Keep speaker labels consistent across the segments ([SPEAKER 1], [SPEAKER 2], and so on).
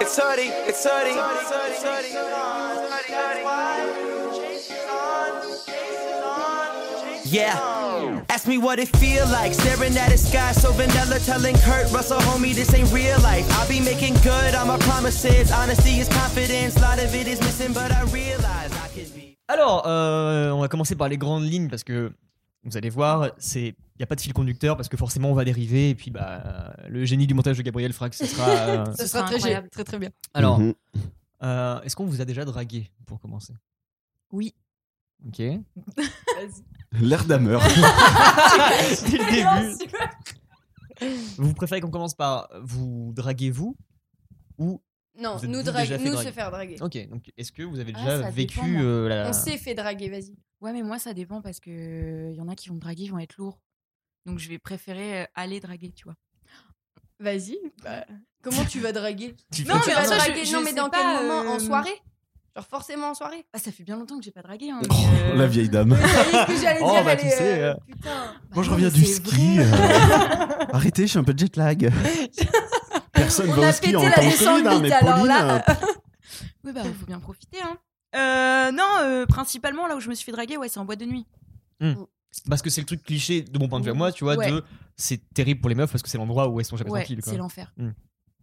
[SPEAKER 1] 30, it's 30. Yeah. Ask me what it feel like, staring at a sky so vanilla, telling Kurt Russell, homie, this ain't real life. I'll be making good on my promises. Honesty is confidence, a lot of it is missing, but I realize I could be.
[SPEAKER 2] Alors, euh, on va commencer par les grandes lignes parce que vous allez voir, c'est il y a pas de fil conducteur parce que forcément on va dériver et puis bah le génie du montage de Gabriel Frax ce sera. euh,
[SPEAKER 3] Ce sera
[SPEAKER 4] Ce sera
[SPEAKER 3] très
[SPEAKER 4] incroyable.
[SPEAKER 3] gé- très très bien.
[SPEAKER 5] Mhm.
[SPEAKER 2] Alors, euh, est-ce qu'on vous a déjà dragué pour commencer
[SPEAKER 3] Oui.
[SPEAKER 2] Ok. Dès
[SPEAKER 5] L'air d'ameur.
[SPEAKER 4] Euh.
[SPEAKER 2] le début. Vous préférez qu'on commence par vous draguer vous ou
[SPEAKER 4] Non,
[SPEAKER 2] Vous êtes
[SPEAKER 4] nous,
[SPEAKER 2] vous
[SPEAKER 4] drague-
[SPEAKER 2] déjà fait
[SPEAKER 4] nous
[SPEAKER 2] draguer.
[SPEAKER 4] se faire draguer.
[SPEAKER 2] ok donc est-ce que vous avez
[SPEAKER 4] Ah,
[SPEAKER 2] déjà
[SPEAKER 4] ça
[SPEAKER 2] vécu
[SPEAKER 4] dépend, moi.
[SPEAKER 2] euh, la
[SPEAKER 4] On s'est fait draguer, vas-y.
[SPEAKER 3] Ouais, mais moi ça dépend parce que euh, y en a qui vont me draguer, ils vont être lourds. Donc je vais préférer euh, aller draguer, tu vois.
[SPEAKER 4] Vas-y. bah, comment tu vas draguer
[SPEAKER 2] Tu fais-
[SPEAKER 4] Non,
[SPEAKER 3] mais
[SPEAKER 4] mais,
[SPEAKER 3] en soi,
[SPEAKER 4] draguer.
[SPEAKER 3] je-
[SPEAKER 4] non,
[SPEAKER 3] je
[SPEAKER 4] mais
[SPEAKER 3] sais
[SPEAKER 4] dans
[SPEAKER 3] pas,
[SPEAKER 4] quel moment En
[SPEAKER 3] euh,
[SPEAKER 4] soirée Genre forcément en soirée
[SPEAKER 3] Ah, ça fait bien longtemps que j'ai pas dragué. hein,
[SPEAKER 5] Oh,
[SPEAKER 3] mais, euh,
[SPEAKER 5] la vieille dame.
[SPEAKER 4] Vous voyez ce que j'allais
[SPEAKER 2] Oh,
[SPEAKER 4] dire
[SPEAKER 2] bah,
[SPEAKER 4] elle
[SPEAKER 2] tu
[SPEAKER 4] est,
[SPEAKER 2] sais,
[SPEAKER 4] euh,
[SPEAKER 2] euh,
[SPEAKER 4] Putain.
[SPEAKER 3] bah
[SPEAKER 5] Moi, je
[SPEAKER 3] non,
[SPEAKER 5] reviens
[SPEAKER 3] mais
[SPEAKER 5] du
[SPEAKER 3] c'est
[SPEAKER 5] ski.
[SPEAKER 3] vrai.
[SPEAKER 5] euh. Arrêtez, je suis un peu jet lag. Personne
[SPEAKER 4] On
[SPEAKER 5] va
[SPEAKER 4] a
[SPEAKER 5] au ski
[SPEAKER 4] pété
[SPEAKER 5] en
[SPEAKER 4] la
[SPEAKER 5] temps
[SPEAKER 4] descente
[SPEAKER 5] Covid, hein, mais
[SPEAKER 4] vite, alors
[SPEAKER 5] Pauline,
[SPEAKER 4] là,
[SPEAKER 5] euh,
[SPEAKER 3] Oui, bah, faut bien profiter, hein. Euh, non, euh, principalement là où je me suis fait draguer, ouais, c'est en boîte de nuit.
[SPEAKER 2] parce que c'est le truc cliché de mon point de vue à
[SPEAKER 3] Oui.
[SPEAKER 2] moi tu vois
[SPEAKER 3] Ouais.
[SPEAKER 2] de c'est terrible pour les meufs parce que c'est l'endroit où elles sont jamais
[SPEAKER 3] Ouais,
[SPEAKER 2] tranquilles quoi.
[SPEAKER 3] c'est l'enfer.
[SPEAKER 2] Hmm.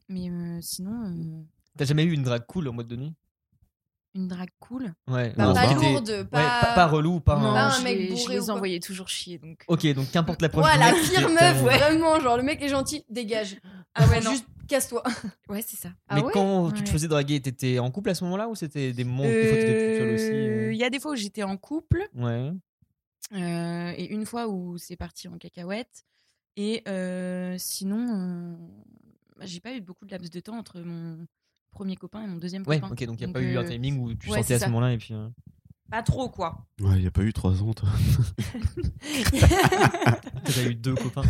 [SPEAKER 3] Mais euh, sinon, euh,
[SPEAKER 2] T'as jamais eu une drague cool en mode de nuit
[SPEAKER 3] une drague cool.
[SPEAKER 2] Ouais.
[SPEAKER 4] Bah,
[SPEAKER 5] Non,
[SPEAKER 4] pas
[SPEAKER 5] c'était-
[SPEAKER 4] lourde,
[SPEAKER 2] Ouais,
[SPEAKER 4] pas.
[SPEAKER 2] pas, pas relou, pas.
[SPEAKER 4] Non,
[SPEAKER 2] un-
[SPEAKER 4] un mec
[SPEAKER 3] les-
[SPEAKER 4] bourré
[SPEAKER 3] Je
[SPEAKER 4] ou
[SPEAKER 3] les
[SPEAKER 4] quoi.
[SPEAKER 3] envoyais toujours chier, donc.
[SPEAKER 2] Ok, donc qu'importe l'approche.
[SPEAKER 4] Ouais,
[SPEAKER 2] du
[SPEAKER 4] la
[SPEAKER 2] mec,
[SPEAKER 4] pire
[SPEAKER 2] t'es-
[SPEAKER 4] meuf,
[SPEAKER 2] t'as-
[SPEAKER 4] vraiment. Genre, le mec est gentil, dégage.
[SPEAKER 3] Ah ouais, non.
[SPEAKER 4] Juste casse-toi.
[SPEAKER 3] Ouais, c'est ça.
[SPEAKER 4] Ah
[SPEAKER 2] Oh. Mais
[SPEAKER 4] ouais
[SPEAKER 2] quand tu te
[SPEAKER 3] Ouais.
[SPEAKER 2] faisais draguer, t'étais en couple à ce moment-là ou c'était des moments
[SPEAKER 3] Il
[SPEAKER 2] où des fois t'étais toute seule aussi euh
[SPEAKER 3] y a des fois où j'étais en couple
[SPEAKER 2] Ouais.
[SPEAKER 3] euh, et une fois où c'est parti en cacahuète. Et euh, sinon, euh, bah, j'ai pas eu beaucoup de laps de temps entre mon premier copain et mon deuxième
[SPEAKER 2] Ouais,
[SPEAKER 3] copain.
[SPEAKER 2] ok, donc il a
[SPEAKER 3] Donc,
[SPEAKER 2] pas eu un
[SPEAKER 3] euh,
[SPEAKER 2] timing où tu
[SPEAKER 3] ouais,
[SPEAKER 2] sentais
[SPEAKER 3] c'est
[SPEAKER 2] à ce
[SPEAKER 3] ça.
[SPEAKER 2] moment-là et puis. euh,
[SPEAKER 3] Pas trop, quoi.
[SPEAKER 5] Ouais, y a pas eu trois ans, toi.
[SPEAKER 2] T'as eu deux copains.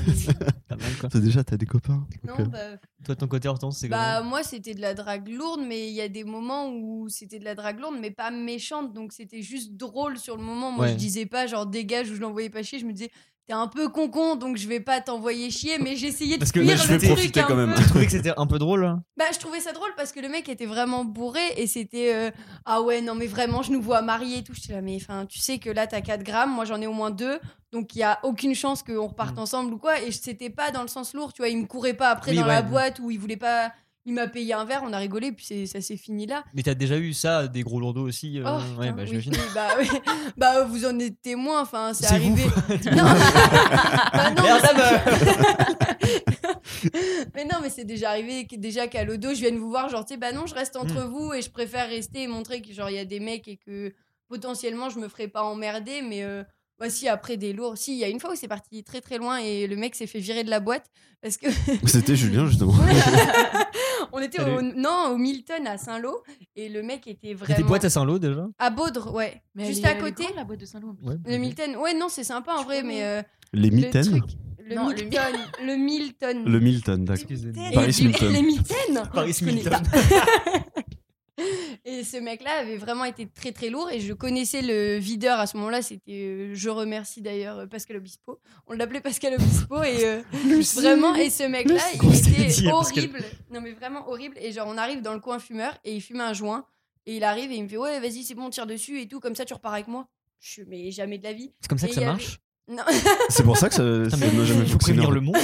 [SPEAKER 2] pas mal quoi.
[SPEAKER 5] T'as déjà, t'as des copains. hein, euh.
[SPEAKER 4] Non,
[SPEAKER 5] Ok.
[SPEAKER 4] bah.
[SPEAKER 2] Toi, de ton côté, Hortense, c'est
[SPEAKER 4] Bah,
[SPEAKER 2] comment
[SPEAKER 4] moi, c'était de la drague lourde, mais il y a des moments où c'était de la drague lourde, mais pas méchante. Donc, c'était juste drôle sur le moment. Moi,
[SPEAKER 2] Ouais.
[SPEAKER 4] je disais pas, genre, dégage ou je l'envoyais pas chier. Je me disais, t'es un peu con-con, donc je vais pas t'envoyer chier, mais j'essayais de
[SPEAKER 2] Parce que-
[SPEAKER 4] fuir
[SPEAKER 2] mais je
[SPEAKER 4] le
[SPEAKER 5] vais
[SPEAKER 4] truc
[SPEAKER 5] profiter
[SPEAKER 4] un
[SPEAKER 5] quand même.
[SPEAKER 4] peu.
[SPEAKER 2] Tu trouvais que c'était un peu drôle hein
[SPEAKER 4] Bah, je trouvais ça drôle parce que le mec était vraiment bourré et c'était euh, ah ouais, non, mais vraiment, je nous vois mariés et tout. J'étais là, mais enfin, tu sais que là, t'as 4 grammes, moi j'en ai au moins 2, donc il y a aucune chance qu'on reparte
[SPEAKER 2] Mm.
[SPEAKER 4] ensemble ou quoi. Et c'était pas dans le sens lourd, tu vois, il me courait pas après
[SPEAKER 2] Oui,
[SPEAKER 4] dans la
[SPEAKER 2] ouais. mm.
[SPEAKER 4] boîte ou il voulait pas. Il m'a payé un verre, on a rigolé, puis c'est- ça s'est fini là.
[SPEAKER 2] Mais t'as déjà eu ça, des gros lourdeaux aussi euh,
[SPEAKER 4] Oh, putain,
[SPEAKER 2] Ouais, bah
[SPEAKER 4] oui,
[SPEAKER 2] j'imagine.
[SPEAKER 4] oui, bah, oui. Bah, vous en êtes témoin, enfin, c'est
[SPEAKER 2] C'est vous.
[SPEAKER 4] arrivé. non, Bah, non, mais
[SPEAKER 2] Merde, meuf
[SPEAKER 4] Mais non, mais c'est déjà arrivé, que- déjà qu'à l'odo, je vienne vous voir, genre, tu sais, bah non, je reste entre
[SPEAKER 2] Hmm.
[SPEAKER 4] vous et je préfère rester et montrer que, genre, il y a des mecs et que potentiellement, je me ferai pas emmerder, mais euh, bah, si, après des lourds. Si, il y a une fois où c'est parti très très loin et le mec s'est fait virer de la boîte parce que.
[SPEAKER 5] C'était Julien, justement.
[SPEAKER 4] On était au, non, au Milton à Saint-Lô et le mec était
[SPEAKER 2] T'étais
[SPEAKER 4] vraiment.
[SPEAKER 2] boîte à Saint-Lô déjà
[SPEAKER 4] à Baudre, ouais.
[SPEAKER 3] Mais
[SPEAKER 4] Juste
[SPEAKER 3] elle est-
[SPEAKER 4] à
[SPEAKER 3] elle est
[SPEAKER 4] côté.
[SPEAKER 3] grande, la boîte de Saint-Lô.
[SPEAKER 2] Ouais.
[SPEAKER 4] Le Milton, ouais, non, c'est sympa en
[SPEAKER 3] Je
[SPEAKER 4] vrai,
[SPEAKER 3] connais.
[SPEAKER 4] mais. euh,
[SPEAKER 5] Les
[SPEAKER 4] le
[SPEAKER 5] mitaines
[SPEAKER 4] truc. Le
[SPEAKER 3] Non, le
[SPEAKER 4] Milton. Le Milton.
[SPEAKER 5] Le Milton, d'accord.
[SPEAKER 2] Excusez-moi.
[SPEAKER 4] Et
[SPEAKER 5] Paris
[SPEAKER 4] du-
[SPEAKER 5] Hilton.
[SPEAKER 4] Les mitaines
[SPEAKER 2] Paris
[SPEAKER 4] connais
[SPEAKER 2] Hilton.
[SPEAKER 4] Et ce mec-là avait vraiment été très très lourd et je connaissais le videur à ce moment-là, c'était euh, je remercie d'ailleurs euh, Pascal Obispo. On l'appelait Pascal Obispo et euh, vraiment et ce mec-là,
[SPEAKER 2] Qu'on
[SPEAKER 4] il
[SPEAKER 2] s'est
[SPEAKER 4] était
[SPEAKER 2] dit à Pascal.
[SPEAKER 4] horrible. Non mais vraiment horrible et genre on arrive dans le coin fumeur et il fume un joint et il arrive et il me fait "Ouais, vas-y, c'est bon, tire dessus et tout, comme ça tu repars avec moi." Je suis mais jamais de la vie.
[SPEAKER 2] C'est comme ça que
[SPEAKER 4] Et
[SPEAKER 2] ça
[SPEAKER 4] il y avait-
[SPEAKER 2] marche
[SPEAKER 4] Non.
[SPEAKER 5] C'est pour ça que ça
[SPEAKER 2] Putain,
[SPEAKER 5] ça
[SPEAKER 2] mais
[SPEAKER 5] n'a jamais
[SPEAKER 2] faut
[SPEAKER 5] fonctionné.
[SPEAKER 2] prévenir le monde.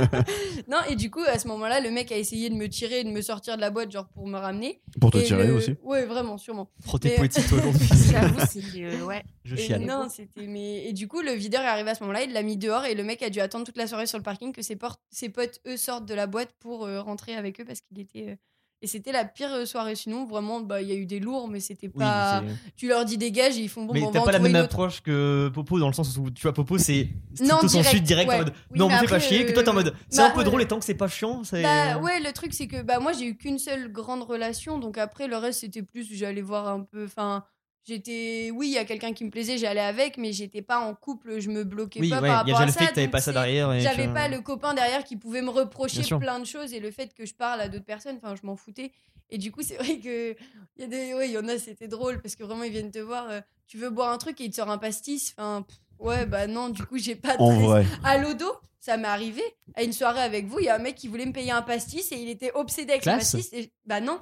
[SPEAKER 4] non, et du coup, à ce moment-là, le mec a essayé de me tirer et de me sortir de la boîte genre pour me ramener.
[SPEAKER 5] Pour te
[SPEAKER 4] Et
[SPEAKER 5] tirer
[SPEAKER 4] le-
[SPEAKER 5] aussi.
[SPEAKER 4] Ouais, vraiment, sûrement.
[SPEAKER 2] Oh, t'es
[SPEAKER 4] Mais-
[SPEAKER 2] poétique toi, aujourd'hui.
[SPEAKER 3] J'avoue, c'est que, euh, ouais.
[SPEAKER 2] Je
[SPEAKER 4] Et
[SPEAKER 2] chiale.
[SPEAKER 4] non, c'était mais et du coup le videur est arrivé à ce moment-là, il l'a mis dehors et le mec a dû attendre toute la soirée sur le parking que ses, portes- ses potes eux sortent de la boîte pour euh, rentrer avec eux parce qu'il était euh, et c'était la pire euh, soirée sinon vraiment bah il y a eu des lourds mais c'était
[SPEAKER 2] Oui,
[SPEAKER 4] pas
[SPEAKER 2] c'est-
[SPEAKER 4] tu leur dis dégage et ils font bon
[SPEAKER 2] mais
[SPEAKER 4] bon, on va
[SPEAKER 2] t'as
[SPEAKER 4] en
[SPEAKER 2] pas la
[SPEAKER 4] trouver
[SPEAKER 2] même
[SPEAKER 4] une autre.
[SPEAKER 2] approche que Popo dans le sens où tu vois Popo c'est
[SPEAKER 4] Non,
[SPEAKER 2] stricto sensu
[SPEAKER 4] direct,
[SPEAKER 2] direct en
[SPEAKER 4] ouais.
[SPEAKER 2] mode
[SPEAKER 4] Oui,
[SPEAKER 2] non
[SPEAKER 4] mais
[SPEAKER 2] on me fait pas
[SPEAKER 4] après,
[SPEAKER 2] chier que toi t'es en
[SPEAKER 4] euh,
[SPEAKER 2] mode c'est
[SPEAKER 4] bah,
[SPEAKER 2] un peu
[SPEAKER 4] ouais.
[SPEAKER 2] drôle et euh, tant que c'est pas chiant c'est
[SPEAKER 4] Bah ouais, le truc c'est que bah moi j'ai eu qu'une seule grande relation donc après le reste c'était plus j'allais voir un peu enfin j'étais oui, il y a quelqu'un qui me plaisait, j'allais avec mais j'étais pas en couple, je me bloquais
[SPEAKER 2] oui
[SPEAKER 4] pas
[SPEAKER 2] ouais
[SPEAKER 4] par
[SPEAKER 2] il y a déjà
[SPEAKER 4] rapport à
[SPEAKER 2] le
[SPEAKER 4] ça,
[SPEAKER 2] fait que t'avais
[SPEAKER 4] donc
[SPEAKER 2] pas ça
[SPEAKER 4] c'est-
[SPEAKER 2] derrière et
[SPEAKER 4] J'avais
[SPEAKER 2] que-
[SPEAKER 4] pas le copain derrière qui pouvait me reprocher
[SPEAKER 2] Bien sûr.
[SPEAKER 4] plein de choses et le fait que je parle à d'autres personnes, enfin, je m'en foutais. Et du coup, c'est vrai que il y a des, ouais, il y en a, c'était drôle parce que vraiment ils viennent te voir, euh, tu veux boire un truc et ils te sortent un pastis. Enfin, pff, ouais, bah non, du coup, j'ai pas. de
[SPEAKER 5] En
[SPEAKER 4] raison.
[SPEAKER 5] vrai.
[SPEAKER 4] À l'odo, Ça m'est arrivé à une soirée avec vous, il y a un mec qui voulait me payer un pastis et il était obsédé avec
[SPEAKER 2] Classe.
[SPEAKER 4] le pastis. et- Bah non,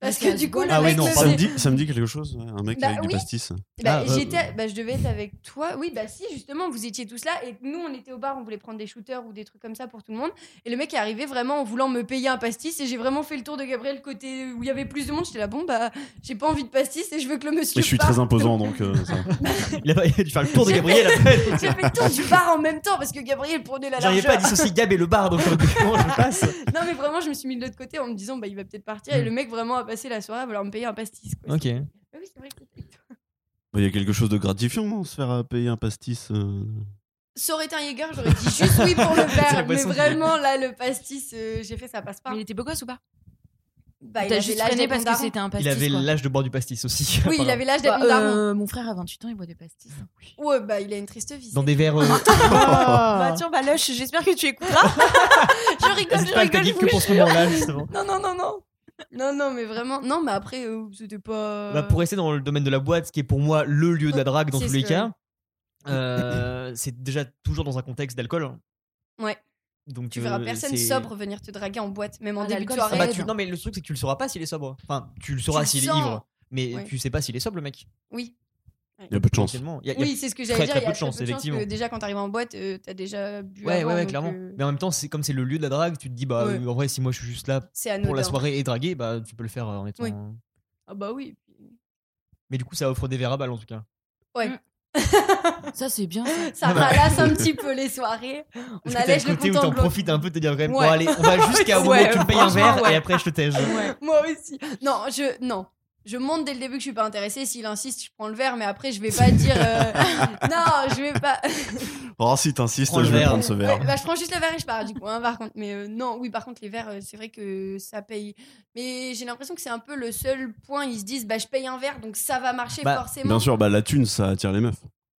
[SPEAKER 4] parce
[SPEAKER 3] Ah
[SPEAKER 4] que du coup, le
[SPEAKER 3] oui,
[SPEAKER 4] mec
[SPEAKER 2] non,
[SPEAKER 4] me
[SPEAKER 2] pardon.
[SPEAKER 5] Ça
[SPEAKER 4] faisait-
[SPEAKER 5] me, dit, ça me dit quelque chose, ouais, un mec
[SPEAKER 4] Bah
[SPEAKER 5] avec
[SPEAKER 4] oui.
[SPEAKER 5] du pastis.
[SPEAKER 2] Ah,
[SPEAKER 4] Bah,
[SPEAKER 2] euh,
[SPEAKER 4] j'étais, bah, je devais être avec toi. Oui, bah si, justement, vous étiez tous là. Et nous, on était au bar, on voulait prendre des shooters ou des trucs comme ça pour tout le monde. Et le mec est arrivé vraiment en voulant me payer un pastis. Et j'ai vraiment fait le tour de Gabriel côté où il y avait plus de monde. J'étais là, bon, bah, j'ai pas envie de pastis et je veux que le monsieur.
[SPEAKER 5] Mais je suis
[SPEAKER 4] parte.
[SPEAKER 5] très imposant, donc euh, ça.
[SPEAKER 2] Il a, pas- il a dû faire le tour de
[SPEAKER 4] J'ai
[SPEAKER 2] Gabriel après.
[SPEAKER 4] J'ai fait le tour du bar en même temps parce que Gabriel prenait la
[SPEAKER 2] J'arrivais
[SPEAKER 4] largeur.
[SPEAKER 2] pas à dissocier Gab et le bar, donc comment je passe
[SPEAKER 4] Non, mais vraiment, je me suis mis de l'autre côté en me disant, bah, il va peut-être partir. Et
[SPEAKER 2] Mm.
[SPEAKER 4] le mec vraiment a passé la soirée à vouloir me payer un pastis. Quoi.
[SPEAKER 2] Ok.
[SPEAKER 4] Ah Oui, c'est vrai que c'était avec toi.
[SPEAKER 5] Il y a quelque chose de gratifiant, non Se faire euh, payer un pastis. euh,
[SPEAKER 4] Ça aurait été un Jaeger, j'aurais dit juste oui pour le
[SPEAKER 2] C'est la
[SPEAKER 4] verre. mais
[SPEAKER 2] boisson qui-
[SPEAKER 4] vraiment, là, le pastis, euh, j'ai fait ça passe pas.
[SPEAKER 3] Mais il était beau gosse ou pas T'as
[SPEAKER 4] Bah, ah, avait
[SPEAKER 3] juste
[SPEAKER 4] l'âge
[SPEAKER 3] traîné
[SPEAKER 4] de
[SPEAKER 3] parce
[SPEAKER 4] ton
[SPEAKER 3] que
[SPEAKER 4] daron.
[SPEAKER 3] c'était un pastis.
[SPEAKER 2] Il avait
[SPEAKER 3] quoi.
[SPEAKER 2] l'âge de boire du pastis aussi.
[SPEAKER 4] Oui, il
[SPEAKER 2] apparemment.
[SPEAKER 4] avait l'âge
[SPEAKER 3] Bah,
[SPEAKER 4] d'être mon daron.
[SPEAKER 3] euh, mon frère à 28 ans, il boit des pastis. hein.
[SPEAKER 4] Ouais, bah, il a une triste vie.
[SPEAKER 2] Dans
[SPEAKER 4] c'est-
[SPEAKER 2] des verres. euh,
[SPEAKER 4] Ah,
[SPEAKER 3] Bah tiens, bah Lush, j'espère que tu hein. écouteras.
[SPEAKER 4] Je rigole,
[SPEAKER 2] C'est
[SPEAKER 4] je
[SPEAKER 2] pas que t'as
[SPEAKER 4] rigole.
[SPEAKER 2] dit
[SPEAKER 4] je
[SPEAKER 2] que
[SPEAKER 4] vous
[SPEAKER 2] pour ce moment-là, justement.
[SPEAKER 4] jure. Non, non, non, non. Non, non, mais vraiment. Non, mais après, euh, c'était pas.
[SPEAKER 2] Bah, pour rester dans le domaine de la boîte, ce qui est pour moi le lieu de la drague dans
[SPEAKER 4] C'est
[SPEAKER 2] tous les
[SPEAKER 4] ce-
[SPEAKER 2] cas, euh, c'est déjà toujours dans un contexte d'alcool.
[SPEAKER 4] Ouais.
[SPEAKER 2] Donc,
[SPEAKER 4] Tu verras
[SPEAKER 2] euh,
[SPEAKER 4] personne
[SPEAKER 2] c'est-
[SPEAKER 4] sobre venir te draguer en boîte, même en
[SPEAKER 3] Ah,
[SPEAKER 4] début de
[SPEAKER 3] l'alcool,
[SPEAKER 4] soirée.
[SPEAKER 2] Ah bah, tu-
[SPEAKER 3] raide.
[SPEAKER 2] Non, mais le truc, c'est que tu le sauras pas s'il est sobre. Enfin, tu le sauras
[SPEAKER 4] le
[SPEAKER 2] s'il est
[SPEAKER 4] sens.
[SPEAKER 2] ivre. Mais
[SPEAKER 4] Ouais.
[SPEAKER 2] tu sais pas s'il est sobre, le mec.
[SPEAKER 4] Oui,
[SPEAKER 5] Il y a peu de chance.
[SPEAKER 2] potentiellement. Il y a- il y a-
[SPEAKER 4] oui c'est ce que
[SPEAKER 2] très,
[SPEAKER 4] j'allais dire.
[SPEAKER 2] très
[SPEAKER 4] Il y a
[SPEAKER 2] peu de chance, effectivement.
[SPEAKER 4] que déjà, quand t'arrives en boîte, euh, t'as déjà bu.
[SPEAKER 2] Ouais,
[SPEAKER 4] avant,
[SPEAKER 2] ouais, ouais,
[SPEAKER 4] donc,
[SPEAKER 2] clairement.
[SPEAKER 4] euh,
[SPEAKER 2] Mais en même temps, c'est comme c'est le lieu de la drague, tu te dis, bah,
[SPEAKER 4] Ouais.
[SPEAKER 2] euh, en vrai, si moi je suis juste là
[SPEAKER 4] C'est anodin.
[SPEAKER 2] pour la soirée et draguer, bah, tu peux le faire euh, en étant.
[SPEAKER 4] Oui. Ah, bah oui.
[SPEAKER 2] Mais du coup, ça offre des verres à balles en tout cas.
[SPEAKER 3] Ça, c'est bien. ça.
[SPEAKER 4] Ça ralasse un petit peu les soirées. On
[SPEAKER 2] Est-ce que t'as
[SPEAKER 4] allège
[SPEAKER 2] le
[SPEAKER 4] le
[SPEAKER 2] côté où
[SPEAKER 4] compte en
[SPEAKER 2] t'en
[SPEAKER 4] bloc.
[SPEAKER 2] profites un peu, de te dire quand même, bon,
[SPEAKER 4] Ouais.
[SPEAKER 2] allez, on va jusqu'à au moment
[SPEAKER 3] Ouais,
[SPEAKER 2] où tu me payes un
[SPEAKER 3] franchement,
[SPEAKER 2] verre
[SPEAKER 3] ouais.
[SPEAKER 2] et après je te
[SPEAKER 4] Ah,
[SPEAKER 2] tège.
[SPEAKER 4] Moi aussi. Non, je non. Je montre dès le début que je suis pas intéressée. S'il insiste, je prends le verre, mais après je vais pas dire euh, non, je vais pas.
[SPEAKER 5] Oh, si t'insistes,
[SPEAKER 2] Prends le
[SPEAKER 5] je vais
[SPEAKER 2] verre.
[SPEAKER 5] prendre ce verre.
[SPEAKER 4] Ouais, bah, je prends juste le verre et je pars du coup. hein, par contre, mais euh, non, oui, par contre les verres, euh, c'est vrai que ça paye. Mais j'ai l'impression que c'est un peu le seul point. Ils se disent, bah je paye un verre, donc ça va marcher
[SPEAKER 2] Bah,
[SPEAKER 4] forcément.
[SPEAKER 5] Bien sûr, bah, la thune, ça attire les meufs.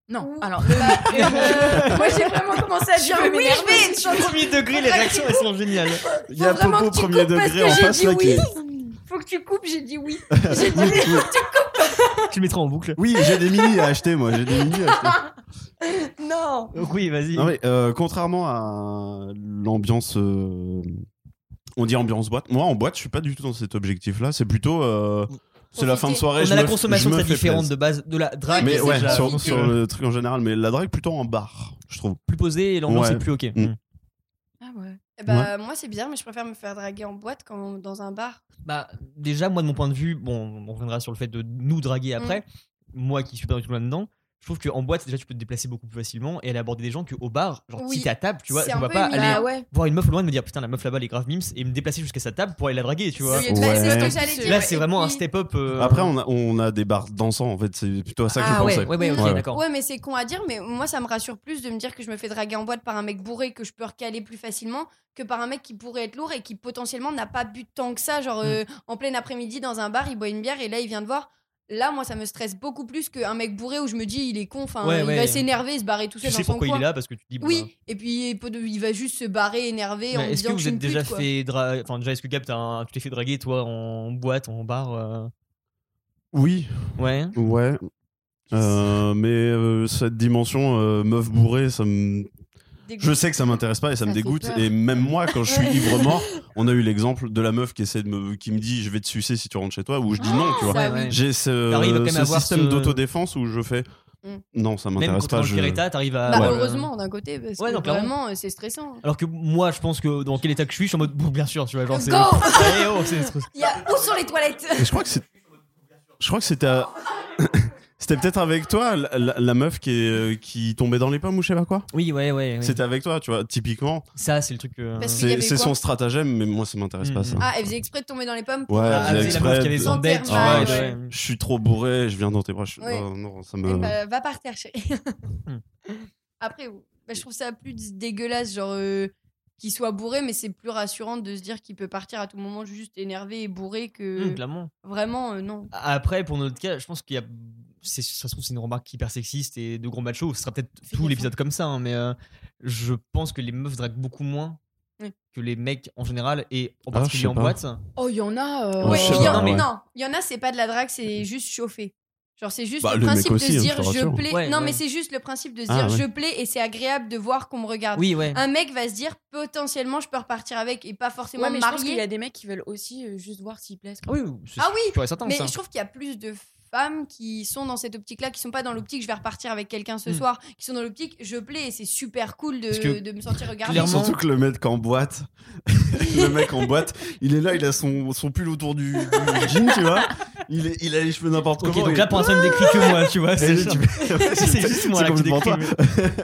[SPEAKER 3] Non,
[SPEAKER 4] Ouh.
[SPEAKER 3] alors,
[SPEAKER 4] Bah, euh, moi j'ai vraiment commencé à
[SPEAKER 3] Je
[SPEAKER 4] dire
[SPEAKER 3] vais
[SPEAKER 4] oui,
[SPEAKER 3] m'énerver.
[SPEAKER 4] je vais.
[SPEAKER 2] Premier degré, les réactions elles sont géniales.
[SPEAKER 5] Il y a
[SPEAKER 4] vraiment
[SPEAKER 5] Popo
[SPEAKER 4] que tu
[SPEAKER 5] premier
[SPEAKER 4] coupes parce
[SPEAKER 5] degré
[SPEAKER 4] que
[SPEAKER 5] en
[SPEAKER 4] j'ai
[SPEAKER 5] face
[SPEAKER 4] dit
[SPEAKER 5] là qui.
[SPEAKER 4] oui. Faut que tu coupes. J'ai dit oui. J'ai dit oui.
[SPEAKER 2] tu le mettras en boucle.
[SPEAKER 5] Oui, j'ai des mini à acheter, moi. J'ai des mini à acheter.
[SPEAKER 4] Non.
[SPEAKER 2] Donc oui, vas-y.
[SPEAKER 5] Non, mais euh, contrairement à l'ambiance. euh, on dit ambiance boîte. Moi, en boîte, je suis pas du tout dans cet objectif-là. C'est plutôt. euh, c'est la fin de soirée.
[SPEAKER 2] On
[SPEAKER 5] je
[SPEAKER 2] a la
[SPEAKER 5] me-
[SPEAKER 2] consommation
[SPEAKER 5] je me
[SPEAKER 2] très
[SPEAKER 5] fais
[SPEAKER 2] différente
[SPEAKER 5] plaisir.
[SPEAKER 2] de base de la drague.
[SPEAKER 5] Mais
[SPEAKER 2] c'est
[SPEAKER 5] ouais,
[SPEAKER 2] déjà-
[SPEAKER 5] sur,
[SPEAKER 2] donc,
[SPEAKER 5] sur
[SPEAKER 2] euh,
[SPEAKER 5] le truc en général. Mais la drague, plutôt en bar, je trouve.
[SPEAKER 2] plus posé, l'ambiance
[SPEAKER 5] Ouais.
[SPEAKER 2] est plus ok.
[SPEAKER 5] Mm.
[SPEAKER 2] Mm.
[SPEAKER 3] ah ouais.
[SPEAKER 4] Eh Bah, Moi, c'est bizarre, mais je préfère me faire draguer en boîte qu'en dans un bar.
[SPEAKER 2] Bah déjà, moi de mon point de vue, bon, on reviendra sur le fait de nous draguer
[SPEAKER 4] Mm.
[SPEAKER 2] après. Moi qui suis pas du tout là-dedans. Je trouve qu'en boîte, déjà, tu peux te déplacer beaucoup plus facilement et aller aborder des gens qu'au bar. Genre,
[SPEAKER 4] Oui.
[SPEAKER 2] si t'es à table, tu vois,
[SPEAKER 4] C'est
[SPEAKER 2] je
[SPEAKER 4] un
[SPEAKER 2] vois
[SPEAKER 4] peu
[SPEAKER 2] pas
[SPEAKER 4] une-
[SPEAKER 2] aller
[SPEAKER 4] Bah,
[SPEAKER 3] Ah ouais.
[SPEAKER 2] voir une meuf au loin de me dire putain, la meuf là-bas, elle est grave mimes et me déplacer jusqu'à sa table pour aller la draguer, tu vois.
[SPEAKER 4] C'est
[SPEAKER 5] Ouais.
[SPEAKER 4] c'est ce que j'allais dire.
[SPEAKER 2] Là, c'est
[SPEAKER 4] Et
[SPEAKER 2] vraiment un
[SPEAKER 4] puis-
[SPEAKER 2] step-up. euh,
[SPEAKER 5] Après, on a, on a des bars dansants, en fait. C'est plutôt à ça que je
[SPEAKER 2] Ah ouais,
[SPEAKER 5] pensais.
[SPEAKER 2] ouais, ouais, ok,
[SPEAKER 5] Ouais.
[SPEAKER 2] d'accord.
[SPEAKER 4] Ouais, mais c'est con à dire, mais moi, ça me rassure plus de me dire que je me fais draguer en boîte par un mec bourré que je peux recaler plus facilement que par un mec qui pourrait être lourd et qui potentiellement n'a pas bu tant que ça.
[SPEAKER 2] Mm.
[SPEAKER 4] Genre, euh, en plein après-midi, dans un bar, il boit une bière et là, il vient de voir. Là, moi, ça me stresse beaucoup plus qu'un mec bourré où je me dis, il est con, enfin,
[SPEAKER 2] Ouais,
[SPEAKER 4] il
[SPEAKER 2] ouais.
[SPEAKER 4] va s'énerver et se barrer tout
[SPEAKER 2] Tu
[SPEAKER 4] seul
[SPEAKER 2] sais
[SPEAKER 4] dans son
[SPEAKER 2] pourquoi
[SPEAKER 4] coin.
[SPEAKER 2] il est là parce que tu te dis bon, bah,
[SPEAKER 4] Oui, et puis il peut- il va juste se barrer, énervé
[SPEAKER 2] Mais
[SPEAKER 4] en me
[SPEAKER 2] Est-ce que
[SPEAKER 4] disant que
[SPEAKER 2] vous
[SPEAKER 4] je suis
[SPEAKER 2] êtes
[SPEAKER 4] une
[SPEAKER 2] déjà
[SPEAKER 4] pute, quoi.
[SPEAKER 2] fait dra... enfin déjà est-ce que Gab t'as un- tu t'es fait draguer toi en boîte en bar euh,
[SPEAKER 5] Oui,
[SPEAKER 2] ouais
[SPEAKER 5] ouais. Euh, mais euh, cette dimension euh, meuf bourrée, ça me Je sais que ça m'intéresse pas et ça,
[SPEAKER 3] Ça
[SPEAKER 5] me
[SPEAKER 3] fait
[SPEAKER 5] dégoûte.
[SPEAKER 3] peur.
[SPEAKER 5] Et même moi, quand je suis ivre mort, on a eu l'exemple de la meuf qui essaie de me, qui me dit je vais te sucer si tu rentres chez toi, ou je dis non, tu vois.
[SPEAKER 4] Ah, Ça, bah oui.
[SPEAKER 5] J'ai
[SPEAKER 2] T'arrives quand
[SPEAKER 5] ce,
[SPEAKER 2] même à
[SPEAKER 5] ce
[SPEAKER 2] avoir
[SPEAKER 5] système
[SPEAKER 2] ce-
[SPEAKER 5] d'autodéfense où je fais
[SPEAKER 4] Mm.
[SPEAKER 5] non, ça
[SPEAKER 2] même
[SPEAKER 5] m'intéresse
[SPEAKER 2] contre
[SPEAKER 5] pas.
[SPEAKER 2] le
[SPEAKER 5] je-
[SPEAKER 2] pire état t'arrives à
[SPEAKER 4] Bah,
[SPEAKER 5] Ouais.
[SPEAKER 4] heureusement, d'un côté, parce
[SPEAKER 2] Ouais,
[SPEAKER 4] que
[SPEAKER 2] non, clairement.
[SPEAKER 4] vraiment, euh, c'est stressant.
[SPEAKER 2] alors que moi je pense que dans quel état que je suis je suis en mode bon bien sûr tu vois genre c'est
[SPEAKER 4] Go
[SPEAKER 2] Allez, oh, c'est-
[SPEAKER 4] Il y a où sont les toilettes
[SPEAKER 5] Et je crois que c'est, je crois que c'était, à- c'était peut-être avec toi la, la- la meuf qui, est, euh, qui tombait dans les pommes ou je sais pas quoi.
[SPEAKER 2] oui ouais ouais, ouais.
[SPEAKER 5] C'était avec toi, tu vois. Typiquement,
[SPEAKER 2] ça c'est le truc euh,
[SPEAKER 4] Parce qu'il y
[SPEAKER 5] c'est,
[SPEAKER 4] avait
[SPEAKER 5] c'est
[SPEAKER 4] quoi
[SPEAKER 5] son stratagème, mais moi ça m'intéresse
[SPEAKER 2] Mm.
[SPEAKER 5] pas ça.
[SPEAKER 4] Ah, elle faisait exprès de tomber dans les pommes.
[SPEAKER 5] Ouais, euh,
[SPEAKER 2] ah,
[SPEAKER 5] j'ai
[SPEAKER 2] c'est la meuf
[SPEAKER 5] exprès
[SPEAKER 2] qui avait
[SPEAKER 5] de-
[SPEAKER 2] son dette tu vois
[SPEAKER 4] Ah,
[SPEAKER 2] et
[SPEAKER 4] ouais.
[SPEAKER 2] de-
[SPEAKER 5] Je suis trop bourré, je viens dans tes bras. je-
[SPEAKER 4] Ouais.
[SPEAKER 5] oh, non, ça
[SPEAKER 4] Eh
[SPEAKER 5] me.
[SPEAKER 4] bah, va par terre, chérie.
[SPEAKER 2] Hmm.
[SPEAKER 4] Après, bah, je trouve ça plus dégueulasse, genre euh, qu'il soit bourré, mais c'est plus rassurant de se dire qu'il peut partir à tout moment juste énervé et bourré que
[SPEAKER 2] Hum, clairement
[SPEAKER 4] vraiment euh, non.
[SPEAKER 2] après pour notre cas je pense qu'il y a c'est- ça se trouve c'est une remarque hyper sexiste et de gros macho ce sera peut-être
[SPEAKER 4] Fais
[SPEAKER 2] tout
[SPEAKER 4] gaffe.
[SPEAKER 2] l'épisode comme ça hein, mais euh, je pense que les meufs draguent beaucoup moins
[SPEAKER 4] Oui.
[SPEAKER 2] que les mecs en général et en
[SPEAKER 5] Ah, je
[SPEAKER 2] particulier
[SPEAKER 5] sais
[SPEAKER 2] en
[SPEAKER 5] pas.
[SPEAKER 2] boîte
[SPEAKER 3] Oh, il y en a. euh,
[SPEAKER 5] Ouais,
[SPEAKER 4] Ouais,
[SPEAKER 5] je sais
[SPEAKER 4] il y en-
[SPEAKER 5] pas, ouais.
[SPEAKER 4] Non, il y en a, c'est pas de la drague, c'est juste chauffé. Genre, c'est juste
[SPEAKER 5] Bah,
[SPEAKER 4] le
[SPEAKER 5] le mec
[SPEAKER 4] principe de
[SPEAKER 5] aussi,
[SPEAKER 4] se
[SPEAKER 5] hein,
[SPEAKER 4] dire
[SPEAKER 5] je te
[SPEAKER 4] je
[SPEAKER 5] rassure.
[SPEAKER 4] plais.
[SPEAKER 2] Ouais,
[SPEAKER 4] non,
[SPEAKER 2] ouais.
[SPEAKER 4] mais c'est juste le principe de se
[SPEAKER 5] Ah,
[SPEAKER 4] dire
[SPEAKER 5] ouais.
[SPEAKER 4] je plais et c'est agréable de voir qu'on me regarde.
[SPEAKER 2] Oui, ouais.
[SPEAKER 4] Un mec va se dire potentiellement je peux repartir avec et pas
[SPEAKER 3] C'est
[SPEAKER 4] forcément
[SPEAKER 3] moi,
[SPEAKER 4] me
[SPEAKER 3] mais je pense qu'il
[SPEAKER 4] marier.
[SPEAKER 3] y a des mecs qui veulent aussi euh, juste voir s'ils plaisent.
[SPEAKER 2] Ah oui, c'est
[SPEAKER 4] Ah oui,
[SPEAKER 2] sûr et certain,
[SPEAKER 4] Mais
[SPEAKER 2] ça.
[SPEAKER 4] je trouve qu'il y a plus de femmes qui sont dans cette optique-là, qui sont pas dans l'optique je vais repartir avec quelqu'un ce
[SPEAKER 2] Mm.
[SPEAKER 4] soir, qui sont dans l'optique je plais et c'est super cool
[SPEAKER 2] Parce que
[SPEAKER 4] de, de me sentir regardée.
[SPEAKER 2] clairement-
[SPEAKER 5] Surtout que le mec en boîte, le mec en boîte, il est là, il a son, son pull autour du, du jean, tu vois. Il, est- il a les cheveux n'importe
[SPEAKER 2] Ok,
[SPEAKER 5] comment.
[SPEAKER 2] donc
[SPEAKER 5] il-
[SPEAKER 2] là pour l'instant, il me décrit que moi, tu vois.
[SPEAKER 5] Et
[SPEAKER 2] C'est
[SPEAKER 5] tu-
[SPEAKER 2] c'est juste moi
[SPEAKER 5] c'est
[SPEAKER 2] là que je
[SPEAKER 5] complètement toi.
[SPEAKER 2] décris.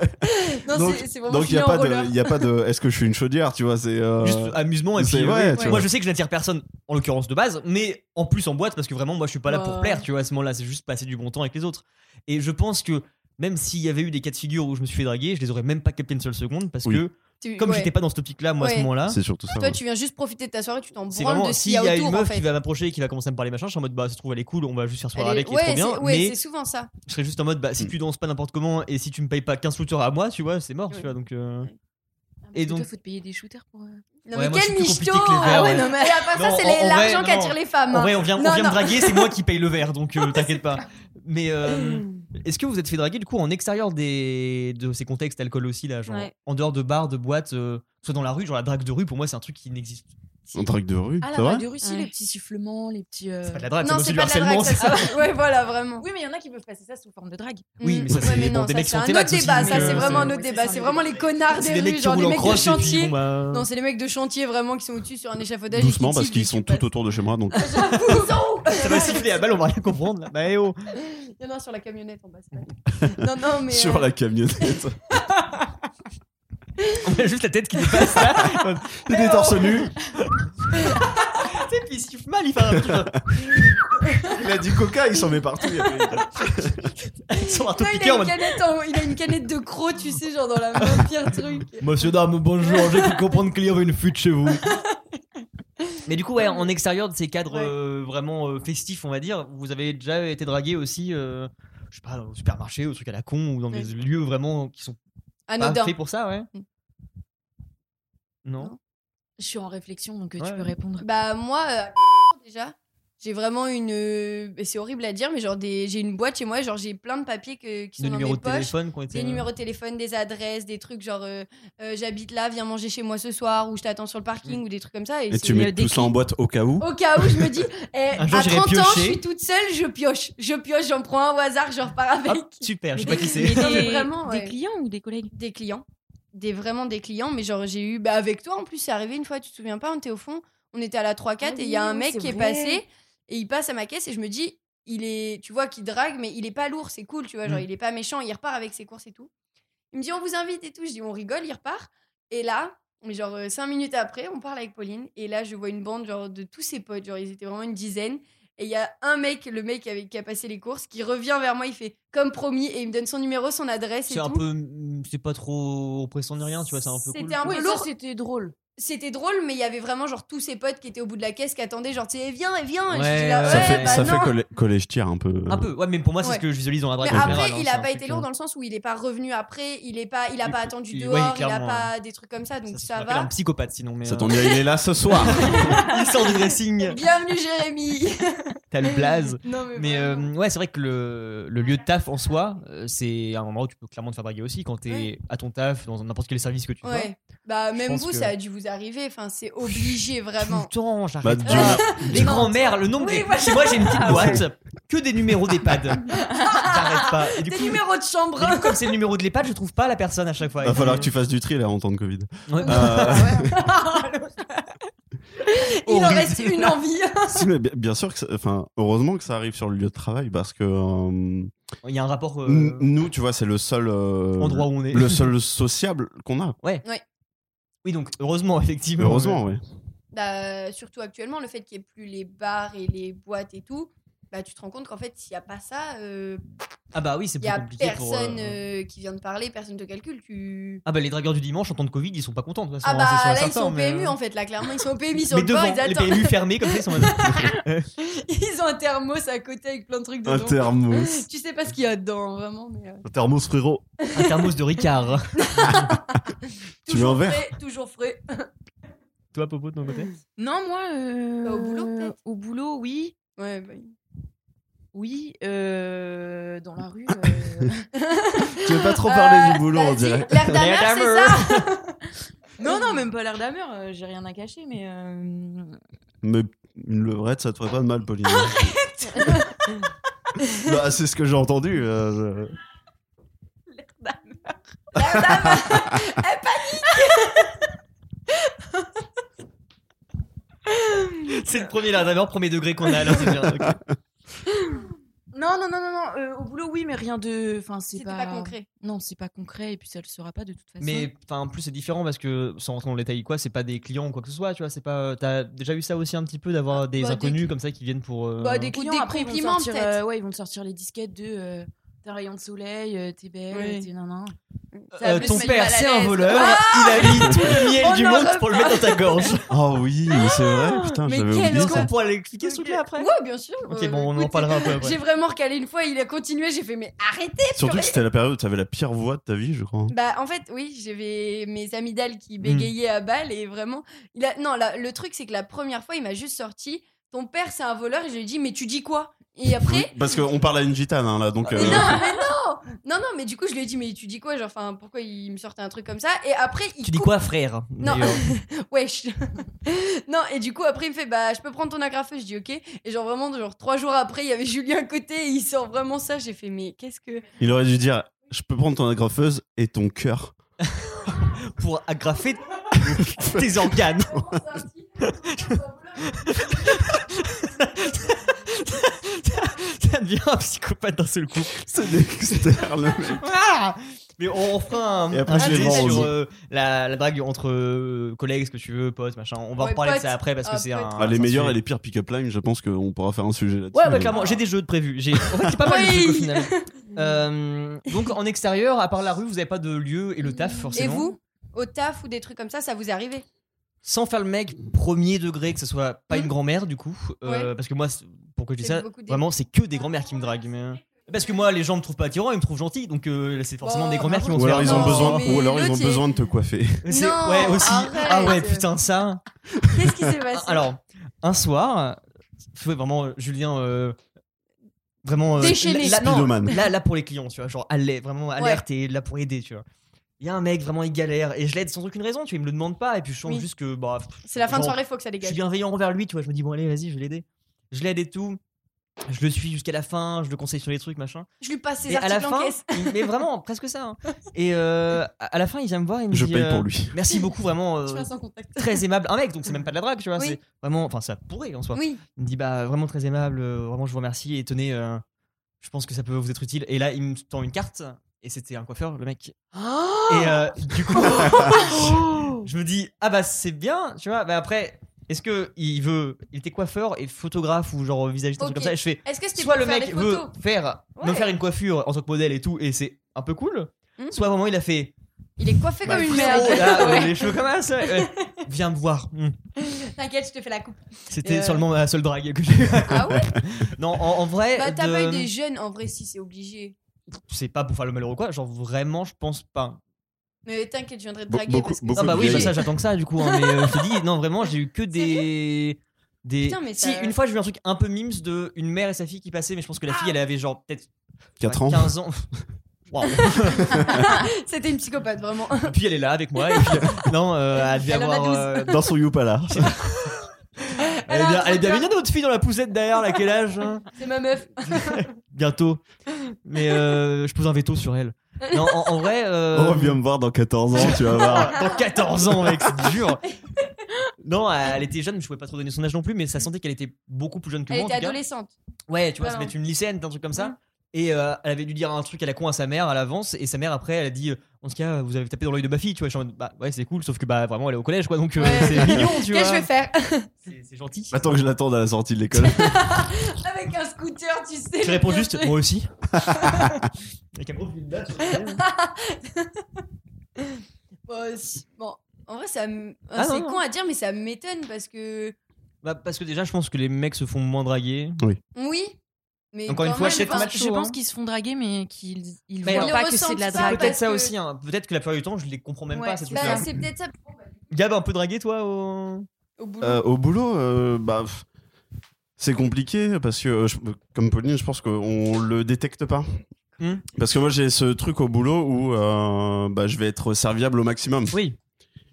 [SPEAKER 4] Non,
[SPEAKER 5] Donc-
[SPEAKER 4] c'est- c'est vraiment
[SPEAKER 5] Donc il n'y a
[SPEAKER 4] filer
[SPEAKER 5] pas
[SPEAKER 4] en
[SPEAKER 5] de,
[SPEAKER 4] roller.
[SPEAKER 5] il y a pas de. Est-ce que je suis une chaudière, tu vois C'est. euh,
[SPEAKER 2] Juste amusement et
[SPEAKER 5] c'est
[SPEAKER 2] puis
[SPEAKER 5] vrai,
[SPEAKER 2] euh,
[SPEAKER 5] tu
[SPEAKER 2] moi
[SPEAKER 5] vois.
[SPEAKER 2] je sais que je n'attire personne en l'occurrence de base mais en plus en boîte parce que vraiment moi je suis pas là pour
[SPEAKER 4] Ouais.
[SPEAKER 2] plaire tu vois à ce moment là c'est juste passer du bon temps avec les autres et je pense que même s'il y avait eu des cas de figure où je me suis fait draguer je les aurais même pas capté une seule seconde parce
[SPEAKER 5] Oui.
[SPEAKER 2] que
[SPEAKER 4] Tu-
[SPEAKER 2] comme
[SPEAKER 4] ouais.
[SPEAKER 2] j'étais pas dans cette optique là moi à ce
[SPEAKER 4] Ouais.
[SPEAKER 2] moment là
[SPEAKER 5] C'est surtout ça.
[SPEAKER 4] Toi,
[SPEAKER 5] ouais.
[SPEAKER 4] tu viens juste profiter de ta soirée, tu t'en
[SPEAKER 2] c'est
[SPEAKER 4] branles
[SPEAKER 2] vraiment
[SPEAKER 4] de ce qu'il
[SPEAKER 2] s'il
[SPEAKER 4] y
[SPEAKER 2] y
[SPEAKER 4] a
[SPEAKER 2] a une
[SPEAKER 4] autour en
[SPEAKER 2] meuf
[SPEAKER 4] fait.
[SPEAKER 2] qui va m'approcher et qui va commencer à me parler machin je suis en mode bah ça se trouve elle est cool on va juste faire soirée
[SPEAKER 4] Elle
[SPEAKER 2] avec
[SPEAKER 4] est-
[SPEAKER 2] et
[SPEAKER 4] ouais,
[SPEAKER 2] trop bien
[SPEAKER 4] c'est- ouais,
[SPEAKER 2] mais
[SPEAKER 4] c'est souvent ça.
[SPEAKER 2] je serais juste en mode bah si
[SPEAKER 5] Mm.
[SPEAKER 2] tu danses pas n'importe comment et si tu me payes pas 15 shooters à moi tu vois c'est mort tu
[SPEAKER 4] Ouais.
[SPEAKER 2] vois donc euh,
[SPEAKER 3] Et
[SPEAKER 2] donc-
[SPEAKER 3] donc, il faut te payer des shooters pour. euh,
[SPEAKER 4] Non,
[SPEAKER 2] Ouais,
[SPEAKER 4] mais
[SPEAKER 2] moi,
[SPEAKER 4] quel
[SPEAKER 2] c'est plus compliqué
[SPEAKER 4] michto
[SPEAKER 2] que les verres,
[SPEAKER 4] Ah ouais,
[SPEAKER 2] ouais.
[SPEAKER 4] non, mais à part
[SPEAKER 2] Non,
[SPEAKER 4] ça,
[SPEAKER 2] en- en
[SPEAKER 4] c'est les- l'argent
[SPEAKER 2] vrai,
[SPEAKER 4] qui
[SPEAKER 2] non.
[SPEAKER 4] attire les femmes.
[SPEAKER 2] En
[SPEAKER 4] hein.
[SPEAKER 2] vrai, on vient, on
[SPEAKER 4] Non,
[SPEAKER 2] vient me
[SPEAKER 4] non.
[SPEAKER 2] draguer, c'est moi qui paye le verre, donc euh, t'inquiète pas. Mais euh, est-ce que vous êtes fait draguer du coup en extérieur des, de ces contextes alcool aussi là, genre
[SPEAKER 3] Ouais.
[SPEAKER 2] en dehors de bars, de boîtes, euh, soit dans la rue, genre la drague de rue pour moi c'est un truc qui n'existe.
[SPEAKER 5] Un drague de rue,
[SPEAKER 3] Ah, la
[SPEAKER 5] ça va
[SPEAKER 3] drague de Russie,
[SPEAKER 4] Ouais.
[SPEAKER 3] les petits sifflements, les petits. euh,
[SPEAKER 2] C'est pas de la drague, c'est
[SPEAKER 4] Non,
[SPEAKER 2] aussi
[SPEAKER 4] c'est
[SPEAKER 2] du
[SPEAKER 4] pas de la
[SPEAKER 2] harcèlement.
[SPEAKER 4] drague, ça,
[SPEAKER 2] c'est-
[SPEAKER 4] ça va. Ouais, voilà, vraiment.
[SPEAKER 3] Oui, mais il y en a qui veulent passer ça sous forme de drague.
[SPEAKER 2] Oui, mais ça,
[SPEAKER 4] Mm.
[SPEAKER 2] c'est-
[SPEAKER 4] Ouais, mais
[SPEAKER 2] bon,
[SPEAKER 4] non,
[SPEAKER 2] des
[SPEAKER 4] ça,
[SPEAKER 2] mecs qui
[SPEAKER 4] c'est
[SPEAKER 2] sont
[SPEAKER 4] un
[SPEAKER 2] télax
[SPEAKER 4] autre
[SPEAKER 2] aussi,
[SPEAKER 4] débat,
[SPEAKER 2] donc,
[SPEAKER 4] ça,
[SPEAKER 2] euh,
[SPEAKER 4] c'est vraiment un
[SPEAKER 3] c'est-
[SPEAKER 4] autre débat.
[SPEAKER 3] c'est
[SPEAKER 4] C'est vraiment les connards
[SPEAKER 2] C'est
[SPEAKER 4] des
[SPEAKER 2] des
[SPEAKER 4] rues,
[SPEAKER 2] mecs qui
[SPEAKER 4] genre
[SPEAKER 2] roulent
[SPEAKER 4] les
[SPEAKER 2] en
[SPEAKER 4] mecs de
[SPEAKER 2] croche et puis bon,
[SPEAKER 4] chantier.
[SPEAKER 2] bah,
[SPEAKER 4] Non, c'est les mecs de chantier vraiment qui sont au-dessus sur un échafaudage. et qui
[SPEAKER 5] Doucement parce
[SPEAKER 4] tirent
[SPEAKER 5] qu'ils
[SPEAKER 4] dès
[SPEAKER 5] sont
[SPEAKER 4] qu'ils
[SPEAKER 5] tout
[SPEAKER 4] passent.
[SPEAKER 5] autour de chez moi, donc
[SPEAKER 2] ça va siffler à balle, on va rien comprendre. là. Bah eh oh.
[SPEAKER 4] Il y en a un sur la camionnette en bas. c'est vrai. Non, non, mais.
[SPEAKER 5] sur
[SPEAKER 4] euh,
[SPEAKER 5] la camionnette.
[SPEAKER 2] on a juste la tête qui dépasse là.
[SPEAKER 5] Il est torse nu.
[SPEAKER 2] Et puis il siffle mal, il fait un truc.
[SPEAKER 5] Il a du coca, il s'en met partout. il y a-
[SPEAKER 2] Ils sont un
[SPEAKER 4] non, il,
[SPEAKER 2] topiqueur
[SPEAKER 4] a
[SPEAKER 2] en mode,
[SPEAKER 4] une canette en- il a une canette de croc, tu sais, genre dans la main, pire truc.
[SPEAKER 2] Monsieur, dame, bonjour, j'ai cru comprendre qu'il y avait une fuite chez vous. Mais du coup, ouais, en extérieur de ces cadres
[SPEAKER 4] Ouais.
[SPEAKER 2] euh, vraiment euh, festifs, on va dire, vous avez déjà été dragué aussi, euh, je sais pas, au supermarché, au truc à la con, ou dans des lieux vraiment qui sont pas
[SPEAKER 4] Anodin.
[SPEAKER 2] faits pour ça, ouais
[SPEAKER 4] Mm.
[SPEAKER 2] Non,
[SPEAKER 3] Non. Je suis en réflexion, donc euh,
[SPEAKER 2] Ouais.
[SPEAKER 3] tu peux répondre.
[SPEAKER 4] Bah moi, euh, déjà, j'ai vraiment une... euh, mais C'est horrible à dire, mais genre des... j'ai une boîte chez moi, genre j'ai plein de papiers que- qui
[SPEAKER 2] Des
[SPEAKER 4] sont dans
[SPEAKER 2] numéros
[SPEAKER 4] mes
[SPEAKER 2] de
[SPEAKER 4] poches.
[SPEAKER 2] téléphone qui ont été. euh,
[SPEAKER 4] Des numéros de téléphone, des adresses, des trucs genre euh, euh, j'habite là, viens manger chez moi ce soir, ou je t'attends sur le parking, ou des trucs comme ça. Et
[SPEAKER 5] Mm. Et
[SPEAKER 4] c'est-
[SPEAKER 5] tu mets tout
[SPEAKER 3] décrit.
[SPEAKER 5] ça en boîte au cas où.
[SPEAKER 4] Au cas où, je me dis, eh, à
[SPEAKER 2] Un jour,
[SPEAKER 4] 30
[SPEAKER 2] j'irai
[SPEAKER 4] ans, je
[SPEAKER 2] piocher.
[SPEAKER 4] suis toute seule, je pioche. Je pioche, j'en prends un au hasard, je repars avec.
[SPEAKER 2] Hop, super, je sais
[SPEAKER 3] Mais
[SPEAKER 2] pas qui
[SPEAKER 3] des-
[SPEAKER 2] c'est.
[SPEAKER 4] Non, mais
[SPEAKER 3] des-
[SPEAKER 4] vraiment, ouais.
[SPEAKER 3] Des clients ou des collègues
[SPEAKER 4] des clients, des vraiment des clients, mais genre j'ai eu bah avec toi en plus c'est arrivé une fois, tu te souviens pas, on était au fond, on était à la 3 4
[SPEAKER 3] Ah
[SPEAKER 4] et il y a
[SPEAKER 3] oui,
[SPEAKER 4] un mec
[SPEAKER 3] c'est
[SPEAKER 4] qui est
[SPEAKER 3] vrai.
[SPEAKER 4] passé et il passe à ma caisse et je me dis il est tu vois qui drague mais il est pas lourd, c'est cool, tu vois, genre
[SPEAKER 2] Mm.
[SPEAKER 4] il est pas méchant, il repart avec ses courses et tout. Il me dit on vous invite et tout, je dis on rigole, il repart et là mais genre 5 minutes après, on parle avec Pauline et là je vois une bande genre de tous ses potes, genre ils étaient vraiment une dizaine et il y a un mec, le mec avec qui a passé les courses, qui revient vers moi, il fait comme promis et il me donne son numéro, son adresse et
[SPEAKER 2] C'est un
[SPEAKER 4] tout.
[SPEAKER 2] peu. C'est pas trop oppressant ni rien, tu vois, c'est un peu cool.
[SPEAKER 4] C'était un peu
[SPEAKER 3] ça,
[SPEAKER 4] lourd.
[SPEAKER 3] c'était drôle.
[SPEAKER 4] C'était drôle, mais il y avait vraiment genre tous ses potes qui étaient au bout de la caisse qui attendaient genre tu sais eh, viens et viens. Et je
[SPEAKER 2] Ouais,
[SPEAKER 4] suis là,
[SPEAKER 2] ouais,
[SPEAKER 5] ça
[SPEAKER 4] ouais,
[SPEAKER 5] fait,
[SPEAKER 4] bah
[SPEAKER 5] ça
[SPEAKER 4] non.
[SPEAKER 5] fait collè- collège tire un peu.
[SPEAKER 2] Un peu, ouais, mais pour moi, c'est
[SPEAKER 4] Ouais.
[SPEAKER 2] ce que je visualise dans la
[SPEAKER 4] Mais
[SPEAKER 2] drague. en
[SPEAKER 4] après,
[SPEAKER 2] général, hein,
[SPEAKER 4] il
[SPEAKER 2] c'est
[SPEAKER 4] a
[SPEAKER 2] un
[SPEAKER 4] pas
[SPEAKER 2] truc,
[SPEAKER 4] été lourd
[SPEAKER 2] euh,
[SPEAKER 4] dans le sens où il est pas revenu après, il est pas, il a
[SPEAKER 2] Il-
[SPEAKER 4] pas attendu
[SPEAKER 2] il- ouais,
[SPEAKER 4] dehors, il a
[SPEAKER 2] clairement,
[SPEAKER 4] pas des trucs comme ça, donc
[SPEAKER 2] c'est
[SPEAKER 4] ça,
[SPEAKER 2] ce qu'on appelle
[SPEAKER 4] va.
[SPEAKER 2] un psychopathe sinon, mais.
[SPEAKER 5] Ça
[SPEAKER 2] euh,
[SPEAKER 5] tombe bien, il est là ce soir.
[SPEAKER 2] il sort du dressing,
[SPEAKER 4] Bienvenue Jérémy.
[SPEAKER 2] t'as le blaze.
[SPEAKER 4] non mais,
[SPEAKER 2] Mais
[SPEAKER 4] vraiment.
[SPEAKER 2] euh, ouais, c'est vrai que le, le lieu de taf en soi, euh, c'est un endroit où tu peux clairement te faire draguer aussi quand t'es
[SPEAKER 4] Ouais.
[SPEAKER 2] à ton taf, dans n'importe quel service que tu fais.
[SPEAKER 4] ouais. Bah
[SPEAKER 2] je
[SPEAKER 4] même
[SPEAKER 2] pense
[SPEAKER 4] vous
[SPEAKER 2] que-
[SPEAKER 4] ça a dû vous arriver, enfin c'est obligé
[SPEAKER 2] Tout le
[SPEAKER 4] vraiment.
[SPEAKER 2] temps,
[SPEAKER 5] Bah,
[SPEAKER 2] j'arrête.
[SPEAKER 5] Dieu,
[SPEAKER 2] pas. les grands-mères, le nombre
[SPEAKER 4] Oui,
[SPEAKER 2] des-
[SPEAKER 4] voilà. Ah
[SPEAKER 2] Chez moi, j'ai une petite boîte, que des numéros d'EHPAD. j'arrête pas. Et du
[SPEAKER 4] Des
[SPEAKER 2] coup,
[SPEAKER 4] numéros de chambre.
[SPEAKER 2] et du coup, comme c'est le numéro de l'EHPAD, je trouve pas la personne à chaque fois.
[SPEAKER 5] va falloir que tu fasses du tri là en temps de Covid.
[SPEAKER 2] Ouais.
[SPEAKER 5] Euh,
[SPEAKER 4] il en
[SPEAKER 2] horrible.
[SPEAKER 4] reste une envie.
[SPEAKER 5] si, mais bien- bien sûr que, ça- enfin, heureusement que ça arrive sur le lieu de travail parce que euh,
[SPEAKER 2] Il y a un rapport. euh,
[SPEAKER 5] n- nous, tu vois, c'est le seul euh,
[SPEAKER 2] Endroit où on est.
[SPEAKER 5] le seul sociable qu'on a.
[SPEAKER 2] Oui, donc heureusement, effectivement.
[SPEAKER 5] Heureusement, ouais.
[SPEAKER 4] Bah, surtout actuellement, le fait qu'il n'y ait plus les bars et les boîtes et tout, bah, tu te rends compte qu'en fait, s'il n'y a pas ça, euh,
[SPEAKER 2] Ah bah oui, c'est
[SPEAKER 4] il
[SPEAKER 2] plus
[SPEAKER 4] n'y a
[SPEAKER 2] compliqué pour. euh,
[SPEAKER 4] personne euh, qui vient de parler, personne te calcule. Tu...
[SPEAKER 2] Ah bah les dragueurs du dimanche en temps de Covid, ils sont pas contents de toute façon.
[SPEAKER 4] Ah
[SPEAKER 2] hein,
[SPEAKER 4] bah
[SPEAKER 2] c'est sûr et
[SPEAKER 4] là, ils
[SPEAKER 2] certain,
[SPEAKER 4] sont au
[SPEAKER 2] mais,
[SPEAKER 4] PMU
[SPEAKER 2] euh,
[SPEAKER 4] en fait, là, clairement, ils sont au PMU, ils sont
[SPEAKER 2] Mais
[SPEAKER 4] au bord,
[SPEAKER 2] devant,
[SPEAKER 4] ils
[SPEAKER 2] les
[SPEAKER 4] attendent.
[SPEAKER 2] PMU fermés comme ça, ils sont en mode-
[SPEAKER 4] Ils ont un thermos à côté avec plein de trucs
[SPEAKER 5] Un
[SPEAKER 4] dedans.
[SPEAKER 5] thermos.
[SPEAKER 4] Tu sais pas ce qu'il y a dedans, vraiment. Mais, euh,
[SPEAKER 5] Un thermos frérot.
[SPEAKER 2] un Ah, thermos de Ricard.
[SPEAKER 5] Tu veux un
[SPEAKER 4] toujours
[SPEAKER 5] verre
[SPEAKER 4] frais, Toujours frais.
[SPEAKER 2] Toi, Popo, de ton côté
[SPEAKER 3] Non, moi. euh,
[SPEAKER 4] Bah, au boulot, peut-être.
[SPEAKER 3] Au boulot, oui.
[SPEAKER 4] Ouais, bah,
[SPEAKER 3] Oui.
[SPEAKER 5] veut pas trop parler
[SPEAKER 4] Euh,
[SPEAKER 5] du boulot, on
[SPEAKER 4] bah, si,
[SPEAKER 5] dirait.
[SPEAKER 4] L'air d'un
[SPEAKER 2] L'air
[SPEAKER 4] c'est
[SPEAKER 2] d'un
[SPEAKER 4] ça
[SPEAKER 3] Non, non, même pas l'air d'ameur, euh, j'ai rien à cacher, mais. euh,
[SPEAKER 5] Mais une levrette, ça te ferait pas de mal, Pauline. bah, c'est ce que j'ai entendu. euh, je-
[SPEAKER 2] C'est le premier là, d'abord, premier degré qu'on a là, c'est bien. ok.
[SPEAKER 3] Non, non, non, non, non, euh, au boulot, oui, mais rien de. Enfin, c'est
[SPEAKER 4] C'était pas concret.
[SPEAKER 3] Non, c'est pas concret, et puis ça le sera pas de toute façon.
[SPEAKER 2] Mais enfin, en plus, c'est différent parce que, sans rentrer dans le détail, quoi, c'est pas des clients ou quoi que ce soit, tu vois. C'est pas. T'as déjà eu ça aussi un petit peu d'avoir des
[SPEAKER 4] bah, des
[SPEAKER 2] inconnus comme ça qui viennent pour. euh,
[SPEAKER 4] Bah, des-
[SPEAKER 3] Ou
[SPEAKER 4] Des
[SPEAKER 3] non, après, ils vont te
[SPEAKER 4] compliments,
[SPEAKER 3] sortir,
[SPEAKER 4] peut-être.
[SPEAKER 3] euh, ouais, ils vont te sortir les disquettes de euh, t'as un rayon de soleil, euh, t'es belle,
[SPEAKER 4] Oui.
[SPEAKER 3] t'es nanan.
[SPEAKER 4] Ça
[SPEAKER 2] euh,
[SPEAKER 4] va plus
[SPEAKER 2] ton
[SPEAKER 4] me mettre mal
[SPEAKER 2] père,
[SPEAKER 4] à
[SPEAKER 2] c'est un
[SPEAKER 4] l'aise. Ah
[SPEAKER 2] voleur. il a mis tout le miel
[SPEAKER 4] On
[SPEAKER 2] du
[SPEAKER 4] en
[SPEAKER 2] monde pour le mettre dans ta gorge.
[SPEAKER 5] Oh oui, mais c'est vrai, putain,
[SPEAKER 4] Mais
[SPEAKER 5] j'avais
[SPEAKER 4] quel
[SPEAKER 5] oublié
[SPEAKER 2] Est-ce
[SPEAKER 5] ça.
[SPEAKER 2] qu'on pourra l'expliquer ce
[SPEAKER 4] Ok.
[SPEAKER 2] truc-là après
[SPEAKER 4] Ouais, bien sûr.
[SPEAKER 2] Ok,
[SPEAKER 4] euh,
[SPEAKER 2] bon, on en
[SPEAKER 4] écoute,
[SPEAKER 2] parlera un peu
[SPEAKER 4] J'ai
[SPEAKER 2] après.
[SPEAKER 4] vraiment recalé une fois, il a continué, j'ai fait mais arrêtez
[SPEAKER 5] Surtout que c'était la période où t'avais la pire voix de ta vie, je crois.
[SPEAKER 4] Bah en fait oui, j'avais mes amygdales qui
[SPEAKER 2] Hmm.
[SPEAKER 4] bégayaient à balle et vraiment il a non la- le truc c'est que la première fois il m'a juste sorti ton père c'est un voleur et je lui ai dit mais tu dis quoi Et
[SPEAKER 5] Oui,
[SPEAKER 4] après
[SPEAKER 5] Parce qu'on parle à une gitane, hein, là, donc. euh,
[SPEAKER 4] mais non mais non non non mais du coup je lui ai dit mais tu dis quoi genre enfin pourquoi il me sortait un truc comme ça et après il
[SPEAKER 2] Tu dis
[SPEAKER 4] coupe-
[SPEAKER 2] quoi, frère
[SPEAKER 4] Non.
[SPEAKER 2] D'ailleurs.
[SPEAKER 4] wesh non et du coup après il me fait bah je peux prendre ton agrafeuse je dis ok et genre vraiment genre trois jours après il y avait Julien à côté et il sort vraiment ça j'ai fait mais qu'est-ce que
[SPEAKER 5] Il aurait dû dire Je peux prendre ton agrafeuse et ton cœur.
[SPEAKER 2] pour agrafer tes organes. Ça devient un psychopathe d'un seul coup.
[SPEAKER 5] C'est dexter, le mec.
[SPEAKER 2] Ah Mais on, on fera un,
[SPEAKER 5] Et après,
[SPEAKER 2] un
[SPEAKER 5] je vais
[SPEAKER 2] dé
[SPEAKER 5] voir
[SPEAKER 2] sur
[SPEAKER 5] aussi.
[SPEAKER 2] euh, la, la drague entre euh, collègues, ce que tu veux, potes, machin. On va
[SPEAKER 4] Ouais,
[SPEAKER 2] reparler de
[SPEAKER 4] potes.
[SPEAKER 2] ça après parce que
[SPEAKER 4] Ah,
[SPEAKER 2] c'est un.
[SPEAKER 4] potes.
[SPEAKER 5] Ah, les
[SPEAKER 2] c'est un
[SPEAKER 5] meilleurs et
[SPEAKER 2] sujet.
[SPEAKER 5] les pires pick-up lines, je pense qu'on pourra faire un sujet là-dessus.
[SPEAKER 2] Ouais, ouais,
[SPEAKER 5] mais-
[SPEAKER 2] clairement, j'ai des jeux de prévus. J'ai... En fait, c'est pas mal
[SPEAKER 4] Oui.
[SPEAKER 2] les trucs, au final. Euh, donc, en extérieur, à part la rue, vous avez pas de lieu et le taf,
[SPEAKER 4] et
[SPEAKER 2] forcément.
[SPEAKER 4] vous au taf ou des trucs comme ça ça vous est arrivé
[SPEAKER 2] Sans faire le mec premier degré, que ce soit pas
[SPEAKER 4] Mhm.
[SPEAKER 2] une grand-mère, du coup. euh, Parce que moi, c'est- pour que je dise
[SPEAKER 4] C'est
[SPEAKER 2] ça,
[SPEAKER 4] beaucoup des-
[SPEAKER 2] vraiment, c'est que des grand-mères qui me draguent. Mais... euh, Parce que moi, les gens me trouvent pas attirant, ils me trouvent gentil. Donc, euh, c'est forcément
[SPEAKER 4] Bah,
[SPEAKER 2] des grand-mères qui vont
[SPEAKER 5] Ou alors
[SPEAKER 2] faire,
[SPEAKER 5] ils ont
[SPEAKER 2] non,
[SPEAKER 5] besoin,
[SPEAKER 4] mais
[SPEAKER 5] ou alors ils ont
[SPEAKER 4] l'autre, c'est-
[SPEAKER 5] besoin de te coiffer.
[SPEAKER 2] c'est-
[SPEAKER 4] Non,
[SPEAKER 2] ouais, aussi. Ah ouais,
[SPEAKER 4] arrête.
[SPEAKER 2] putain, ça.
[SPEAKER 4] Qu'est-ce qui s'est passé
[SPEAKER 2] Alors, un soir, tu vois, vraiment, euh, Julien, euh, vraiment. euh,
[SPEAKER 4] Déchaîné.
[SPEAKER 2] là, non,
[SPEAKER 5] Speedoman.
[SPEAKER 2] là, là pour les clients, tu vois, genre, allez, vraiment alerté, là pour aider, tu vois. Il y a un mec, vraiment, il galère, et je l'aide sans aucune raison, tu vois, il me le demande pas, et puis je sens
[SPEAKER 4] Oui.
[SPEAKER 2] juste que, bah, pff,
[SPEAKER 4] C'est la fin de
[SPEAKER 2] genre,
[SPEAKER 4] soirée, faut que ça
[SPEAKER 2] je suis
[SPEAKER 4] dégage.
[SPEAKER 2] bienveillant envers lui, tu vois, je me dis, bon, allez, vas-y, je vais l'aider. Je l'aide et tout. Je le suis jusqu'à la fin, je le conseille sur les trucs, machin.
[SPEAKER 4] Je lui passe ses
[SPEAKER 2] et à la
[SPEAKER 4] articles en
[SPEAKER 2] fin, euh,
[SPEAKER 4] caisse.
[SPEAKER 2] il- mais vraiment, presque ça. hein. Et euh, à- à la fin, il vient me voir et il me
[SPEAKER 5] Je
[SPEAKER 2] dit,
[SPEAKER 5] paye
[SPEAKER 2] euh,
[SPEAKER 5] pour lui.
[SPEAKER 2] Merci beaucoup, vraiment. euh,
[SPEAKER 4] Je passe en contact.
[SPEAKER 2] très aimable. Un mec, donc c'est même pas de la drague, tu vois.
[SPEAKER 4] Oui.
[SPEAKER 2] C'est vraiment, enfin, ça pourrait en soi.
[SPEAKER 4] Oui,
[SPEAKER 2] Il me dit bah vraiment très aimable, euh, vraiment je vous remercie et tenez, euh, je pense que ça peut vous être utile. Et là il me tend une carte et c'était un coiffeur le mec. et euh, du coup je me dis ah bah c'est bien, tu vois. Bah après est-ce que il veut, il était coiffeur et photographe ou genre visagiste un truc
[SPEAKER 4] Ok.
[SPEAKER 2] comme ça. Et je fais
[SPEAKER 4] est-ce que c'était
[SPEAKER 2] soit
[SPEAKER 4] pour
[SPEAKER 2] le
[SPEAKER 4] faire
[SPEAKER 2] mec
[SPEAKER 4] des
[SPEAKER 2] veut
[SPEAKER 4] photos
[SPEAKER 2] faire me
[SPEAKER 4] Ouais.
[SPEAKER 2] faire une coiffure en tant que modèle et tout et c'est un peu cool.
[SPEAKER 4] Mhm.
[SPEAKER 2] Soit vraiment il a fait
[SPEAKER 4] Il est coiffé
[SPEAKER 2] bah,
[SPEAKER 4] comme une
[SPEAKER 2] frérot,
[SPEAKER 4] merde.
[SPEAKER 2] là, euh,
[SPEAKER 4] Ouais.
[SPEAKER 2] les cheveux comme ça, ouais. viens me voir. Mhm.
[SPEAKER 4] T'inquiète, je te fais la coupe.
[SPEAKER 2] C'était
[SPEAKER 4] Euh.
[SPEAKER 2] seulement la seule drague que j'ai eu.
[SPEAKER 4] Ah ouais
[SPEAKER 2] Non, en, en vrai,
[SPEAKER 4] Bah t'as
[SPEAKER 2] de-
[SPEAKER 4] pas eu des jeunes, en vrai, si c'est obligé.
[SPEAKER 2] c'est pas pour faire le malheureux ou quoi, genre vraiment, je pense pas.
[SPEAKER 4] Mais t'inquiète, je viendrai te
[SPEAKER 5] Be-
[SPEAKER 4] draguer
[SPEAKER 5] beaucoup-
[SPEAKER 4] parce que
[SPEAKER 5] beaucoup
[SPEAKER 2] Ah bah oui,
[SPEAKER 5] de
[SPEAKER 2] bah
[SPEAKER 5] vieilles.
[SPEAKER 2] ça j'attends que ça du coup, hein, mais euh, je te dis, non vraiment, j'ai eu que des. des...
[SPEAKER 4] Putain, mais
[SPEAKER 2] Si,
[SPEAKER 4] ça-
[SPEAKER 2] une fois j'ai vu un truc un peu mimes de une mère et sa fille qui passaient, mais je pense que la fille elle avait genre peut-être
[SPEAKER 5] 4
[SPEAKER 2] ouais,
[SPEAKER 5] ans.
[SPEAKER 2] 15 ans. Waouh.
[SPEAKER 4] c'était une psychopathe, vraiment.
[SPEAKER 2] Et puis elle est là avec moi, et puis euh, non, euh, elle devait
[SPEAKER 4] Elle en a
[SPEAKER 2] avoir.
[SPEAKER 4] 12.
[SPEAKER 2] euh,
[SPEAKER 5] Dans son youpala.
[SPEAKER 2] Elle est bien,
[SPEAKER 4] a un
[SPEAKER 2] elle est bien
[SPEAKER 4] trente-quatre.
[SPEAKER 2] mignonne, votre fille dans la poussette derrière, là, quel âge hein
[SPEAKER 4] C'est ma meuf.
[SPEAKER 2] Bientôt. Mais euh, je pose un veto sur elle. Non, en, en vrai. euh,
[SPEAKER 5] Reviens me voir dans 14 ans, tu vas voir.
[SPEAKER 2] Dans 14 ans, mec, c'est dur. Non, elle était jeune, je pouvais pas trop donner son âge non plus, mais ça sentait qu'elle était beaucoup plus jeune que
[SPEAKER 4] Elle
[SPEAKER 2] moi.
[SPEAKER 4] était
[SPEAKER 2] en tout cas.
[SPEAKER 4] adolescente. Mmh.
[SPEAKER 2] Ouais, tu vois, ça
[SPEAKER 4] Ouais,
[SPEAKER 2] peut être une lycéenne, un truc comme ça. Et euh, elle avait dû dire un truc à la con à sa mère à l'avance, et sa mère après, elle a dit euh, En tout cas, vous avez tapé dans l'œil de ma fille, tu vois. Je suis en mode, Bah ouais, c'est cool, sauf que bah vraiment, elle est au collège, quoi, donc euh,
[SPEAKER 4] Ouais.
[SPEAKER 2] c'est mignon, tu
[SPEAKER 4] Qu'est-ce que
[SPEAKER 2] vois.
[SPEAKER 4] je vais faire
[SPEAKER 2] C'est c'est gentil.
[SPEAKER 5] Attends que je l'attende à la sortie de l'école.
[SPEAKER 4] Avec un scooter, tu sais.
[SPEAKER 2] Tu
[SPEAKER 4] le
[SPEAKER 2] réponds
[SPEAKER 4] bien
[SPEAKER 2] juste
[SPEAKER 4] fait.
[SPEAKER 2] Moi aussi. Avec un gros fil de date.
[SPEAKER 4] Bon, si- Bon, en vrai, ça me-
[SPEAKER 2] Ah,
[SPEAKER 4] c'est
[SPEAKER 2] non,
[SPEAKER 4] con à dire, mais ça m'étonne parce que.
[SPEAKER 2] Bah, parce que déjà, je pense que les mecs se font moins draguer.
[SPEAKER 4] Oui. Mais
[SPEAKER 2] Encore une
[SPEAKER 4] quand
[SPEAKER 2] fois,
[SPEAKER 4] même,
[SPEAKER 2] je sais
[SPEAKER 4] enfin,
[SPEAKER 2] pas-
[SPEAKER 3] Oh, je
[SPEAKER 2] chaud,
[SPEAKER 3] pense
[SPEAKER 2] hein.
[SPEAKER 3] qu'ils se font draguer, mais qu'ils ils
[SPEAKER 2] Mais
[SPEAKER 3] voient
[SPEAKER 2] ils
[SPEAKER 3] pas
[SPEAKER 4] le
[SPEAKER 3] que c'est de la
[SPEAKER 4] ressentent pas,
[SPEAKER 3] drague.
[SPEAKER 2] C'est peut-être ça
[SPEAKER 4] Ah, parce que-
[SPEAKER 2] aussi, hein. peut-être que la plupart du temps, je les comprends même
[SPEAKER 3] Ouais,
[SPEAKER 2] pas, ces
[SPEAKER 3] c'est
[SPEAKER 2] trucs-là.
[SPEAKER 4] bah, c'est peut-être ça
[SPEAKER 2] Gab, un peu dragué, toi au...
[SPEAKER 4] au boulot.
[SPEAKER 5] Euh, au boulot, euh, bah, pff, c'est compliqué parce que, euh, je- comme Pauline, je pense qu'on le détecte pas.
[SPEAKER 2] Hmm.
[SPEAKER 5] Parce que moi, j'ai ce truc au boulot où euh, bah, je vais être serviable au maximum.
[SPEAKER 2] Oui.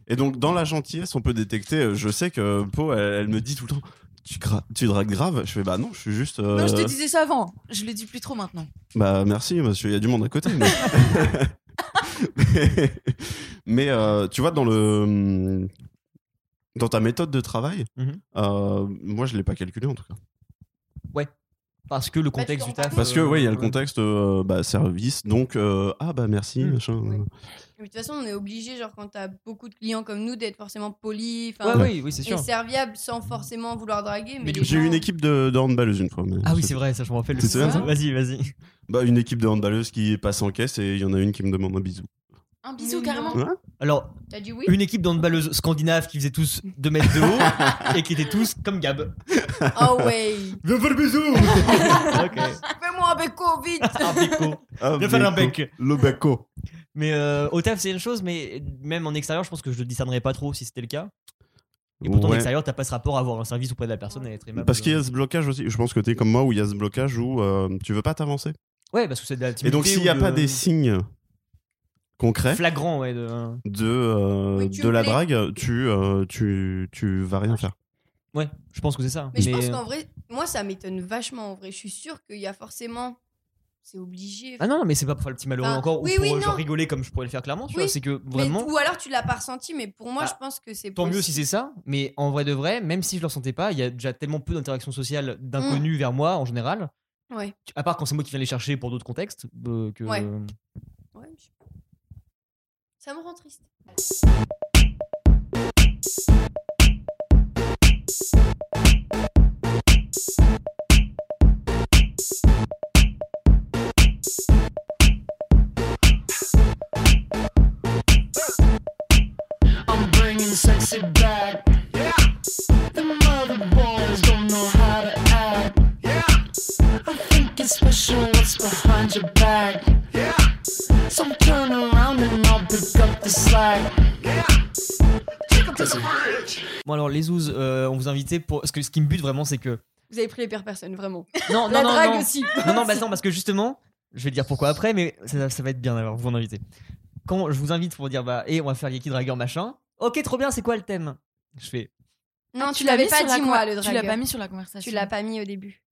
[SPEAKER 5] Et donc, dans la gentillesse, on peut détecter. euh, Je sais que Po, elle, elle me dit tout le temps tu, gra- tu dragues grave. Je fais bah non, je suis juste. euh,
[SPEAKER 3] Non, je te disais ça avant. Je le dis plus trop maintenant.
[SPEAKER 5] Bah merci, monsieur, il y a du monde à côté. Mais, mais, euh, tu vois, dans le hmm, dans ta méthode de travail,
[SPEAKER 2] Mhm.
[SPEAKER 5] euh, moi je l'ai pas calculé en tout cas.
[SPEAKER 2] Parce que le
[SPEAKER 4] Bah, tu
[SPEAKER 2] contexte
[SPEAKER 4] t'en
[SPEAKER 2] du taf.
[SPEAKER 4] rends
[SPEAKER 5] Parce que
[SPEAKER 2] euh,
[SPEAKER 5] oui, il y a le
[SPEAKER 2] ouais.
[SPEAKER 5] contexte euh, bah, service, donc euh, ah bah merci,
[SPEAKER 2] Mhm.
[SPEAKER 5] machin.
[SPEAKER 4] Ouais. Mais De toute façon, on est obligé, genre, quand t'as beaucoup de clients comme nous, d'être forcément poli
[SPEAKER 2] Ouais,
[SPEAKER 4] enfin,
[SPEAKER 2] Ah oui, oui, c'est
[SPEAKER 4] et
[SPEAKER 2] sûr.
[SPEAKER 4] serviable sans forcément vouloir draguer. Mais,
[SPEAKER 2] Mais du
[SPEAKER 4] les
[SPEAKER 5] J'ai eu une
[SPEAKER 4] gens-
[SPEAKER 5] équipe de, de handballeuse une fois. mais-
[SPEAKER 2] Ah oui, c'est vrai, ça je me rappelle.
[SPEAKER 5] Tu te souviens,
[SPEAKER 4] ça
[SPEAKER 2] Vas-y, vas-y.
[SPEAKER 5] Bah une équipe de handballeuse qui passe en caisse et il y en a une qui me demande un bisou.
[SPEAKER 3] Un bisou
[SPEAKER 4] Mais
[SPEAKER 3] carrément.
[SPEAKER 4] non.
[SPEAKER 2] Alors,
[SPEAKER 4] T'as dit oui
[SPEAKER 2] une équipe d'handballeuses scandinaves qui faisaient tous 2 mètres de haut et qui étaient tous comme Gab.
[SPEAKER 4] Ah ouais
[SPEAKER 2] Viens faire le bisou Ok.
[SPEAKER 4] Fais-moi un béco, vite
[SPEAKER 2] Ah, Pico.
[SPEAKER 5] Ah,
[SPEAKER 2] Viens faire un
[SPEAKER 5] Beko.
[SPEAKER 2] bec.
[SPEAKER 5] Le Beko.
[SPEAKER 2] Mais euh, au taf, c'est une chose, mais même en extérieur, je pense que je le discernerais pas trop si c'était le cas. Et pourtant, en
[SPEAKER 5] Ouais.
[SPEAKER 2] extérieur, t'as pas ce rapport à avoir un service auprès de la personne et être aimable.
[SPEAKER 5] Parce qu'il y a ce blocage aussi. Je pense que t'es comme moi où il y a ce blocage où euh, tu veux pas t'avancer.
[SPEAKER 2] Ouais, parce que c'est de la
[SPEAKER 5] Et donc,
[SPEAKER 2] timidité
[SPEAKER 5] s'il n'y a
[SPEAKER 2] ou de-
[SPEAKER 5] pas des signes concrets
[SPEAKER 2] Flagrant, ouais. De...
[SPEAKER 5] de, euh,
[SPEAKER 4] Oui, tu
[SPEAKER 5] de
[SPEAKER 4] me
[SPEAKER 5] la
[SPEAKER 4] plais.
[SPEAKER 5] drague, tu, euh, tu, tu vas rien faire.
[SPEAKER 2] Ouais, je pense que c'est ça.
[SPEAKER 4] Mais, je pense qu'en vrai, moi, ça m'étonne vachement. En vrai, je suis sûre qu'il y a forcément. C'est obligé.
[SPEAKER 2] Ah non, non, mais c'est pas pour faire le petit malheureux
[SPEAKER 4] Enfin,
[SPEAKER 2] encore
[SPEAKER 4] oui,
[SPEAKER 2] ou pour
[SPEAKER 4] oui,
[SPEAKER 2] euh, genre,
[SPEAKER 4] non.
[SPEAKER 2] rigoler comme je pourrais le faire clairement, tu
[SPEAKER 4] Oui,
[SPEAKER 2] vois. C'est que
[SPEAKER 4] Mais-
[SPEAKER 2] vraiment,
[SPEAKER 4] ou alors, tu l'as pas ressenti, mais pour moi,
[SPEAKER 2] Bah,
[SPEAKER 4] je pense que c'est.
[SPEAKER 2] tant mieux
[SPEAKER 4] possible.
[SPEAKER 2] si c'est ça, mais en vrai de vrai, même si je le ressentais pas, il y a déjà tellement peu d'interactions sociales d'inconnus vers moi en général,
[SPEAKER 4] Mm. Ouais.
[SPEAKER 2] à part quand c'est moi qui viens les chercher pour d'autres contextes, euh, que.
[SPEAKER 4] Ouais. Ouais, je sais pas. Ça me rend triste.
[SPEAKER 6] I'm bringing sexy back. Yeah. The mother boys don't know how to act. Yeah. I think it's special what's behind your back. Yeah. So I'm turn around and I'll pick up the slack. Yeah. Take up this bridge.
[SPEAKER 2] Bon, alors, les ouzes, euh, on vous invitait pour. Parce que ce qui me bute vraiment, c'est que.
[SPEAKER 4] Vous avez pris les pires personnes, vraiment.
[SPEAKER 2] Non,
[SPEAKER 4] la
[SPEAKER 2] non, non,
[SPEAKER 4] drague
[SPEAKER 2] non.
[SPEAKER 4] aussi.
[SPEAKER 2] Non, non, bah non, parce que justement, je vais le dire pourquoi après, mais ça, ça va être bien d'avoir vous en inviter. Quand je vous invite pour dire, bah, et on va faire Yaki Dragueur machin, ok, trop bien, c'est quoi le thème Je fais,
[SPEAKER 4] Non,
[SPEAKER 3] Ah,
[SPEAKER 4] tu l'avais
[SPEAKER 3] mis
[SPEAKER 4] pas
[SPEAKER 3] sur la
[SPEAKER 4] dit,
[SPEAKER 3] con-
[SPEAKER 4] moi, le
[SPEAKER 3] Tu l'as pas
[SPEAKER 4] dragueur.
[SPEAKER 3] mis sur la conversation.
[SPEAKER 4] Tu l'as pas mis au début.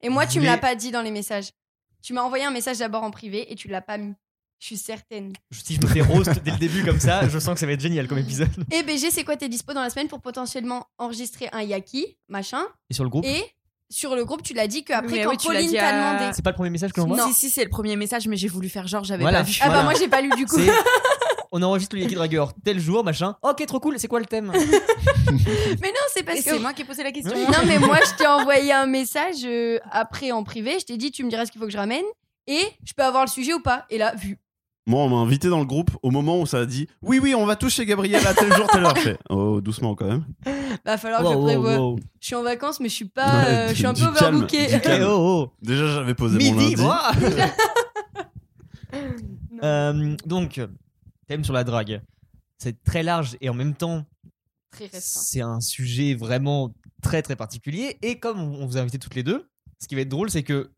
[SPEAKER 4] Et moi, tu me
[SPEAKER 2] Mais-
[SPEAKER 4] l'as pas dit dans les messages. Tu m'as envoyé un message d'abord en privé et tu l'as pas mis. Je suis certaine.
[SPEAKER 2] je- si je me fais roast dès le début comme ça, je sens que ça va être génial comme épisode.
[SPEAKER 4] Et BG, Eh ben, c'est quoi tes dispo dans la semaine pour potentiellement enregistrer un yaki, machin
[SPEAKER 2] Et sur le groupe,
[SPEAKER 4] Et sur le groupe, tu l'as dit qu'après,
[SPEAKER 3] Mais
[SPEAKER 4] quand
[SPEAKER 3] oui, tu l'as
[SPEAKER 4] Pauline
[SPEAKER 3] dit
[SPEAKER 4] t'a
[SPEAKER 3] à-
[SPEAKER 4] demandé.
[SPEAKER 2] c'est pas le premier message que l'on voit
[SPEAKER 4] Non.
[SPEAKER 3] Si, si, c'est le premier message, mais j'ai voulu faire genre, j'avais
[SPEAKER 2] Voilà.
[SPEAKER 3] pas vu.
[SPEAKER 4] Ah bah
[SPEAKER 2] Voilà.
[SPEAKER 4] moi, j'ai pas lu du coup.
[SPEAKER 2] C'est. On enregistre le Yaki Dragueur tel jour, machin. Ok, trop cool, c'est quoi le thème
[SPEAKER 4] Mais non, c'est parce
[SPEAKER 3] Et
[SPEAKER 4] que.
[SPEAKER 3] c'est moi qui ai posé la question.
[SPEAKER 4] Non, mais moi, je t'ai envoyé un message euh, après en privé. Je t'ai dit, tu me diras ce qu'il faut que je ramène et je peux avoir le sujet ou pas. Et là, vu.
[SPEAKER 5] Moi, on m'a invité dans le groupe au moment où ça a dit Oui, oui, on va toucher Gabriel à tel jour, telle heure. Je fais, Oh, doucement quand même.
[SPEAKER 4] Va falloir que
[SPEAKER 2] Wow,
[SPEAKER 4] Ah, je
[SPEAKER 2] wow,
[SPEAKER 4] prévoie.
[SPEAKER 2] wow.
[SPEAKER 4] Je suis en vacances, mais je suis pas.
[SPEAKER 5] Ouais,
[SPEAKER 4] euh,
[SPEAKER 5] du-
[SPEAKER 4] je suis un
[SPEAKER 5] du
[SPEAKER 4] peu
[SPEAKER 5] calme,
[SPEAKER 4] overbookée.
[SPEAKER 5] du
[SPEAKER 2] Eh,
[SPEAKER 5] calme.
[SPEAKER 2] oh,
[SPEAKER 5] Déjà, j'avais
[SPEAKER 2] oh.
[SPEAKER 5] posé mon
[SPEAKER 2] Midi,
[SPEAKER 5] lundi.
[SPEAKER 2] moi
[SPEAKER 4] Non.
[SPEAKER 2] Euh, Donc, thème sur la drague. C'est très large et en même temps,
[SPEAKER 4] Très restreint.
[SPEAKER 2] C'est un sujet vraiment très très particulier. Et comme on vous a invité toutes les deux, ce qui va être drôle, c'est que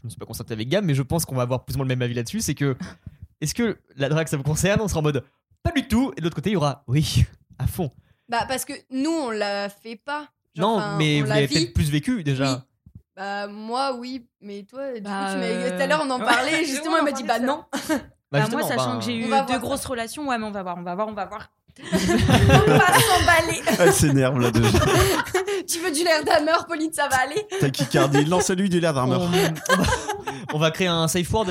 [SPEAKER 2] je me suis pas concerté avec Gab, mais je pense qu'on va avoir plus ou moins le même avis là-dessus. C'est que est-ce que la drague ça vous concerne On sera en mode pas du tout. Et de l'autre côté, il y aura oui à fond.
[SPEAKER 4] Bah, parce que nous, on la fait pas. Genre,
[SPEAKER 2] non,
[SPEAKER 4] enfin,
[SPEAKER 2] mais
[SPEAKER 4] on
[SPEAKER 2] vous
[SPEAKER 4] la
[SPEAKER 2] l'avez
[SPEAKER 4] vit.
[SPEAKER 2] peut-être plus vécu déjà.
[SPEAKER 4] Bah, moi, oui. Mais toi, du
[SPEAKER 3] Bah,
[SPEAKER 4] coup, tu m'as-
[SPEAKER 3] euh,
[SPEAKER 4] tout à l'heure, on en
[SPEAKER 3] ouais.
[SPEAKER 4] parlait.
[SPEAKER 3] Ouais,
[SPEAKER 4] Justement,
[SPEAKER 3] on
[SPEAKER 4] elle m'a
[SPEAKER 3] en
[SPEAKER 4] dit, bah
[SPEAKER 3] parlait, ça.
[SPEAKER 4] non.
[SPEAKER 2] Bah,
[SPEAKER 3] moi,
[SPEAKER 2] justement,
[SPEAKER 3] sachant
[SPEAKER 2] bah,
[SPEAKER 3] que j'ai eu
[SPEAKER 4] on
[SPEAKER 3] deux
[SPEAKER 4] va voir.
[SPEAKER 3] grosses relations, ouais, mais on va voir, on va voir, on va voir.
[SPEAKER 4] on va pas s'emballer.
[SPEAKER 5] Elle s'énerve là déjà.
[SPEAKER 4] tu veux du l'air d'Hammer, Pauline, ça va aller.
[SPEAKER 5] Tachycardie, lance-lui du l'air
[SPEAKER 2] on,
[SPEAKER 5] d'armeur.
[SPEAKER 2] on va, on va créer un safe word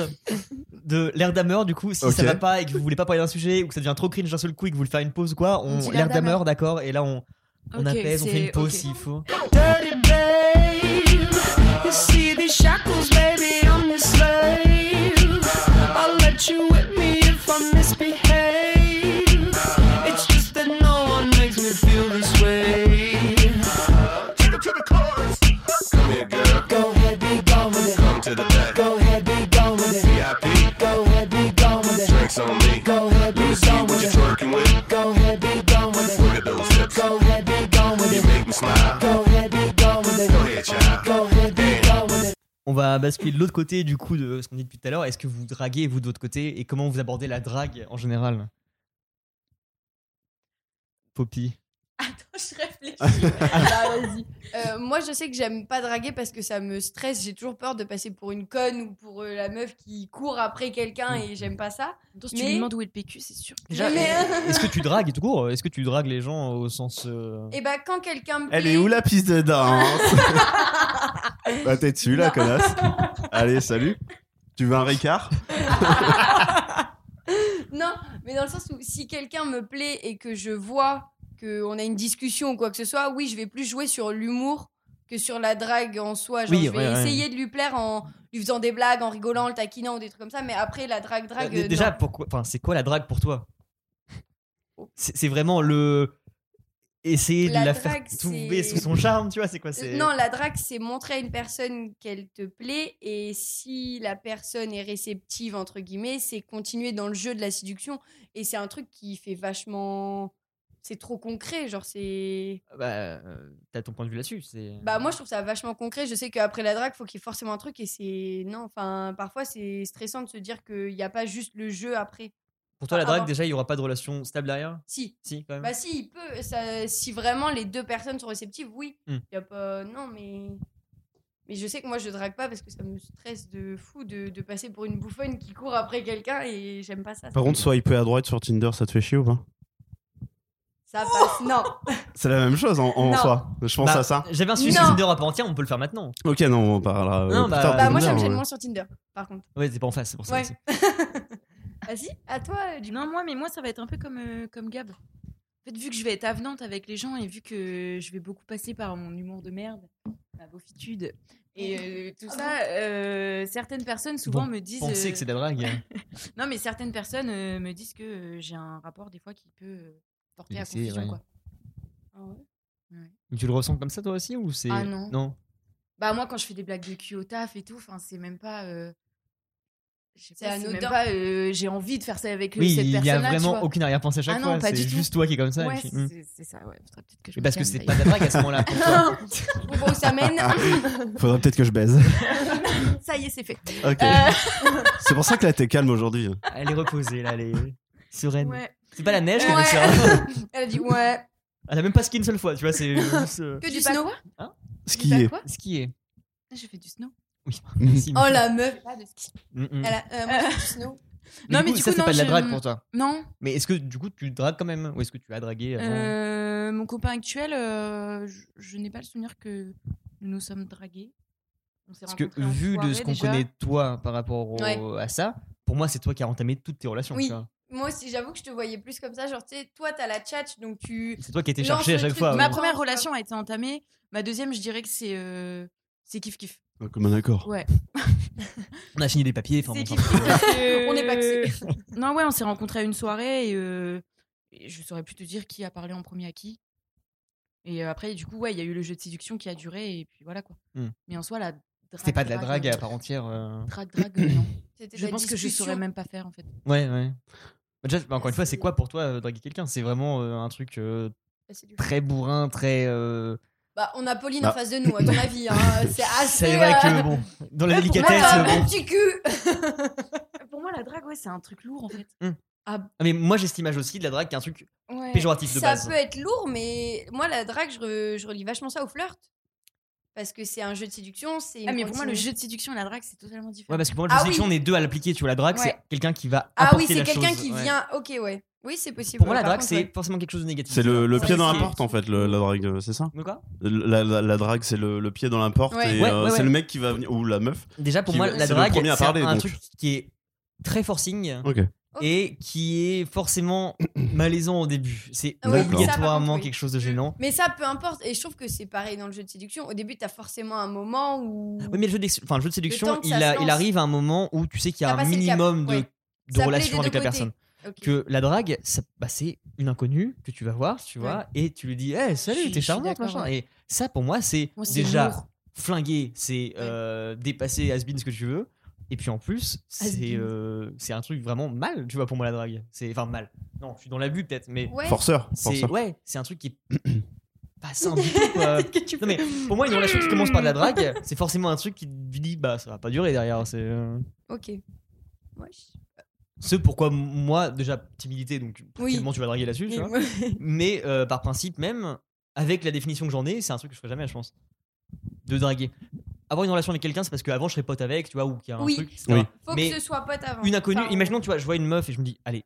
[SPEAKER 2] de l'air d'ameur du coup si
[SPEAKER 5] Ok.
[SPEAKER 2] ça va pas et que vous voulez pas parler d'un sujet ou que ça devient trop cringe d'un seul coup et que vous voulez faire une pause ou quoi on,
[SPEAKER 4] On dit
[SPEAKER 2] l'air
[SPEAKER 4] l'air d'ameur.
[SPEAKER 2] d'ameur d'accord et là on, on
[SPEAKER 3] Ok,
[SPEAKER 2] apaise on fait une
[SPEAKER 3] c'est-
[SPEAKER 2] pause
[SPEAKER 3] ok.
[SPEAKER 2] s'il faut
[SPEAKER 6] Dirty babe. You see these shackles, baby, I'm your slave. I'll let you whip me if I misbehave. It's just that no one makes me feel this way. Take it to the chorus. Come here, girl. Go ahead, be gone with it. Come to the back. Go ahead, be gone with it. VIP. Go ahead, be gone with it. Drinks on me. Go ahead, be gone with it. Twerking with. Go ahead, be gone with it. Look at those hips. Go ahead, be gone with it. You make me smile. Go ahead, be gone with it. Go ahead, child. Go ahead, be gone with it.
[SPEAKER 2] on va basculer de l'autre côté du coup de ce qu'on dit depuis tout à l'heure. Est-ce que vous draguez vous de votre côté et comment vous abordez la drague en général Poppy.
[SPEAKER 4] Attends, je réfléchis. Bah, vas-y. Euh, moi, je sais que j'aime pas draguer parce que ça me stresse. J'ai toujours peur de passer pour une conne ou pour euh, la meuf qui court après quelqu'un
[SPEAKER 3] Mm.
[SPEAKER 4] et j'aime pas ça.
[SPEAKER 3] Donc, si tu
[SPEAKER 4] Mais-
[SPEAKER 3] lui demandes où est le PQ, c'est sûr.
[SPEAKER 2] Déjà,
[SPEAKER 4] Mais- euh,
[SPEAKER 2] Est-ce que tu dragues tout court Est-ce que tu dragues les gens au sens euh,
[SPEAKER 4] Et bah, quand quelqu'un me plaît.
[SPEAKER 5] Elle est où la piste de danse Bah t'es dessus là,
[SPEAKER 4] Non.
[SPEAKER 5] connasse. Allez, salut. Tu veux un Ricard
[SPEAKER 4] Non, mais dans le sens où si quelqu'un me plaît et que je vois qu'on a une discussion ou quoi que ce soit, oui, je vais plus jouer sur l'humour que sur la drague en soi. Genre,
[SPEAKER 2] Oui,
[SPEAKER 4] je vais
[SPEAKER 2] ouais, ouais.
[SPEAKER 4] essayer de lui plaire en lui faisant des blagues, en rigolant, en le taquinant ou des trucs comme ça. Mais après, la drague, drague.
[SPEAKER 2] Dé-
[SPEAKER 4] euh,
[SPEAKER 2] Déjà,
[SPEAKER 4] non. Oh.
[SPEAKER 2] pourquoi Enfin, c'est quoi la drague pour toi C'est c'est vraiment le essayer
[SPEAKER 4] La
[SPEAKER 2] de la
[SPEAKER 4] drague,
[SPEAKER 2] faire tomber
[SPEAKER 4] c'est-
[SPEAKER 2] sous son charme, tu vois C'est quoi
[SPEAKER 4] Euh,
[SPEAKER 2] C'est
[SPEAKER 4] Non, la drague, c'est montrer à une personne qu'elle te plaît et si la personne est réceptive, entre guillemets, c'est continuer dans le jeu de la séduction. Et c'est un truc qui fait vachement. C'est trop concret, genre c'est.
[SPEAKER 2] Bah, euh, t'as ton point de vue là-dessus. C'est.
[SPEAKER 4] Bah moi je trouve ça vachement concret. Je sais qu'après la drague, faut qu'il y ait forcément un truc et c'est non. Enfin parfois c'est stressant de se dire qu'il n'y a pas juste le jeu après.
[SPEAKER 2] Pour toi, la
[SPEAKER 4] Ah,
[SPEAKER 2] drague,
[SPEAKER 4] avant.
[SPEAKER 2] déjà, il y aura pas de relation stable derrière
[SPEAKER 4] Si.
[SPEAKER 2] Si, quand même.
[SPEAKER 4] Bah si il peut. Ça, si vraiment les deux personnes sont réceptives, oui. Il
[SPEAKER 2] Hmm.
[SPEAKER 4] y a pas. Non mais. Mais je sais que moi je drague pas parce que ça me stresse de fou de, de passer pour une bouffonne qui court après quelqu'un et j'aime pas ça.
[SPEAKER 5] Par contre, swiper à droite sur Tinder, ça te fait chier ou pas
[SPEAKER 4] Ça passe. Non.
[SPEAKER 5] C'est la même chose en, en
[SPEAKER 4] Non.
[SPEAKER 5] soi. Je pense
[SPEAKER 2] Bah,
[SPEAKER 5] à ça.
[SPEAKER 2] J'avais un sujet sur
[SPEAKER 4] Non.
[SPEAKER 2] Tinder à part entière, on peut le faire maintenant.
[SPEAKER 5] Ok, non, on en parlera. euh,
[SPEAKER 2] Non,
[SPEAKER 5] plus
[SPEAKER 2] bah-
[SPEAKER 5] tard,
[SPEAKER 4] Bah
[SPEAKER 5] Tinder,
[SPEAKER 4] moi ça me
[SPEAKER 5] ouais.
[SPEAKER 4] gêne moins sur Tinder. Par contre.
[SPEAKER 2] Ouais, t'es pas en face, c'est pour ça.
[SPEAKER 4] Ouais.
[SPEAKER 2] aussi.
[SPEAKER 4] Vas-y. À toi. euh, Du...
[SPEAKER 3] Non, moi, mais moi, ça va être un peu comme, euh, comme Gab. En fait, vu que je vais être avenante avec les gens et vu que je vais beaucoup passer par mon humour de merde, ma beaufitude et euh, tout ça, euh, certaines personnes souvent
[SPEAKER 2] Bon,
[SPEAKER 3] me disent.
[SPEAKER 2] Penser
[SPEAKER 3] euh,
[SPEAKER 2] que c'est de la drague.
[SPEAKER 3] Non, mais certaines personnes euh, me disent que euh, j'ai un rapport des fois qui peut euh, porter à
[SPEAKER 2] Blessé,
[SPEAKER 3] confusion.
[SPEAKER 2] ouais.
[SPEAKER 3] Quoi.
[SPEAKER 2] Mais tu le ressens comme ça toi aussi ou c'est
[SPEAKER 3] Ah non.
[SPEAKER 2] Non.
[SPEAKER 3] Bah, moi, quand je fais des blagues de cul au taf et tout, enfin, c'est même pas. euh, je sais
[SPEAKER 4] C'est
[SPEAKER 3] pas, C'est même
[SPEAKER 4] anodin.
[SPEAKER 3] pas. euh, j'ai envie de faire ça avec euh,
[SPEAKER 2] Oui,
[SPEAKER 3] cette
[SPEAKER 2] il y
[SPEAKER 3] personne-là.
[SPEAKER 2] a
[SPEAKER 3] tu
[SPEAKER 2] vraiment
[SPEAKER 3] vois.
[SPEAKER 2] aucune arrière-pensée à chaque
[SPEAKER 3] Ah
[SPEAKER 2] fois.
[SPEAKER 3] non, pas
[SPEAKER 2] C'est
[SPEAKER 3] du tout.
[SPEAKER 2] juste toi qui est comme ça. et
[SPEAKER 3] Ouais,
[SPEAKER 2] puis, hum.
[SPEAKER 3] c'est- c'est ça, ouais. Faudrait peut-être que je
[SPEAKER 2] Mais
[SPEAKER 3] me
[SPEAKER 2] parce que
[SPEAKER 3] calme,
[SPEAKER 2] c'est pas
[SPEAKER 3] d'ailleurs.
[SPEAKER 2] de la drague à ce moment-là. pour toi.
[SPEAKER 4] Bon, bon, ça mène.
[SPEAKER 5] Faudrait peut-être que je baise.
[SPEAKER 3] Ça y est, c'est fait.
[SPEAKER 5] Ok.
[SPEAKER 3] Euh,
[SPEAKER 5] C'est pour ça que là, t'es calme aujourd'hui.
[SPEAKER 2] Elle est reposée là, elle est sereine.
[SPEAKER 3] ouais.
[SPEAKER 2] C'est pas la neige
[SPEAKER 4] Ouais.
[SPEAKER 2] qu'elle est sereine.
[SPEAKER 4] Elle a dit ouais.
[SPEAKER 2] Elle a même pas skié une seule fois, tu vois. C'est juste euh,
[SPEAKER 4] Que
[SPEAKER 3] Tu
[SPEAKER 4] du
[SPEAKER 3] sais pas
[SPEAKER 4] snow.
[SPEAKER 3] quoi
[SPEAKER 5] Skier.
[SPEAKER 3] bah quoi
[SPEAKER 2] skier.
[SPEAKER 3] J'ai fait du snow.
[SPEAKER 2] Oui. merci.
[SPEAKER 4] Oh la meuf.
[SPEAKER 2] Hum, hum.
[SPEAKER 4] Elle a, euh, moi, j'ai fait du snow.
[SPEAKER 3] Non, mais du
[SPEAKER 2] ça
[SPEAKER 3] coup,
[SPEAKER 2] c'est pas de la
[SPEAKER 3] non,
[SPEAKER 2] drague
[SPEAKER 3] je-
[SPEAKER 2] pour toi.
[SPEAKER 3] Non,
[SPEAKER 2] Mais est-ce que du coup tu dragues quand même ou est-ce que tu as dragué avant
[SPEAKER 3] euh, mon copain actuel, euh, je, je n'ai pas le souvenir que nous nous sommes dragués. On s'est
[SPEAKER 2] Parce que
[SPEAKER 3] rencontrés en
[SPEAKER 2] vu de
[SPEAKER 3] soirée
[SPEAKER 2] ce qu'on
[SPEAKER 3] déjà.
[SPEAKER 2] connaît de toi par rapport au-
[SPEAKER 4] Ouais.
[SPEAKER 2] à ça, pour moi c'est toi qui as entamé toutes tes relations.
[SPEAKER 4] Oui.
[SPEAKER 2] tu vois.
[SPEAKER 4] Moi aussi, j'avoue que je te voyais plus comme ça. Genre, tu sais, toi, t'as la tchatch, donc tu.
[SPEAKER 2] C'est toi qui étais
[SPEAKER 4] Non,
[SPEAKER 2] cherché
[SPEAKER 4] c'est
[SPEAKER 2] à
[SPEAKER 4] le
[SPEAKER 2] chaque
[SPEAKER 4] truc
[SPEAKER 2] fois.
[SPEAKER 4] de
[SPEAKER 2] ouais.
[SPEAKER 3] Ma
[SPEAKER 4] Non,
[SPEAKER 3] première
[SPEAKER 4] c'est
[SPEAKER 3] relation a été entamée. Ma deuxième, je dirais que c'est euh, c'est kiff kiff.
[SPEAKER 5] Comme un accord.
[SPEAKER 2] On a signé des papiers. enfin,
[SPEAKER 3] C'est
[SPEAKER 2] bon,
[SPEAKER 3] kiff kiff. parce que-
[SPEAKER 2] Euh,
[SPEAKER 4] On est paxés.
[SPEAKER 3] Non, ouais, on s'est rencontrés à une soirée et, euh, et je saurais plus te dire qui a parlé en premier à qui. Et euh, après, du coup, ouais, il y a eu le jeu de séduction qui a duré et puis voilà quoi.
[SPEAKER 2] Hmm.
[SPEAKER 3] Mais en soi, la drague.
[SPEAKER 2] C'était
[SPEAKER 4] Ah,
[SPEAKER 2] pas de la drague à
[SPEAKER 3] euh,
[SPEAKER 2] part entière. euh.
[SPEAKER 3] Drague, drague, euh, non.
[SPEAKER 4] C'était
[SPEAKER 3] Je
[SPEAKER 4] ta
[SPEAKER 3] pense que je
[SPEAKER 4] discussion.
[SPEAKER 3] saurais même pas faire en fait.
[SPEAKER 2] Ouais, ouais. Bah, Déjà, bah, encore une fois, c'est
[SPEAKER 4] C'est-
[SPEAKER 2] quoi pour toi euh, draguer quelqu'un C'est vraiment euh, un truc euh,
[SPEAKER 4] Bah, c'est du-
[SPEAKER 2] très bourrin, très. euh,
[SPEAKER 4] Bah, on a Pauline
[SPEAKER 5] Bah.
[SPEAKER 4] en face de nous, à ton avis. Hein. C'est assez.
[SPEAKER 2] C'est vrai
[SPEAKER 4] euh,
[SPEAKER 2] que bon, dans la
[SPEAKER 4] pour
[SPEAKER 2] délicatesse.
[SPEAKER 4] moi,
[SPEAKER 2] euh,
[SPEAKER 4] t'as un
[SPEAKER 2] bon.
[SPEAKER 4] petit cul.
[SPEAKER 3] Euh, Pour moi, la drague, ouais, c'est un truc lourd en fait.
[SPEAKER 2] Ah, Mais moi, j'ai cette image aussi de la drague qui est un truc
[SPEAKER 3] Ouais.
[SPEAKER 2] péjoratif de
[SPEAKER 4] ça
[SPEAKER 2] base.
[SPEAKER 4] peut être lourd, mais moi, la drague, je, re- je relis vachement ça au flirt. Parce que c'est un jeu de séduction. c'est une
[SPEAKER 3] Ah, mais pour moi, le
[SPEAKER 4] continuité.
[SPEAKER 3] jeu de séduction et la drague, c'est totalement différent.
[SPEAKER 2] Ouais, parce que pour moi, je
[SPEAKER 4] Ah
[SPEAKER 2] sais
[SPEAKER 4] oui.
[SPEAKER 2] qu'on est deux à l'appliquer. Tu vois, la drague,
[SPEAKER 3] Ouais.
[SPEAKER 2] c'est quelqu'un qui va.
[SPEAKER 4] Ah oui,
[SPEAKER 2] apporter
[SPEAKER 4] c'est
[SPEAKER 2] la
[SPEAKER 4] quelqu'un
[SPEAKER 2] chose,
[SPEAKER 4] qui
[SPEAKER 2] ouais.
[SPEAKER 4] vient. Ok, ouais. Oui, c'est possible.
[SPEAKER 2] Pour moi, la
[SPEAKER 4] Par
[SPEAKER 2] drague,
[SPEAKER 4] contre,
[SPEAKER 2] c'est
[SPEAKER 4] ouais.
[SPEAKER 2] forcément quelque chose de négatif.
[SPEAKER 5] C'est le, le
[SPEAKER 2] Ça,
[SPEAKER 5] pied dans la
[SPEAKER 2] c'est-
[SPEAKER 5] porte en fait, le- la drague, euh, c'est ça
[SPEAKER 2] De quoi
[SPEAKER 5] Le- la, la- la drague, c'est le, le pied dans la porte
[SPEAKER 4] Ouais.
[SPEAKER 5] et
[SPEAKER 2] Ouais,
[SPEAKER 5] euh,
[SPEAKER 2] ouais,
[SPEAKER 5] c'est
[SPEAKER 2] ouais.
[SPEAKER 5] le mec qui va venir ou la meuf.
[SPEAKER 2] Déjà, pour
[SPEAKER 5] Qui-
[SPEAKER 2] moi,
[SPEAKER 5] c'est
[SPEAKER 2] la
[SPEAKER 5] le
[SPEAKER 2] drague,
[SPEAKER 5] premier à
[SPEAKER 2] c'est
[SPEAKER 5] parler,
[SPEAKER 2] un
[SPEAKER 5] donc.
[SPEAKER 2] truc qui est très forcing.
[SPEAKER 5] Ok.
[SPEAKER 2] Et qui est forcément malaisant au début. C'est
[SPEAKER 4] Ah oui,
[SPEAKER 5] D'accord.
[SPEAKER 4] ça, par
[SPEAKER 2] obligatoirement
[SPEAKER 4] contre, oui.
[SPEAKER 2] quelque chose de gênant.
[SPEAKER 4] Mais ça, peu importe. Et je trouve que c'est pareil dans le jeu de séduction. Au début, t'as forcément un moment où.
[SPEAKER 2] Oui, mais le jeu, d'ex- enfin, le jeu de séduction,
[SPEAKER 4] temps que
[SPEAKER 2] il,
[SPEAKER 4] ça se
[SPEAKER 2] a-
[SPEAKER 4] lance.
[SPEAKER 2] il arrive à un moment où tu sais qu'il y a
[SPEAKER 4] T'as
[SPEAKER 2] un
[SPEAKER 4] passé le cap,
[SPEAKER 2] minimum de,
[SPEAKER 4] ouais.
[SPEAKER 2] de
[SPEAKER 4] Ça plaît
[SPEAKER 2] relation
[SPEAKER 4] des
[SPEAKER 2] avec
[SPEAKER 4] deux
[SPEAKER 2] la
[SPEAKER 4] côtés.
[SPEAKER 2] personne.
[SPEAKER 4] Ok.
[SPEAKER 2] Que la drague, ça- bah, c'est une inconnue que tu vas voir, tu vois, et tu lui dis, hey,
[SPEAKER 3] Je
[SPEAKER 2] salut,
[SPEAKER 3] suis-
[SPEAKER 2] t'es
[SPEAKER 3] je suis
[SPEAKER 2] charmante,
[SPEAKER 3] d'accord,
[SPEAKER 2] machin.
[SPEAKER 3] ouais.
[SPEAKER 2] Et ça, pour moi, c'est
[SPEAKER 3] Moi, c'est
[SPEAKER 2] déjà
[SPEAKER 3] lourd.
[SPEAKER 2] flingué, c'est euh, dépasser has been ce que tu veux. Et puis en plus, c'est
[SPEAKER 3] been.
[SPEAKER 2] euh, c'est un truc vraiment mal, tu vois, pour moi, la drague. C'est enfin mal. Non, je suis dans l'abus peut-être, mais
[SPEAKER 4] Ouais.
[SPEAKER 5] Forceur.
[SPEAKER 2] c'est
[SPEAKER 5] forceur.
[SPEAKER 2] ouais, c'est un truc qui est pas sain du tout, quoi.
[SPEAKER 4] Qu'est-ce que tu
[SPEAKER 2] Non
[SPEAKER 4] fais
[SPEAKER 2] mais pour moi une relation qui commence par de la drague, c'est forcément un truc qui te dit bah ça va pas durer derrière. C'est euh,
[SPEAKER 4] Ok. Ouais, je-
[SPEAKER 2] ce pourquoi m- moi déjà timidité donc
[SPEAKER 4] Oui.
[SPEAKER 2] comment tu vas draguer là-dessus, tu vois. Mais euh, par principe même, avec la définition que j'en ai, c'est un truc que je ferais jamais, je pense, de draguer. Avoir une relation avec quelqu'un, c'est parce qu'avant je serais pote avec, tu vois, ou qu'il y a un
[SPEAKER 4] Oui.
[SPEAKER 2] truc. etc.
[SPEAKER 5] Oui.
[SPEAKER 4] Faut
[SPEAKER 2] Mais
[SPEAKER 4] que ce soit pote avant.
[SPEAKER 2] Une inconnue.
[SPEAKER 4] Enfin, Eh ben.
[SPEAKER 2] Imaginons, tu vois, je vois une meuf et je me dis allez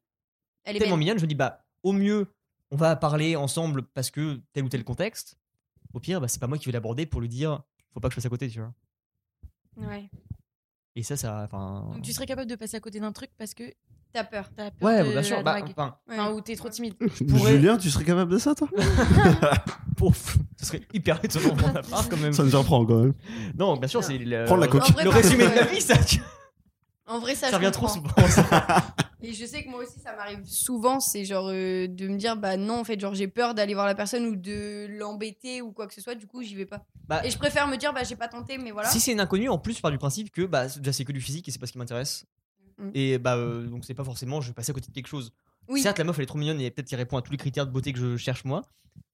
[SPEAKER 4] Elle est
[SPEAKER 2] tellement
[SPEAKER 4] belle.
[SPEAKER 2] mignonne, je me dis bah au mieux on va parler ensemble parce que tel ou tel contexte. Au pire, bah, c'est pas moi qui vais l'aborder pour lui dire faut pas que je fasse à côté, tu vois.
[SPEAKER 4] Ouais.
[SPEAKER 2] Et ça, ça, enfin.
[SPEAKER 3] Donc tu serais capable de passer à côté d'un truc parce que
[SPEAKER 4] T'as peur.
[SPEAKER 3] t'as peur
[SPEAKER 2] Ouais,
[SPEAKER 3] de
[SPEAKER 2] bien sûr.
[SPEAKER 3] la
[SPEAKER 2] Bah,
[SPEAKER 3] drague.
[SPEAKER 2] enfin,
[SPEAKER 4] Ouais.
[SPEAKER 3] Enfin, ou t'es trop timide.
[SPEAKER 2] pourrais-
[SPEAKER 5] Julien, tu serais capable de ça, toi
[SPEAKER 2] pouf, ce serait hyper étonnant pour ma part quand même.
[SPEAKER 5] Ça me surprend quand même.
[SPEAKER 2] Non, bien sûr,
[SPEAKER 4] Non.
[SPEAKER 2] c'est le,
[SPEAKER 5] Prendre la coque.
[SPEAKER 4] En vrai,
[SPEAKER 2] le
[SPEAKER 4] pas-
[SPEAKER 2] résumé de la
[SPEAKER 4] ouais.
[SPEAKER 2] vie, ça. tu-
[SPEAKER 4] En vrai, ça,
[SPEAKER 2] Ça,
[SPEAKER 4] je
[SPEAKER 2] revient
[SPEAKER 4] comprends.
[SPEAKER 2] trop souvent. ça.
[SPEAKER 4] Et je sais que moi aussi, ça m'arrive souvent, c'est genre euh, de me dire, bah non, en fait, genre j'ai peur d'aller voir la personne ou de l'embêter ou quoi que ce soit, du coup, j'y vais pas.
[SPEAKER 2] Bah-
[SPEAKER 4] et je préfère me dire, bah j'ai pas tenté, mais voilà.
[SPEAKER 2] Si c'est une inconnue, en plus, je pars du principe que bah, c'est- déjà c'est que du physique et c'est pas ce qui m'intéresse.
[SPEAKER 4] Mm.
[SPEAKER 2] Et bah, euh, donc c'est pas forcément, je vais passer à côté de quelque chose.
[SPEAKER 4] oui,
[SPEAKER 2] Certes, la meuf elle est trop mignonne et peut-être qu'elle répond à tous les critères de beauté que je cherche moi.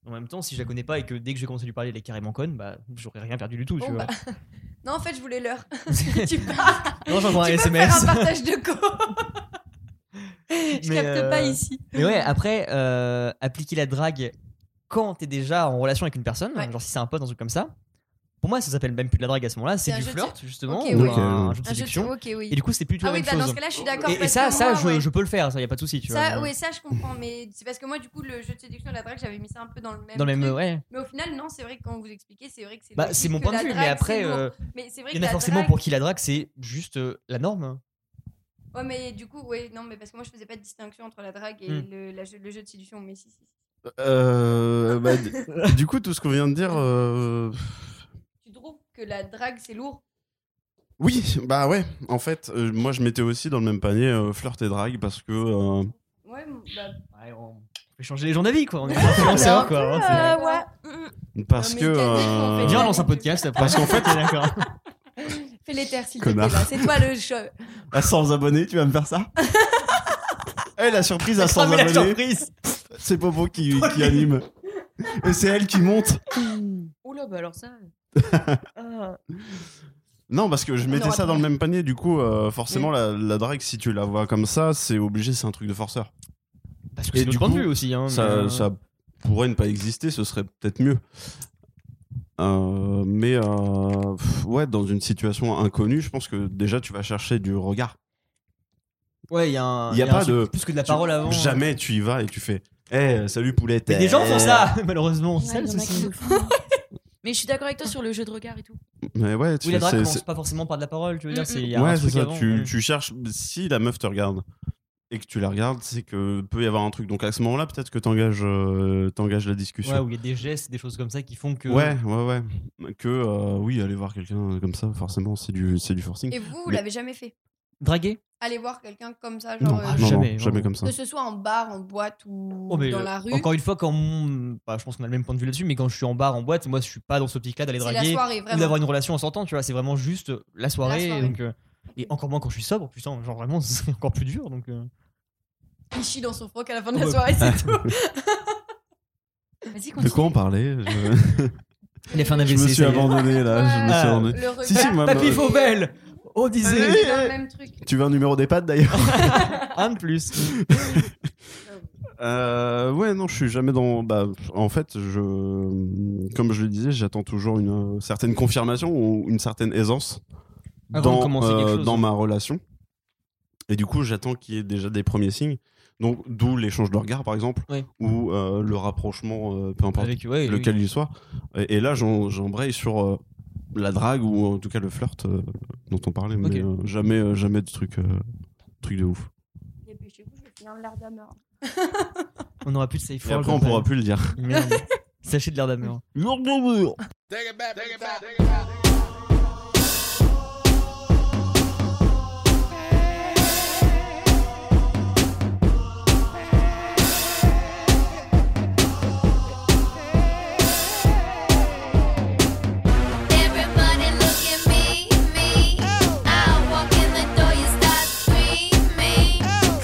[SPEAKER 2] En même temps, si je la connais pas et que dès que je vais commencer à lui parler, elle est carrément conne, bah j'aurais rien perdu du tout,
[SPEAKER 4] Bon,
[SPEAKER 2] tu vois.
[SPEAKER 4] bah. non, en fait, je voulais l'heure. tu pars,
[SPEAKER 2] non, j'envoie un
[SPEAKER 4] tu peux
[SPEAKER 2] SMS.
[SPEAKER 4] faire un partage de co. je
[SPEAKER 2] Mais,
[SPEAKER 4] capte
[SPEAKER 2] euh,
[SPEAKER 4] pas ici.
[SPEAKER 2] Mais ouais, après, euh, appliquer la drague quand t'es déjà en relation avec une personne,
[SPEAKER 4] Ouais.
[SPEAKER 2] genre si c'est un pote, un truc comme ça, pour moi ça s'appelle même plus de la drague à ce moment-là, c'est
[SPEAKER 4] C'est un
[SPEAKER 2] du
[SPEAKER 4] jeu de
[SPEAKER 2] flirt justement,
[SPEAKER 4] Ok,
[SPEAKER 2] ou
[SPEAKER 4] oui.
[SPEAKER 2] un jeu de
[SPEAKER 5] Ok.
[SPEAKER 4] Un jeu de-
[SPEAKER 2] séduction.
[SPEAKER 4] ok, oui.
[SPEAKER 2] Et du coup, c'est plus tout
[SPEAKER 4] Ah
[SPEAKER 2] la
[SPEAKER 4] oui,
[SPEAKER 2] même
[SPEAKER 4] bah dans
[SPEAKER 2] chose.
[SPEAKER 4] ce cas-là, je suis d'accord.
[SPEAKER 2] Et, et
[SPEAKER 4] parce
[SPEAKER 2] ça,
[SPEAKER 4] que
[SPEAKER 2] ça
[SPEAKER 4] moi,
[SPEAKER 2] je,
[SPEAKER 4] ouais.
[SPEAKER 2] je peux le faire, ça y a pas de souci, tu
[SPEAKER 4] Ça,
[SPEAKER 2] vois.
[SPEAKER 4] ouais, ça, je comprends, mais c'est parce que moi, du coup, le jeu de séduction et la drague, j'avais mis ça un peu dans le même.
[SPEAKER 2] Dans le même,
[SPEAKER 4] truc.
[SPEAKER 2] ouais.
[SPEAKER 4] Mais au final, non, c'est vrai que quand vous expliquez, c'est vrai que c'est.
[SPEAKER 2] Bah,
[SPEAKER 4] logique
[SPEAKER 2] c'est mon
[SPEAKER 4] que
[SPEAKER 2] point de
[SPEAKER 4] la
[SPEAKER 2] vue, mais
[SPEAKER 4] drague, c'est
[SPEAKER 2] après,
[SPEAKER 4] lourd.
[SPEAKER 2] euh,
[SPEAKER 4] Mais c'est vrai
[SPEAKER 2] il y en
[SPEAKER 4] que
[SPEAKER 2] a
[SPEAKER 4] la
[SPEAKER 2] forcément
[SPEAKER 4] drague-
[SPEAKER 2] pour qui la drague c'est juste euh, la norme.
[SPEAKER 4] Ouais, mais du coup, ouais, non, mais parce que moi, je faisais pas de distinction entre la drague et
[SPEAKER 2] Hmm.
[SPEAKER 4] le, la jeu, le jeu de séduction. Mais si, si, si.
[SPEAKER 5] Euh, bah, d- du coup, tout ce qu'on vient de dire. euh,
[SPEAKER 4] Tu trouves que la drague, c'est lourd
[SPEAKER 5] Oui, bah ouais. En fait, euh, moi, je mettais aussi dans le même panier euh, flirt et drague parce que. euh,
[SPEAKER 4] Ouais, m- bah.
[SPEAKER 2] Ouais, on on peut changer les gens d'avis, quoi. On est pas influenceurs, quoi. hein, c'est-
[SPEAKER 4] euh,
[SPEAKER 5] Parce
[SPEAKER 4] Non,
[SPEAKER 5] que.
[SPEAKER 4] mais quel-
[SPEAKER 5] euh,
[SPEAKER 4] on fait
[SPEAKER 2] Viens, on
[SPEAKER 4] bien.
[SPEAKER 2] lance un podcast après.
[SPEAKER 5] Parce qu'en fait-
[SPEAKER 2] T'es d'accord.
[SPEAKER 4] Fais les terres, s'il te plaît.
[SPEAKER 5] Connard.
[SPEAKER 4] là. C'est toi le show.
[SPEAKER 5] À 100 abonnés, tu vas me faire ça Eh, la surprise à 100
[SPEAKER 2] Ah, mais la
[SPEAKER 5] abonnés,
[SPEAKER 2] surprise.
[SPEAKER 5] c'est Popo qui, qui anime. Et c'est elle qui monte.
[SPEAKER 3] Oula, bah alors ça. Ah.
[SPEAKER 5] Non, parce que je
[SPEAKER 4] On
[SPEAKER 5] mettais
[SPEAKER 4] aura
[SPEAKER 5] ça dans le
[SPEAKER 4] pas.
[SPEAKER 5] même panier, du coup, euh, forcément, la, la drague, si tu la vois comme ça, c'est obligé, c'est un truc de forceur.
[SPEAKER 2] Parce que
[SPEAKER 5] Et
[SPEAKER 2] c'est
[SPEAKER 5] du
[SPEAKER 2] notre point de
[SPEAKER 5] coup,
[SPEAKER 2] vue aussi. Hein,
[SPEAKER 5] ça,
[SPEAKER 2] mais, euh,
[SPEAKER 5] ça pourrait ne pas exister, ce serait peut-être mieux. Euh, mais euh, pff, ouais, dans une situation inconnue, je pense que déjà tu vas chercher du regard.
[SPEAKER 2] Ouais, il y a, un,
[SPEAKER 5] Y a
[SPEAKER 2] y un
[SPEAKER 5] pas
[SPEAKER 2] truc
[SPEAKER 5] de-
[SPEAKER 2] Plus que de la
[SPEAKER 5] Tu-
[SPEAKER 2] parole avant.
[SPEAKER 5] Jamais tu y vas et tu fais Eh, salut poulette.
[SPEAKER 2] Ah Mais des gens font
[SPEAKER 5] eh.
[SPEAKER 2] ça, malheureusement. C'est
[SPEAKER 3] Ouais,
[SPEAKER 2] ça, le
[SPEAKER 3] il y en a qui
[SPEAKER 2] souci.
[SPEAKER 3] le font. Mais je suis d'accord avec toi sur le jeu de regard et tout.
[SPEAKER 5] Mais ouais, tu
[SPEAKER 2] Oui, la drague
[SPEAKER 5] c'est-
[SPEAKER 2] commence
[SPEAKER 5] c'est-
[SPEAKER 2] pas forcément par de la parole, tu veux dire.
[SPEAKER 3] Mm,
[SPEAKER 2] c'est- y a un
[SPEAKER 5] Ouais, c'est
[SPEAKER 2] truc
[SPEAKER 5] ça.
[SPEAKER 2] avant, euh,
[SPEAKER 5] Tu,
[SPEAKER 2] ouais.
[SPEAKER 5] tu cherches. Si la meuf te regarde et que tu la regardes, c'est que peut y avoir un truc. Donc à ce moment-là, peut-être que t'engages euh, t'engages la discussion.
[SPEAKER 2] Ouais, où il y a des gestes, des choses comme ça qui font que.
[SPEAKER 5] Ouais, ouais, ouais. Que euh, oui, aller voir quelqu'un comme ça, forcément, c'est du, c'est du forcing.
[SPEAKER 4] Et vous, vous
[SPEAKER 5] Mais-
[SPEAKER 4] l'avez jamais fait
[SPEAKER 2] Draguer
[SPEAKER 4] Aller voir quelqu'un comme ça,
[SPEAKER 5] Non, ah,
[SPEAKER 4] genre. euh,
[SPEAKER 5] non, non,
[SPEAKER 2] jamais,
[SPEAKER 5] jamais,
[SPEAKER 2] non.
[SPEAKER 5] comme ça.
[SPEAKER 4] que ce soit en bar, en boîte ou
[SPEAKER 2] Oh, mais,
[SPEAKER 4] dans
[SPEAKER 2] euh,
[SPEAKER 4] la rue.
[SPEAKER 2] Encore une fois, quand. mon- bah, je pense qu'on a le même point de vue là-dessus, mais quand je suis en bar, en boîte, moi, je suis pas dans ce optique-là d'aller
[SPEAKER 4] C'est la
[SPEAKER 2] draguer
[SPEAKER 4] soirée,
[SPEAKER 2] ou
[SPEAKER 4] vraiment.
[SPEAKER 2] d'avoir une relation en sortant, tu vois. C'est vraiment juste la soirée.
[SPEAKER 4] soirée.
[SPEAKER 2] donc, euh, et encore moins quand je suis sobre, putain, genre vraiment, c'est encore plus dur. Donc, euh.
[SPEAKER 4] Il chie dans son froc à la fin de la
[SPEAKER 2] Ouais.
[SPEAKER 4] soirée, c'est tout.
[SPEAKER 3] Vas-y,
[SPEAKER 5] De
[SPEAKER 3] continue.
[SPEAKER 5] quoi on parlait je...
[SPEAKER 2] Il a fait un
[SPEAKER 5] je
[SPEAKER 2] AVC.
[SPEAKER 5] me suis
[SPEAKER 2] ça y est.
[SPEAKER 5] abandonné là. Je me suis
[SPEAKER 2] Ah.
[SPEAKER 5] abandonné.
[SPEAKER 4] Le regard.
[SPEAKER 5] Si, si, moi,
[SPEAKER 2] Papy
[SPEAKER 5] moi- euh,
[SPEAKER 2] Faubel On disait
[SPEAKER 4] c'est dans le même truc.
[SPEAKER 5] Tu veux un numéro d'EHPAD d'ailleurs
[SPEAKER 2] un de plus.
[SPEAKER 5] Euh, Ouais, non, je suis jamais dans. Bah, en fait, je, comme je le disais, j'attends toujours une euh, certaine confirmation ou une certaine aisance
[SPEAKER 2] Avant de
[SPEAKER 5] dans,
[SPEAKER 2] commencer quelque
[SPEAKER 5] euh,
[SPEAKER 2] chose.
[SPEAKER 5] dans ma relation. Et du coup, j'attends qu'il y ait déjà des premiers signes. Donc, d'où l'échange de regards, par exemple,
[SPEAKER 2] Oui.
[SPEAKER 5] ou euh, le rapprochement, euh, peu importe
[SPEAKER 2] Avec, ouais,
[SPEAKER 5] lequel il soit. Et, et là, j'en- j'embraye sur euh, la drague ou en tout cas le flirt euh, dont on parlait, mais
[SPEAKER 2] Ok.
[SPEAKER 5] euh, jamais, euh, jamais de truc, euh, truc de ouf.
[SPEAKER 4] Dépêchez-vous, je vais finir l'air d'ameur.
[SPEAKER 2] On aura plus de safe
[SPEAKER 5] Et après, on pourra plus le dire.
[SPEAKER 2] Merde. Sachez de l'air hein. d'amour.
[SPEAKER 7] Everybody look at me, me. I walk in the door, you start screaming.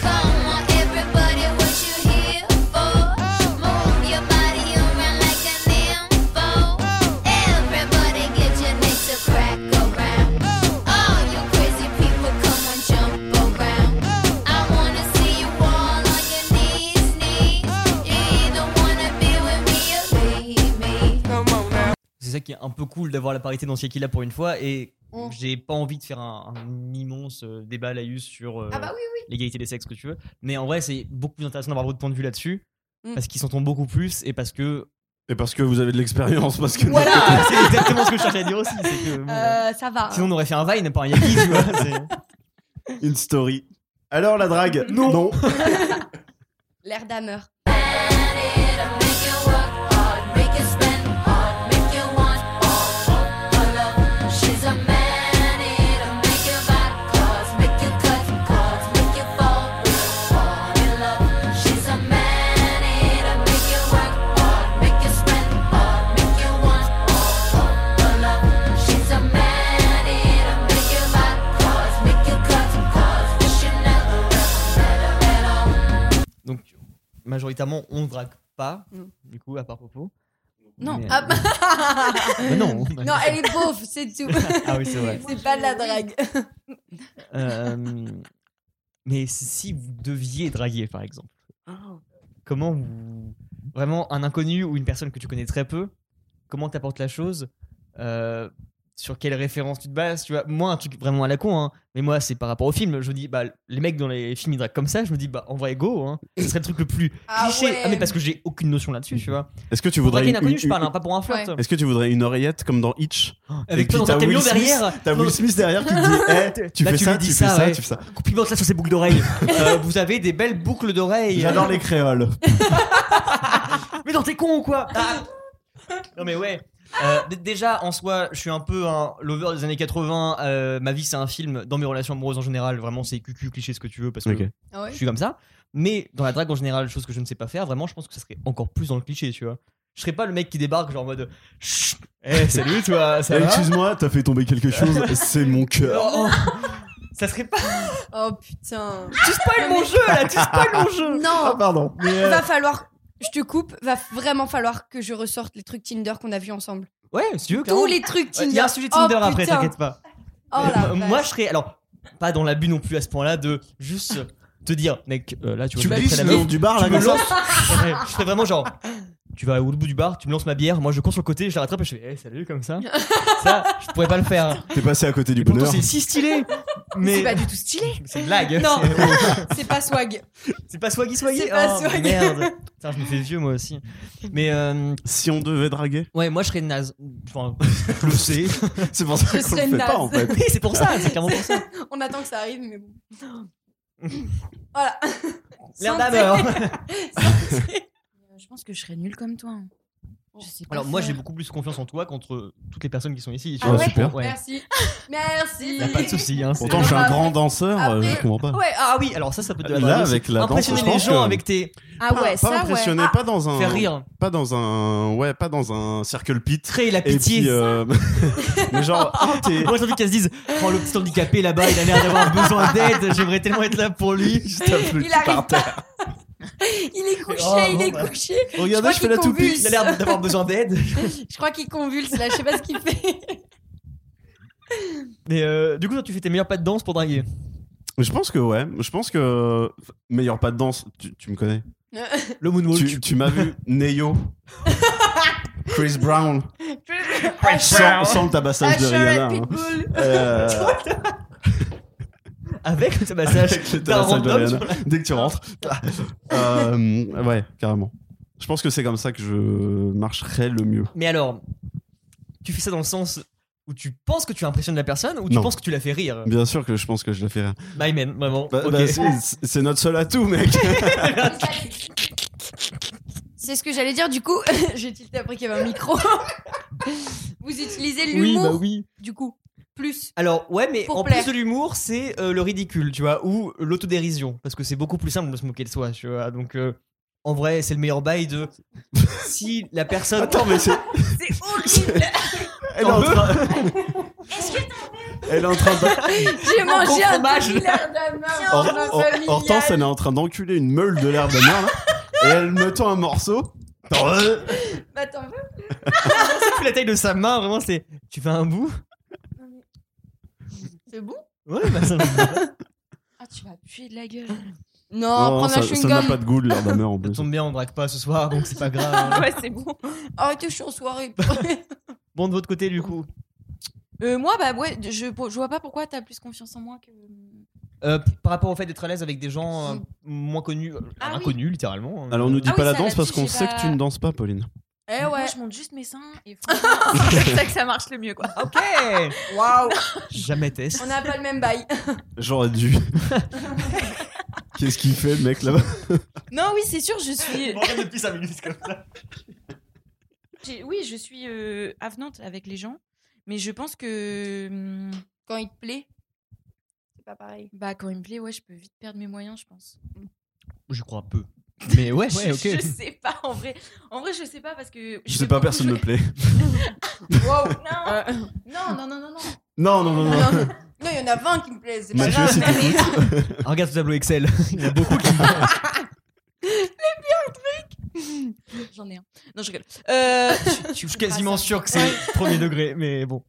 [SPEAKER 7] Come on, everybody, what you here for? Move your body around like an
[SPEAKER 2] que c'est un peu cool d'avoir la parité dans ce qu'il a pour une fois et
[SPEAKER 4] Mm.
[SPEAKER 2] j'ai pas envie de faire un, un immense euh, débat laïus sur euh,
[SPEAKER 4] Ah bah oui, oui.
[SPEAKER 2] l'égalité des sexes que tu veux. Mais en vrai, c'est beaucoup plus intéressant d'avoir votre point de vue là-dessus
[SPEAKER 4] Mm.
[SPEAKER 2] parce qu'ils s'entendent beaucoup plus et parce que
[SPEAKER 5] Et parce que vous avez de l'expérience, parce que.
[SPEAKER 4] Voilà,
[SPEAKER 2] c'est exactement ce que je cherchais à dire aussi. c'est que, bon,
[SPEAKER 4] Ah.
[SPEAKER 2] bah,
[SPEAKER 4] euh, ça va.
[SPEAKER 2] Sinon, on aurait fait un Vine, pas un Yaki, tu vois. c'est-
[SPEAKER 5] Une story. Alors la drague Non,
[SPEAKER 4] L'air d'ameur.
[SPEAKER 2] Donc, majoritairement, on drague pas,
[SPEAKER 4] Mm.
[SPEAKER 2] du coup, à part Popo.
[SPEAKER 4] Non,
[SPEAKER 2] Mais,
[SPEAKER 4] ah bah-
[SPEAKER 2] mais non.
[SPEAKER 4] non, elle est pauvre, c'est tout.
[SPEAKER 2] Ah oui, c'est vrai.
[SPEAKER 4] C'est pas de la drague.
[SPEAKER 2] Euh, mais si vous deviez draguer, par exemple,
[SPEAKER 4] Oh.
[SPEAKER 2] comment vous. Vraiment, un inconnu ou une personne que tu connais très peu, comment t'apportes la chose Euh, Sur quelle référence tu te bases tu vois Moi, un truc vraiment à la con, hein, mais moi, c'est par rapport au film. Je me dis, bah, les mecs dans les films, ils draguent comme ça. Je me dis, bah, en vrai, go. Hein. Ce serait le truc le plus
[SPEAKER 4] Ah
[SPEAKER 2] cliché.
[SPEAKER 4] ouais.
[SPEAKER 2] Ah, mais parce que j'ai aucune notion là-dessus, tu vois.
[SPEAKER 5] Est-ce que tu
[SPEAKER 2] Pour
[SPEAKER 5] voudrais
[SPEAKER 2] draguer
[SPEAKER 5] une,
[SPEAKER 2] un inconnu,
[SPEAKER 5] une-
[SPEAKER 2] je parle, hein, pas pour un flirt.
[SPEAKER 5] Est-ce que tu voudrais une oreillette comme dans Itch
[SPEAKER 2] Avec
[SPEAKER 5] Et puis
[SPEAKER 2] toi dans un
[SPEAKER 5] t'as
[SPEAKER 2] camion
[SPEAKER 5] Will Smith-
[SPEAKER 2] derrière.
[SPEAKER 5] T'as Will Smith derrière qui te dit Eh, tu
[SPEAKER 2] Là,
[SPEAKER 5] fais
[SPEAKER 2] Bah, tu
[SPEAKER 5] ça,
[SPEAKER 2] lui dis
[SPEAKER 5] tu fais
[SPEAKER 2] ça,
[SPEAKER 5] ça,
[SPEAKER 2] ouais.
[SPEAKER 5] tu fais ça.
[SPEAKER 2] Complimente là sur ses boucles d'oreilles. Euh, vous avez des belles boucles d'oreilles.
[SPEAKER 5] J'adore les créoles.
[SPEAKER 2] Mais non, t'es con ou quoi Ah. Non, mais ouais. Euh, d- déjà, en soi, je suis un peu un lover des années 80. euh, ma vie, c'est un film. Dans mes relations amoureuses en général, vraiment, c'est cucu, cliché, ce que tu veux, parce que
[SPEAKER 5] Ok.
[SPEAKER 4] Ah ouais
[SPEAKER 2] je suis comme ça. Mais dans la drague en général, chose que je ne sais pas faire, vraiment, je pense que ça serait encore plus dans le cliché, tu vois. Je serais pas le mec qui débarque genre en mode Chut, eh, salut, toi, ça
[SPEAKER 5] Eh,
[SPEAKER 2] va
[SPEAKER 5] Excuse-moi, t'as fait tomber quelque chose, c'est mon cœur.
[SPEAKER 2] Oh, oh. Ça serait pas.
[SPEAKER 4] Oh putain.
[SPEAKER 2] Tu spoil mon jeu là, tu spoil mon jeu
[SPEAKER 5] Ah,
[SPEAKER 4] Non,
[SPEAKER 5] pardon. Mais, euh,
[SPEAKER 4] va falloir. Je te coupe, va vraiment falloir que je ressorte les trucs Tinder qu'on a vus ensemble.
[SPEAKER 2] Ouais, si tu veux,
[SPEAKER 4] Tous
[SPEAKER 2] clairement.
[SPEAKER 4] les trucs Tinder.
[SPEAKER 2] Il y a un sujet Tinder
[SPEAKER 4] Oh,
[SPEAKER 2] après,
[SPEAKER 4] putain.
[SPEAKER 2] t'inquiète pas.
[SPEAKER 4] Oh la
[SPEAKER 2] Euh, Moi,
[SPEAKER 4] vache.
[SPEAKER 2] je serais. Alors, pas dans l'abus non plus à ce point-là de juste te dire, mec, euh, là, tu vas
[SPEAKER 5] tu
[SPEAKER 2] me
[SPEAKER 5] glisses
[SPEAKER 2] mettre à
[SPEAKER 5] le
[SPEAKER 2] la
[SPEAKER 5] nom du bar là
[SPEAKER 2] tu me
[SPEAKER 5] comme ça
[SPEAKER 2] lances. Ouais, je serais vraiment genre, tu vas au bout du bar, tu me lances ma bière, moi je cours sur le côté, je la rattrape et je fais, eh, salut, comme ça. ça, je pourrais pas le faire.
[SPEAKER 5] T'es passé à côté du
[SPEAKER 2] Et pourtant,
[SPEAKER 5] bonheur.
[SPEAKER 2] c'est si stylé. Mais.
[SPEAKER 4] C'est pas du tout stylé.
[SPEAKER 2] C'est une blague.
[SPEAKER 4] Non.
[SPEAKER 2] C'est-
[SPEAKER 4] C'est pas swag.
[SPEAKER 2] C'est pas swaggy swaggy.
[SPEAKER 4] C'est pas
[SPEAKER 2] Oh,
[SPEAKER 4] swaggy.
[SPEAKER 2] Merde. Putain, je me fais vieux moi aussi. Mais euh,
[SPEAKER 5] Si on devait draguer,
[SPEAKER 2] ouais, moi je serais naze. Enfin, je le sais.
[SPEAKER 5] c'est pour ça
[SPEAKER 4] Je
[SPEAKER 5] qu'on
[SPEAKER 4] serais
[SPEAKER 5] le fait
[SPEAKER 4] naze.
[SPEAKER 5] pas en fait.
[SPEAKER 2] Oui, c'est pour ça, c'est clairement pour ça.
[SPEAKER 4] On attend que ça arrive, mais bon. Voilà.
[SPEAKER 2] L'air
[SPEAKER 4] Santé.
[SPEAKER 2] d'ameur.
[SPEAKER 3] Euh, Je pense que je serais nulle comme toi. hein. Je sais pas
[SPEAKER 2] Alors moi
[SPEAKER 3] faire.
[SPEAKER 2] j'ai beaucoup plus confiance en toi qu'entre toutes les personnes qui sont ici. tu
[SPEAKER 4] Ah
[SPEAKER 2] vois.
[SPEAKER 4] ouais
[SPEAKER 5] super.
[SPEAKER 2] Ouais.
[SPEAKER 4] Merci. Merci.
[SPEAKER 2] Y a pas de souci. Hein,
[SPEAKER 5] Pourtant, je suis un
[SPEAKER 4] Après-
[SPEAKER 5] grand danseur, euh, je
[SPEAKER 4] après-
[SPEAKER 5] comprends pas.
[SPEAKER 2] c'est- Ouais. Ah oui. Alors ça, ça peut te.
[SPEAKER 5] Là, avec la danse,
[SPEAKER 2] impressionner
[SPEAKER 5] je
[SPEAKER 2] les
[SPEAKER 5] pense
[SPEAKER 2] gens
[SPEAKER 5] que- Oh.
[SPEAKER 2] avec tes
[SPEAKER 3] Ah
[SPEAKER 5] Pas-
[SPEAKER 3] ouais,
[SPEAKER 5] pas
[SPEAKER 3] ça ouais.
[SPEAKER 5] impressionné, pas dans un,
[SPEAKER 2] faire rire,
[SPEAKER 5] pas dans un, ouais, pas dans un circle pit.
[SPEAKER 2] créer la
[SPEAKER 5] Et
[SPEAKER 2] pitié.
[SPEAKER 5] puis, euh, mais genre, oh, t'es-
[SPEAKER 2] Moi j'ai envie qu'elles se disent, oh le petit handicapé là-bas, il a l'air d'avoir besoin d'aide. J'aimerais tellement être là pour lui.
[SPEAKER 5] je tape le
[SPEAKER 4] Il
[SPEAKER 5] cul
[SPEAKER 4] arrive
[SPEAKER 5] par
[SPEAKER 4] pas.
[SPEAKER 5] terre.
[SPEAKER 4] Il est couché,
[SPEAKER 2] Oh,
[SPEAKER 4] il
[SPEAKER 2] bon,
[SPEAKER 4] est
[SPEAKER 2] bah.
[SPEAKER 4] couché.
[SPEAKER 5] Regardez,
[SPEAKER 4] Je crois
[SPEAKER 5] je fais la
[SPEAKER 4] qu'il
[SPEAKER 5] toupie.
[SPEAKER 4] convulse.
[SPEAKER 2] Il a l'air d'avoir besoin d'aide.
[SPEAKER 4] Je crois qu'il convulse là, je sais pas ce qu'il fait.
[SPEAKER 2] Mais euh, du coup, toi, tu fais tes meilleurs pas de danse pour draguer.
[SPEAKER 5] Je pense que ouais, je pense que meilleur pas de danse. Tu, tu me connais.
[SPEAKER 4] Ah,
[SPEAKER 2] Le moonwalk.
[SPEAKER 5] tu tu m'as vu Neo, Chris Brown, sans, sans le tabassage de
[SPEAKER 4] Usher et
[SPEAKER 5] Rihanna. hein.
[SPEAKER 4] ah, Pitbull.
[SPEAKER 5] Euh,
[SPEAKER 2] Avec le massage
[SPEAKER 5] avec le
[SPEAKER 2] d'un
[SPEAKER 5] tabassage de
[SPEAKER 2] random.
[SPEAKER 5] Rihanna. Dès que tu rentres. Euh, ouais, carrément. Je pense que c'est comme ça que je marcherais le mieux.
[SPEAKER 2] Mais alors, tu fais ça dans le sens où tu penses que tu impressionnes la personne ou tu
[SPEAKER 5] Non.
[SPEAKER 2] penses que tu l'as fait rire.
[SPEAKER 5] Bien sûr que je pense que je la fais rire.
[SPEAKER 2] My man, vraiment.
[SPEAKER 5] Bah,
[SPEAKER 2] ok.
[SPEAKER 5] bah, c'est- c'est notre seul atout, mec.
[SPEAKER 4] C'est ce que j'allais dire, du coup, j'ai tilté après qu'il y avait un micro. Vous utilisez
[SPEAKER 2] oui,
[SPEAKER 4] l'humour,
[SPEAKER 2] bah oui.
[SPEAKER 4] du coup, plus.
[SPEAKER 2] Alors ouais, mais
[SPEAKER 4] Pour
[SPEAKER 2] en
[SPEAKER 4] plaire.
[SPEAKER 2] plus de l'humour, c'est euh, le ridicule, tu vois, ou l'autodérision, parce que c'est beaucoup plus simple de se moquer de soi, tu vois. Donc euh, en vrai, c'est le meilleur bail de si la personne.
[SPEAKER 5] Attends, mais c'est.
[SPEAKER 4] C'est horrible
[SPEAKER 5] Elle, est
[SPEAKER 2] T'en
[SPEAKER 5] en
[SPEAKER 2] veux
[SPEAKER 5] train... elle est en train de.
[SPEAKER 4] J'ai mangé un
[SPEAKER 2] fromage.
[SPEAKER 4] demi-laire d'amande
[SPEAKER 5] Hor-
[SPEAKER 4] dans un
[SPEAKER 5] Hor-
[SPEAKER 4] familial.
[SPEAKER 5] Hortense, elle est en train d'enculer une meule de l'herbe de merde. Et elle me tend un morceau. Attends, euh,
[SPEAKER 4] Bah, t'en veux
[SPEAKER 2] C'est plus la taille de sa main, vraiment, c'est. Tu fais un bout
[SPEAKER 4] C'est bon
[SPEAKER 2] Ouais, bah ça. me-
[SPEAKER 3] Ah, tu vas appuyer de la gueule.
[SPEAKER 4] Non,
[SPEAKER 5] non,
[SPEAKER 4] prendre
[SPEAKER 5] ça
[SPEAKER 4] un
[SPEAKER 5] ça n'a pas
[SPEAKER 4] chewing-gum.
[SPEAKER 5] de goût de l'herbe de merde en
[SPEAKER 2] Ça
[SPEAKER 5] plus.
[SPEAKER 3] Ah
[SPEAKER 2] tombe bien, on drague pas ce soir, donc c'est pas grave.
[SPEAKER 3] ouais, c'est bon.
[SPEAKER 4] Arrêtez, je suis en soirée.
[SPEAKER 2] Bon, de votre côté, du coup.
[SPEAKER 3] Euh, moi, bah ouais, je, je vois pas pourquoi t'as plus confiance en moi que.
[SPEAKER 2] Euh, par rapport au fait d'être à l'aise avec des gens euh, moins connus, euh,
[SPEAKER 3] Ah oui.
[SPEAKER 2] inconnus littéralement. hein.
[SPEAKER 5] Alors, on nous dit
[SPEAKER 3] Ah oui,
[SPEAKER 5] pas la
[SPEAKER 3] ça,
[SPEAKER 5] danse
[SPEAKER 3] la
[SPEAKER 5] parce
[SPEAKER 3] fille,
[SPEAKER 5] qu'on
[SPEAKER 3] j'ai
[SPEAKER 5] sait
[SPEAKER 3] pas-
[SPEAKER 5] que tu ne danses pas, Pauline.
[SPEAKER 4] Eh
[SPEAKER 3] Moi,
[SPEAKER 4] ouais.
[SPEAKER 3] je monte juste mes seins et franchement, c'est comme ça que ça marche le mieux, quoi.
[SPEAKER 2] Ok
[SPEAKER 4] Waouh.
[SPEAKER 2] Jamais test.
[SPEAKER 4] On n'a pas le même bail.
[SPEAKER 5] J'aurais dû. Qu'est-ce qu'il fait, le mec, là-bas
[SPEAKER 3] Non, oui, c'est sûr, je suis.
[SPEAKER 2] depuis 5 minutes comme ça.
[SPEAKER 3] j'ai- Oui, je suis euh, avenante avec les gens, mais je pense que. hum,
[SPEAKER 4] Quand il te plaît, c'est pas pareil.
[SPEAKER 3] Bah, quand il me plaît, ouais, je peux vite perdre mes moyens, je pense.
[SPEAKER 2] Je crois un peu. Mais ouais, ouais, ok.
[SPEAKER 3] Je sais pas, en vrai. En vrai, je sais pas parce que.
[SPEAKER 5] Je
[SPEAKER 3] fais
[SPEAKER 5] sais pas,
[SPEAKER 3] beaucoup
[SPEAKER 5] personne me
[SPEAKER 3] jouer-
[SPEAKER 5] plaît.
[SPEAKER 4] Waouh.
[SPEAKER 3] Non, non, non, non, non, non.
[SPEAKER 5] Non, non, non, non.
[SPEAKER 4] non, non, il y en a 20 qui me plaisent. C'est pas
[SPEAKER 5] Mathieu,
[SPEAKER 4] grave.
[SPEAKER 5] si t'écoutes.
[SPEAKER 2] Ah, regarde ce tableau Excel. Il y en a beaucoup qui.
[SPEAKER 3] J'en ai un. Non, je rigole. Euh, Ah,
[SPEAKER 2] Je suis quasiment sûr que c'est premier degré, mais bon.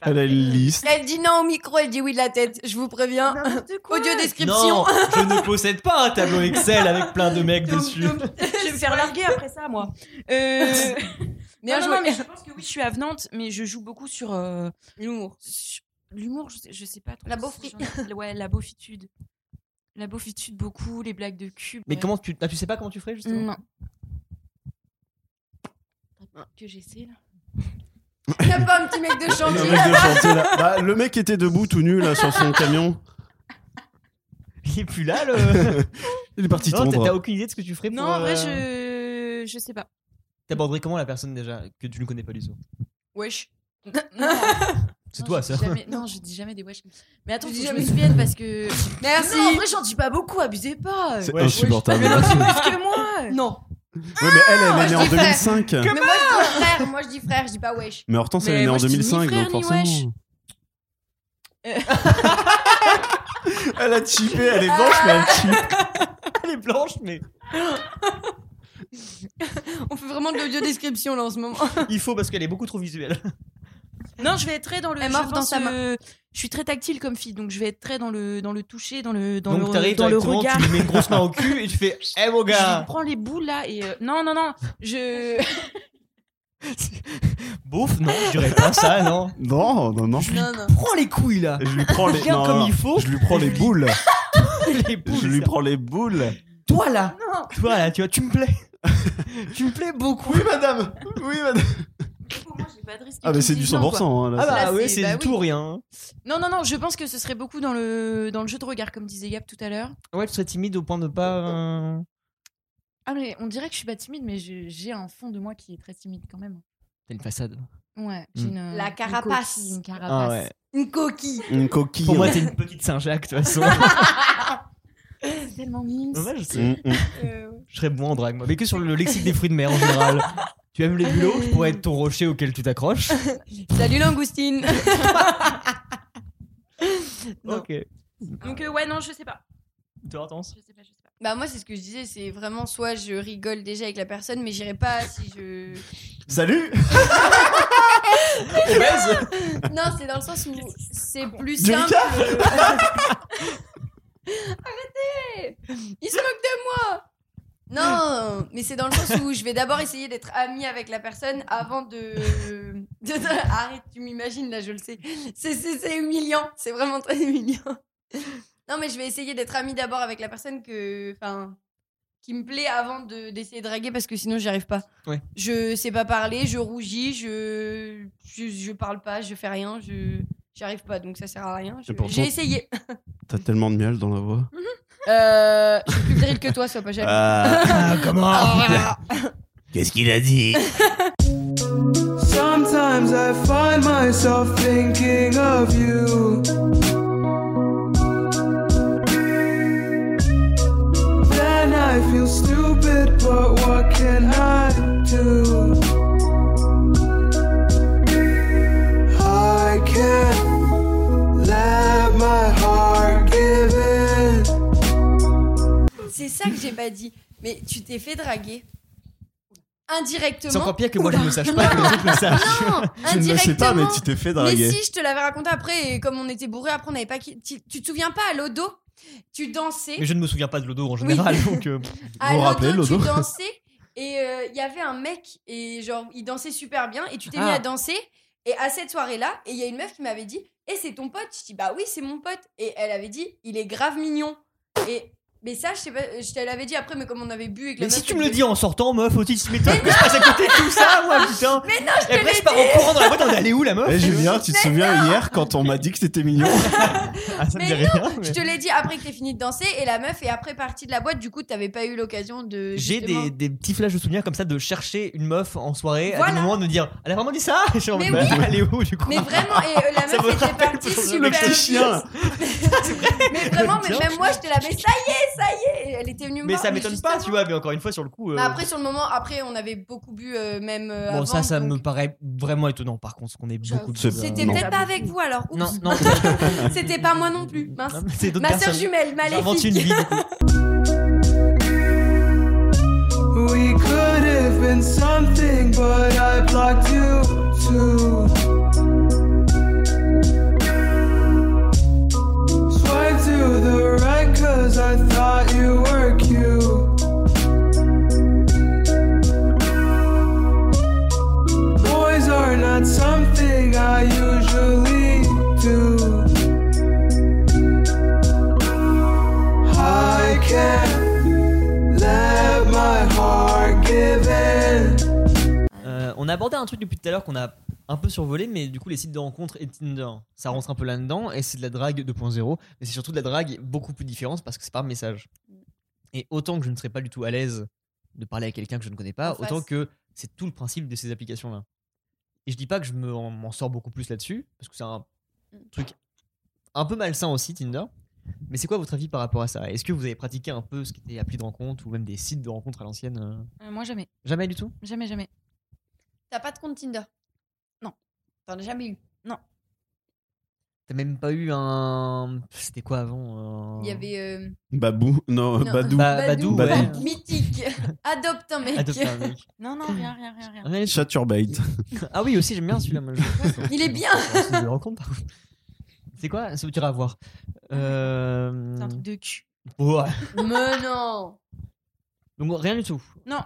[SPEAKER 5] Elle a une liste.
[SPEAKER 4] Elle dit non au micro, elle dit oui de la tête. Je vous préviens.
[SPEAKER 3] N'importe quoi.
[SPEAKER 4] Audio
[SPEAKER 2] Non,
[SPEAKER 4] description.
[SPEAKER 2] je ne possède pas un tableau Excel avec plein de mecs dessus.
[SPEAKER 3] Je vais me faire larguer après ça, moi. Euh...
[SPEAKER 4] Bien
[SPEAKER 3] non,
[SPEAKER 4] joué.
[SPEAKER 3] non, mais je pense que oui, je suis avenante, mais je joue beaucoup sur euh,
[SPEAKER 4] L'humour.
[SPEAKER 3] sur l'humour. Je, sais- je sais pas. trop
[SPEAKER 4] La
[SPEAKER 3] si
[SPEAKER 4] beaufrie.
[SPEAKER 3] j'en- Ouais, la beaufitude. La beaufitude beaucoup, les blagues de cul.
[SPEAKER 2] Mais
[SPEAKER 3] bref.
[SPEAKER 2] comment tu. Ah, tu sais pas comment tu ferais justement
[SPEAKER 3] Non. Que j'essaie là.
[SPEAKER 4] Il a pas un petit mec de
[SPEAKER 5] Le
[SPEAKER 4] chantier.
[SPEAKER 5] mec, de chantier, là. Bah, le mec était debout tout nu là sur son camion.
[SPEAKER 2] Il est plus là le.
[SPEAKER 5] Il est parti
[SPEAKER 2] non, t'as- t'as
[SPEAKER 5] tendre.
[SPEAKER 2] aucune idée de ce que tu ferais pour.
[SPEAKER 3] Non, en vrai,
[SPEAKER 2] euh,
[SPEAKER 3] je je sais pas.
[SPEAKER 2] T'aborderais comment la personne déjà que tu ne connais pas du tout
[SPEAKER 3] Wesh.
[SPEAKER 2] C'est toi ça.
[SPEAKER 3] Non, je dis jamais des wesh. Mais attends,
[SPEAKER 4] Tu
[SPEAKER 3] faut que
[SPEAKER 4] dis
[SPEAKER 3] je
[SPEAKER 4] jamais-
[SPEAKER 3] me souvienne parce que.
[SPEAKER 4] Merci.
[SPEAKER 3] Non, en vrai, j'en dis pas beaucoup. Abusez pas.
[SPEAKER 5] C'est
[SPEAKER 2] Ouais,
[SPEAKER 5] insupportable.
[SPEAKER 3] Mais
[SPEAKER 5] Ouais,
[SPEAKER 3] non, c'est plus que moi.
[SPEAKER 4] Non.
[SPEAKER 5] mais elle, elle est née en
[SPEAKER 4] je dis frère.
[SPEAKER 5] 2005.
[SPEAKER 4] mais moi je dis frère, moi je dis frère, je dis pas wesh.
[SPEAKER 5] Mais Hortense, elle
[SPEAKER 3] Mais
[SPEAKER 5] est née
[SPEAKER 3] moi,
[SPEAKER 5] en
[SPEAKER 3] je dis ni
[SPEAKER 5] 2005,
[SPEAKER 3] frère, ni
[SPEAKER 5] donc forcément. Elle a chipé, elle est blanche, mais elle chipe.
[SPEAKER 2] Elle est blanche, mais
[SPEAKER 4] On fait vraiment de l'audio description là en ce moment.
[SPEAKER 2] il faut parce qu'elle est beaucoup trop visuelle.
[SPEAKER 3] Non, je vais être très dans le.
[SPEAKER 4] Elle
[SPEAKER 3] je
[SPEAKER 4] morfe dans
[SPEAKER 3] pense,
[SPEAKER 4] sa main.
[SPEAKER 3] euh, je suis très tactile comme fille, donc je vais être très dans le dans le toucher, dans le dans
[SPEAKER 2] Donc
[SPEAKER 3] le
[SPEAKER 2] t'arrives
[SPEAKER 3] dans le
[SPEAKER 2] directement,
[SPEAKER 3] regard.
[SPEAKER 2] tu lui mets une grosse main au cul et tu fais Eh mon
[SPEAKER 3] Je lui
[SPEAKER 2] gars
[SPEAKER 3] prends les boules là et euh, non non non, je
[SPEAKER 2] Beauf Non, je dirais pas ça, non.
[SPEAKER 5] Non, non, non.
[SPEAKER 4] Non, non.
[SPEAKER 2] Prends les couilles là
[SPEAKER 5] Et Je lui prends les.
[SPEAKER 2] Regarde
[SPEAKER 5] non,
[SPEAKER 2] comme
[SPEAKER 5] non,
[SPEAKER 2] il faut.
[SPEAKER 5] Je lui prends les boules.
[SPEAKER 2] Les
[SPEAKER 5] Je
[SPEAKER 2] boules,
[SPEAKER 5] lui
[SPEAKER 2] ça.
[SPEAKER 5] prends les boules.
[SPEAKER 2] Toi là
[SPEAKER 4] Non.
[SPEAKER 2] Toi là, tu vois, tu me plais Tu me plais beaucoup
[SPEAKER 5] Oui, madame. Oui, madame.
[SPEAKER 3] Pour moi, j'ai pas de risque
[SPEAKER 5] Ah, mais
[SPEAKER 3] qu'il
[SPEAKER 5] c'est
[SPEAKER 3] me
[SPEAKER 5] du
[SPEAKER 3] dise non, quoi.
[SPEAKER 5] 100%. hein, là,
[SPEAKER 2] Ah bah
[SPEAKER 3] Là,
[SPEAKER 2] ouais,
[SPEAKER 3] c'est-
[SPEAKER 2] c'est
[SPEAKER 3] bah
[SPEAKER 2] du tout ou rien.
[SPEAKER 3] Non non non, je pense que ce serait beaucoup dans le dans le jeu de regard comme disait Gap tout à l'heure.
[SPEAKER 2] Ouais, tu serais timide au point de pas. euh,
[SPEAKER 3] Ah mais on dirait que je suis pas timide mais je- j'ai un fond de moi qui est très timide quand même.
[SPEAKER 2] T'as une façade.
[SPEAKER 5] Hmm.
[SPEAKER 3] Ouais, j'ai
[SPEAKER 2] Mm.
[SPEAKER 3] une euh,
[SPEAKER 4] La
[SPEAKER 3] une
[SPEAKER 4] carapace.
[SPEAKER 3] coquille, une
[SPEAKER 2] Ah
[SPEAKER 3] carapace.
[SPEAKER 2] ouais.
[SPEAKER 4] Une coquille.
[SPEAKER 5] c'est- Une coquille. hein.
[SPEAKER 2] Pour moi, t'es une petite Saint-Jacques, de toute façon.
[SPEAKER 3] C'est tellement mince.
[SPEAKER 2] Dommage, c'est-
[SPEAKER 5] Mm, mm.
[SPEAKER 4] Euh,
[SPEAKER 2] je serais bon en drague, moi. Mais que sur le lexique des fruits de mer en général. Tu aimes les bulots, je pourrais être ton rocher auquel tu t'accroches.
[SPEAKER 4] Salut langoustine. Non.
[SPEAKER 2] Ok.
[SPEAKER 3] Donc euh, ouais non, je sais pas.
[SPEAKER 2] Toi, Hortense
[SPEAKER 3] Je sais pas, je sais pas.
[SPEAKER 4] Bah moi c'est ce que je disais, c'est vraiment soit je rigole déjà avec la personne, mais j'irai pas si je.
[SPEAKER 5] Salut.
[SPEAKER 4] Non, c'est dans le sens où c'est plus
[SPEAKER 5] Jolika
[SPEAKER 4] simple. Arrêtez Il se moque de moi Non, mais c'est dans le sens où je vais d'abord essayer d'être amie avec la personne avant de... de- Arrête, tu m'imagines là, je le sais. C'est- C'est c'est humiliant, c'est vraiment très humiliant. Non, mais je vais essayer d'être amie d'abord avec la personne que... Enfin, qui me plaît avant de- d'essayer de, draguer parce que sinon j'y arrive pas.
[SPEAKER 2] Ouais.
[SPEAKER 4] Je sais pas parler, je rougis, je, je, je parle pas, je fais rien, je j'y arrive pas donc ça sert à rien. Je-
[SPEAKER 5] Et pourtant-
[SPEAKER 4] J'ai essayé.
[SPEAKER 5] T'as tellement de miel dans la voix.
[SPEAKER 4] Euh, je suis plus viril que toi, sois pas jaloux. Oh,
[SPEAKER 2] Ah, comment
[SPEAKER 5] Qu'est-ce qu'il a dit
[SPEAKER 6] Sometimes I find myself thinking of you. Then I feel stupid, but what can I do? I can't let my heart give in.
[SPEAKER 4] C'est ça que j'ai pas dit. Mais tu t'es fait draguer. Indirectement.
[SPEAKER 2] C'est encore pire que moi, je ne le sache pas, que les autres le sachent.
[SPEAKER 4] Non,
[SPEAKER 5] Je ne le
[SPEAKER 4] indirectement.
[SPEAKER 5] sais pas, mais tu t'es fait
[SPEAKER 4] Mais
[SPEAKER 5] draguer.
[SPEAKER 4] si, je te l'avais raconté après, et comme on était bourrés, après on n'avait pas. qui- Tu, tu te souviens pas à l'odo Tu dansais.
[SPEAKER 2] Mais je ne me souviens pas de Lodo en général, donc. euh, pff.
[SPEAKER 4] À
[SPEAKER 5] Vous vous rappelez,
[SPEAKER 4] l'odo, tu
[SPEAKER 5] l'odo
[SPEAKER 4] dansais. Et euh, il y avait un mec, et genre, il dansait super bien, et tu t'es mis
[SPEAKER 8] Ah.
[SPEAKER 4] à danser. Et à cette soirée-là, et il y a une meuf qui m'avait dit, et c'est ton pote Je dis, bah oui, c'est mon pote. Et elle avait dit, il est grave mignon. Et, mais ça, je sais pas, je te l'avais dit après, mais comme on avait bu et que la
[SPEAKER 2] Mais
[SPEAKER 4] meuf
[SPEAKER 2] si tu me
[SPEAKER 4] était-
[SPEAKER 2] le dis en sortant, meuf, faut-il se mettre que je passe à côté de tout ça, moi, putain
[SPEAKER 4] Mais non, je te
[SPEAKER 2] Et après,
[SPEAKER 4] l'ai
[SPEAKER 2] je pars en courant dans la boîte, on est allé où, la meuf
[SPEAKER 5] Eh Julien, tu te souviens hier quand on m'a dit que t'étais mignon
[SPEAKER 2] Ah, ça me
[SPEAKER 4] mais
[SPEAKER 2] dit rien, mais-
[SPEAKER 4] Je te l'ai dit après que t'es fini de danser et la meuf est après partie de la boîte. Du coup, t'avais pas eu l'occasion de.
[SPEAKER 2] J'ai
[SPEAKER 4] justement-
[SPEAKER 2] des, des petits flashs de souvenirs comme ça de chercher une meuf en soirée à des
[SPEAKER 4] Voilà.
[SPEAKER 2] moments de me dire elle a vraiment dit ça J'ai envie de
[SPEAKER 4] Mais
[SPEAKER 2] me
[SPEAKER 4] oui.
[SPEAKER 2] dire, elle est où du coup
[SPEAKER 4] Mais vraiment, et euh, la
[SPEAKER 2] Ça me
[SPEAKER 4] meuf était
[SPEAKER 2] rappelle
[SPEAKER 4] partie
[SPEAKER 2] pour
[SPEAKER 4] super
[SPEAKER 5] Le petit chien là.
[SPEAKER 4] vite. Mais vraiment, mais
[SPEAKER 2] Bien.
[SPEAKER 4] même moi, je te l'avais. Ça y est, ça y est. Et Elle était venue me
[SPEAKER 2] Mais
[SPEAKER 4] voir,
[SPEAKER 2] ça m'étonne
[SPEAKER 4] juste
[SPEAKER 2] pas,
[SPEAKER 4] avant.
[SPEAKER 2] tu vois, mais encore une fois sur le coup. euh,
[SPEAKER 4] Mais Bah, après, sur le moment, après, on avait beaucoup bu euh, même. euh,
[SPEAKER 2] bon, ça,
[SPEAKER 4] avant,
[SPEAKER 2] ça
[SPEAKER 4] donc-
[SPEAKER 2] me paraît vraiment étonnant par contre, qu'on ait beaucoup de
[SPEAKER 5] C'est-
[SPEAKER 4] C'était
[SPEAKER 5] Non.
[SPEAKER 4] peut-être pas avec vous alors. Oups.
[SPEAKER 2] Non, non,
[SPEAKER 4] C'était pas moi non plus. Mince.
[SPEAKER 2] non, mais c'est d'autres
[SPEAKER 4] Ma soeur
[SPEAKER 2] personnes.
[SPEAKER 4] jumelle,
[SPEAKER 2] J'invente une
[SPEAKER 4] maléfique.
[SPEAKER 2] vie. du coup.
[SPEAKER 6] We could have been something, but I blocked you too. Swipe to the right, cause I thought you were cute. Boys are not something I usually do. I can't let my heart give in.
[SPEAKER 2] Euh, on a abordé un truc depuis tout à l'heure qu'on a un peu survolé, mais du coup, les sites de rencontres et Tinder, ça rentre un peu là-dedans, et c'est de la drague 2.0, mais c'est surtout de la drague beaucoup plus différente parce que c'est par message. Et autant que je ne serais pas du tout à l'aise de parler à quelqu'un que je ne connais pas,
[SPEAKER 4] En face.
[SPEAKER 2] autant que c'est tout le principe de ces applications-là. Et je dis pas que je me- m'en sors beaucoup plus là-dessus, parce que c'est un
[SPEAKER 4] Mm.
[SPEAKER 2] truc un peu malsain aussi, Tinder. Mais c'est quoi votre avis par rapport à ça Est-ce que vous avez pratiqué un peu ce qui était appli de rencontre ou même des sites de rencontres à l'ancienne euh
[SPEAKER 3] Euh, moi, jamais.
[SPEAKER 2] Jamais du tout
[SPEAKER 3] Jamais, jamais.
[SPEAKER 4] T'as pas de compte Tinder Non. T'en as jamais eu.
[SPEAKER 2] T'as même pas eu un. C'était quoi avant euh,
[SPEAKER 4] Il y avait. euh,
[SPEAKER 5] Babou, non,
[SPEAKER 4] Non.
[SPEAKER 5] Badou.
[SPEAKER 2] Ba- Badou,
[SPEAKER 5] Badou.
[SPEAKER 2] ouais.
[SPEAKER 4] Mythique. Adopte un mec.
[SPEAKER 2] Adopte un mec.
[SPEAKER 3] Non, non, rien, rien, rien, rien.
[SPEAKER 2] On allait-
[SPEAKER 5] Chaturbate.
[SPEAKER 2] Ah oui, aussi, j'aime bien celui-là. moi, je-
[SPEAKER 4] Il est bien.
[SPEAKER 2] Je le rencontre, par contre. C'est quoi Ça vous dira à voir. Euh,
[SPEAKER 3] C'est un truc de cul.
[SPEAKER 2] ouais.
[SPEAKER 4] Mais Euh, non.
[SPEAKER 2] Donc rien du tout.
[SPEAKER 3] Non.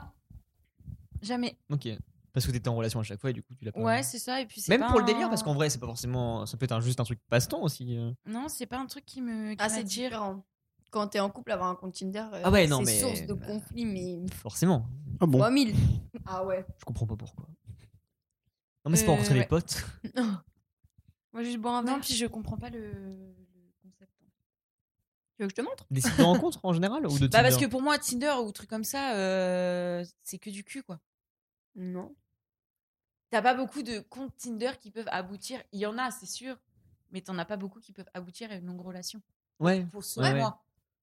[SPEAKER 3] Jamais.
[SPEAKER 2] Ok. Parce que t'étais en relation à chaque fois et du coup, tu l'as pas.
[SPEAKER 3] Ouais, c'est ça. Et puis, c'est
[SPEAKER 2] Euh, Même
[SPEAKER 3] pas
[SPEAKER 2] pour
[SPEAKER 3] un-
[SPEAKER 2] le délire, parce qu'en vrai, c'est pas forcément. Ça peut être un- juste un truc passe-temps aussi. euh.
[SPEAKER 3] Non, c'est pas un truc qui me.
[SPEAKER 4] Ah, c'est
[SPEAKER 3] dire.
[SPEAKER 4] différent. Quand t'es en couple, avoir un compte Tinder, euh,
[SPEAKER 2] Ah ouais, non,
[SPEAKER 4] c'est
[SPEAKER 2] mais-
[SPEAKER 4] source de conflit, mais
[SPEAKER 2] Forcément.
[SPEAKER 5] Ah bon
[SPEAKER 4] 3000. Ah ouais.
[SPEAKER 2] Je comprends pas pourquoi. Non, mais c'est pour
[SPEAKER 3] Euh,
[SPEAKER 2] rencontrer les
[SPEAKER 3] ouais.
[SPEAKER 2] potes.
[SPEAKER 4] Moi, juste boire un
[SPEAKER 3] Non, puis je comprends pas le, le concept.
[SPEAKER 4] Tu veux que je te montre
[SPEAKER 2] Des sites de rencontres en général ou de
[SPEAKER 3] Bah, parce que
[SPEAKER 2] Tinder
[SPEAKER 3] pour moi, Tinder ou truc comme ça, euh, c'est que du cul, quoi.
[SPEAKER 4] Non.
[SPEAKER 3] T'as pas beaucoup de comptes Tinder qui peuvent aboutir. Il y en a, c'est sûr, mais t'en as pas beaucoup qui peuvent aboutir à une longue relation.
[SPEAKER 2] Ouais.
[SPEAKER 3] Pour selon
[SPEAKER 2] ouais.
[SPEAKER 3] moi.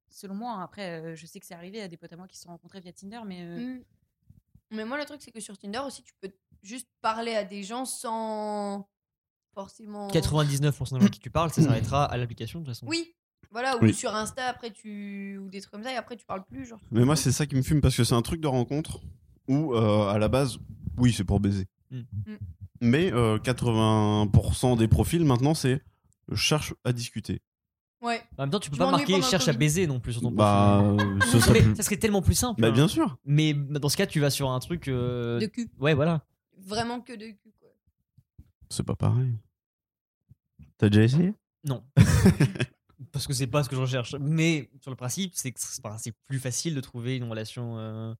[SPEAKER 3] Selon moi, hein. après, euh, je sais que c'est arrivé à des potes à moi qui se sont rencontrés via Tinder, mais euh,
[SPEAKER 4] Mm. Mais moi, le truc, c'est que sur Tinder aussi, tu peux juste parler à des gens sans forcément.
[SPEAKER 2] 99% des gens à qui tu parles, ça s'arrêtera à l'application de toute façon.
[SPEAKER 4] Oui. Voilà, ou
[SPEAKER 5] Oui.
[SPEAKER 4] sur Insta, après, tu. ou des trucs comme ça, et après, tu parles plus. Genre.
[SPEAKER 5] Mais moi, c'est ça qui me fume parce que c'est un truc de rencontre où, euh, à la base, oui, c'est pour baiser.
[SPEAKER 2] Mm.
[SPEAKER 3] Mm.
[SPEAKER 5] Mais euh, 80% des profils maintenant, c'est je cherche à discuter.
[SPEAKER 4] Ouais.
[SPEAKER 2] En même temps, tu peux
[SPEAKER 4] Je
[SPEAKER 2] pas
[SPEAKER 4] m'ennuie
[SPEAKER 2] marquer
[SPEAKER 4] pendant le
[SPEAKER 2] cherche à
[SPEAKER 4] Covid.
[SPEAKER 2] baiser non plus sur ton
[SPEAKER 5] Bah,
[SPEAKER 2] profil.
[SPEAKER 5] euh, ce
[SPEAKER 2] Mais-
[SPEAKER 5] serait plus.
[SPEAKER 2] Ça serait tellement plus simple.
[SPEAKER 5] Bah,
[SPEAKER 2] hein.
[SPEAKER 5] bien sûr.
[SPEAKER 2] Mais dans ce cas, tu vas sur un truc. euh,
[SPEAKER 4] De cul.
[SPEAKER 2] Ouais, voilà.
[SPEAKER 4] Vraiment que de cul, quoi.
[SPEAKER 5] C'est pas pareil. T'as déjà essayé
[SPEAKER 2] Non. Parce que c'est pas ce que je recherche. Mais sur le principe, c'est que c'est- enfin, c'est plus facile de trouver une relation euh,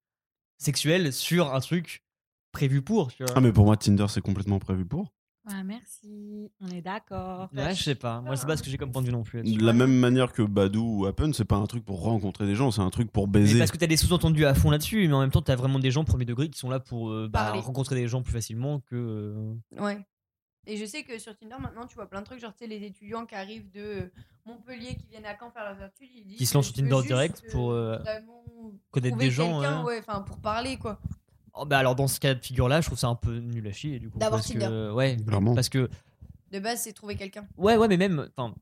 [SPEAKER 2] sexuelle sur un truc prévu pour. Tu vois.
[SPEAKER 5] Ah, mais pour moi, Tinder, c'est complètement prévu pour.
[SPEAKER 3] ouais, merci, on est d'accord.
[SPEAKER 2] Ouais, je sais pas. Moi, je sais pas ce que j'ai comme point de vue non plus. là-dessus.
[SPEAKER 5] De la même manière que Badou ou Happen, c'est pas un truc pour rencontrer des gens, c'est un truc pour
[SPEAKER 2] Mais
[SPEAKER 5] baiser.
[SPEAKER 2] parce que t'as des sous-entendus à fond là-dessus, mais en même temps, t'as vraiment des gens premier degré qui sont là pour euh, bah,
[SPEAKER 4] Parler.
[SPEAKER 2] rencontrer des gens plus facilement que. euh,
[SPEAKER 4] Ouais. Et je sais que sur Tinder, maintenant, tu vois plein de trucs. Genre, tu sais, les étudiants qui arrivent de Montpellier, qui viennent à Caen faire leurs études, ils disent.
[SPEAKER 2] Qui se lancent sur
[SPEAKER 4] je veux
[SPEAKER 2] Tinder
[SPEAKER 4] juste,
[SPEAKER 2] direct
[SPEAKER 4] euh,
[SPEAKER 2] pour, euh,
[SPEAKER 4] vraiment
[SPEAKER 2] connaître
[SPEAKER 4] trouver
[SPEAKER 2] des gens,
[SPEAKER 4] quelqu'un,
[SPEAKER 2] hein.
[SPEAKER 4] ouais, enfin, pour parler, quoi.
[SPEAKER 2] Oh, bah alors dans ce cas de figure-là, je trouve ça un peu nul à chier du coup.
[SPEAKER 4] D'avoir
[SPEAKER 2] parce
[SPEAKER 4] Tinder.
[SPEAKER 2] que, ouais,
[SPEAKER 5] Clairement.
[SPEAKER 2] parce que
[SPEAKER 4] De base, c'est trouver quelqu'un.
[SPEAKER 2] ouais, ouais, mais même, enfin,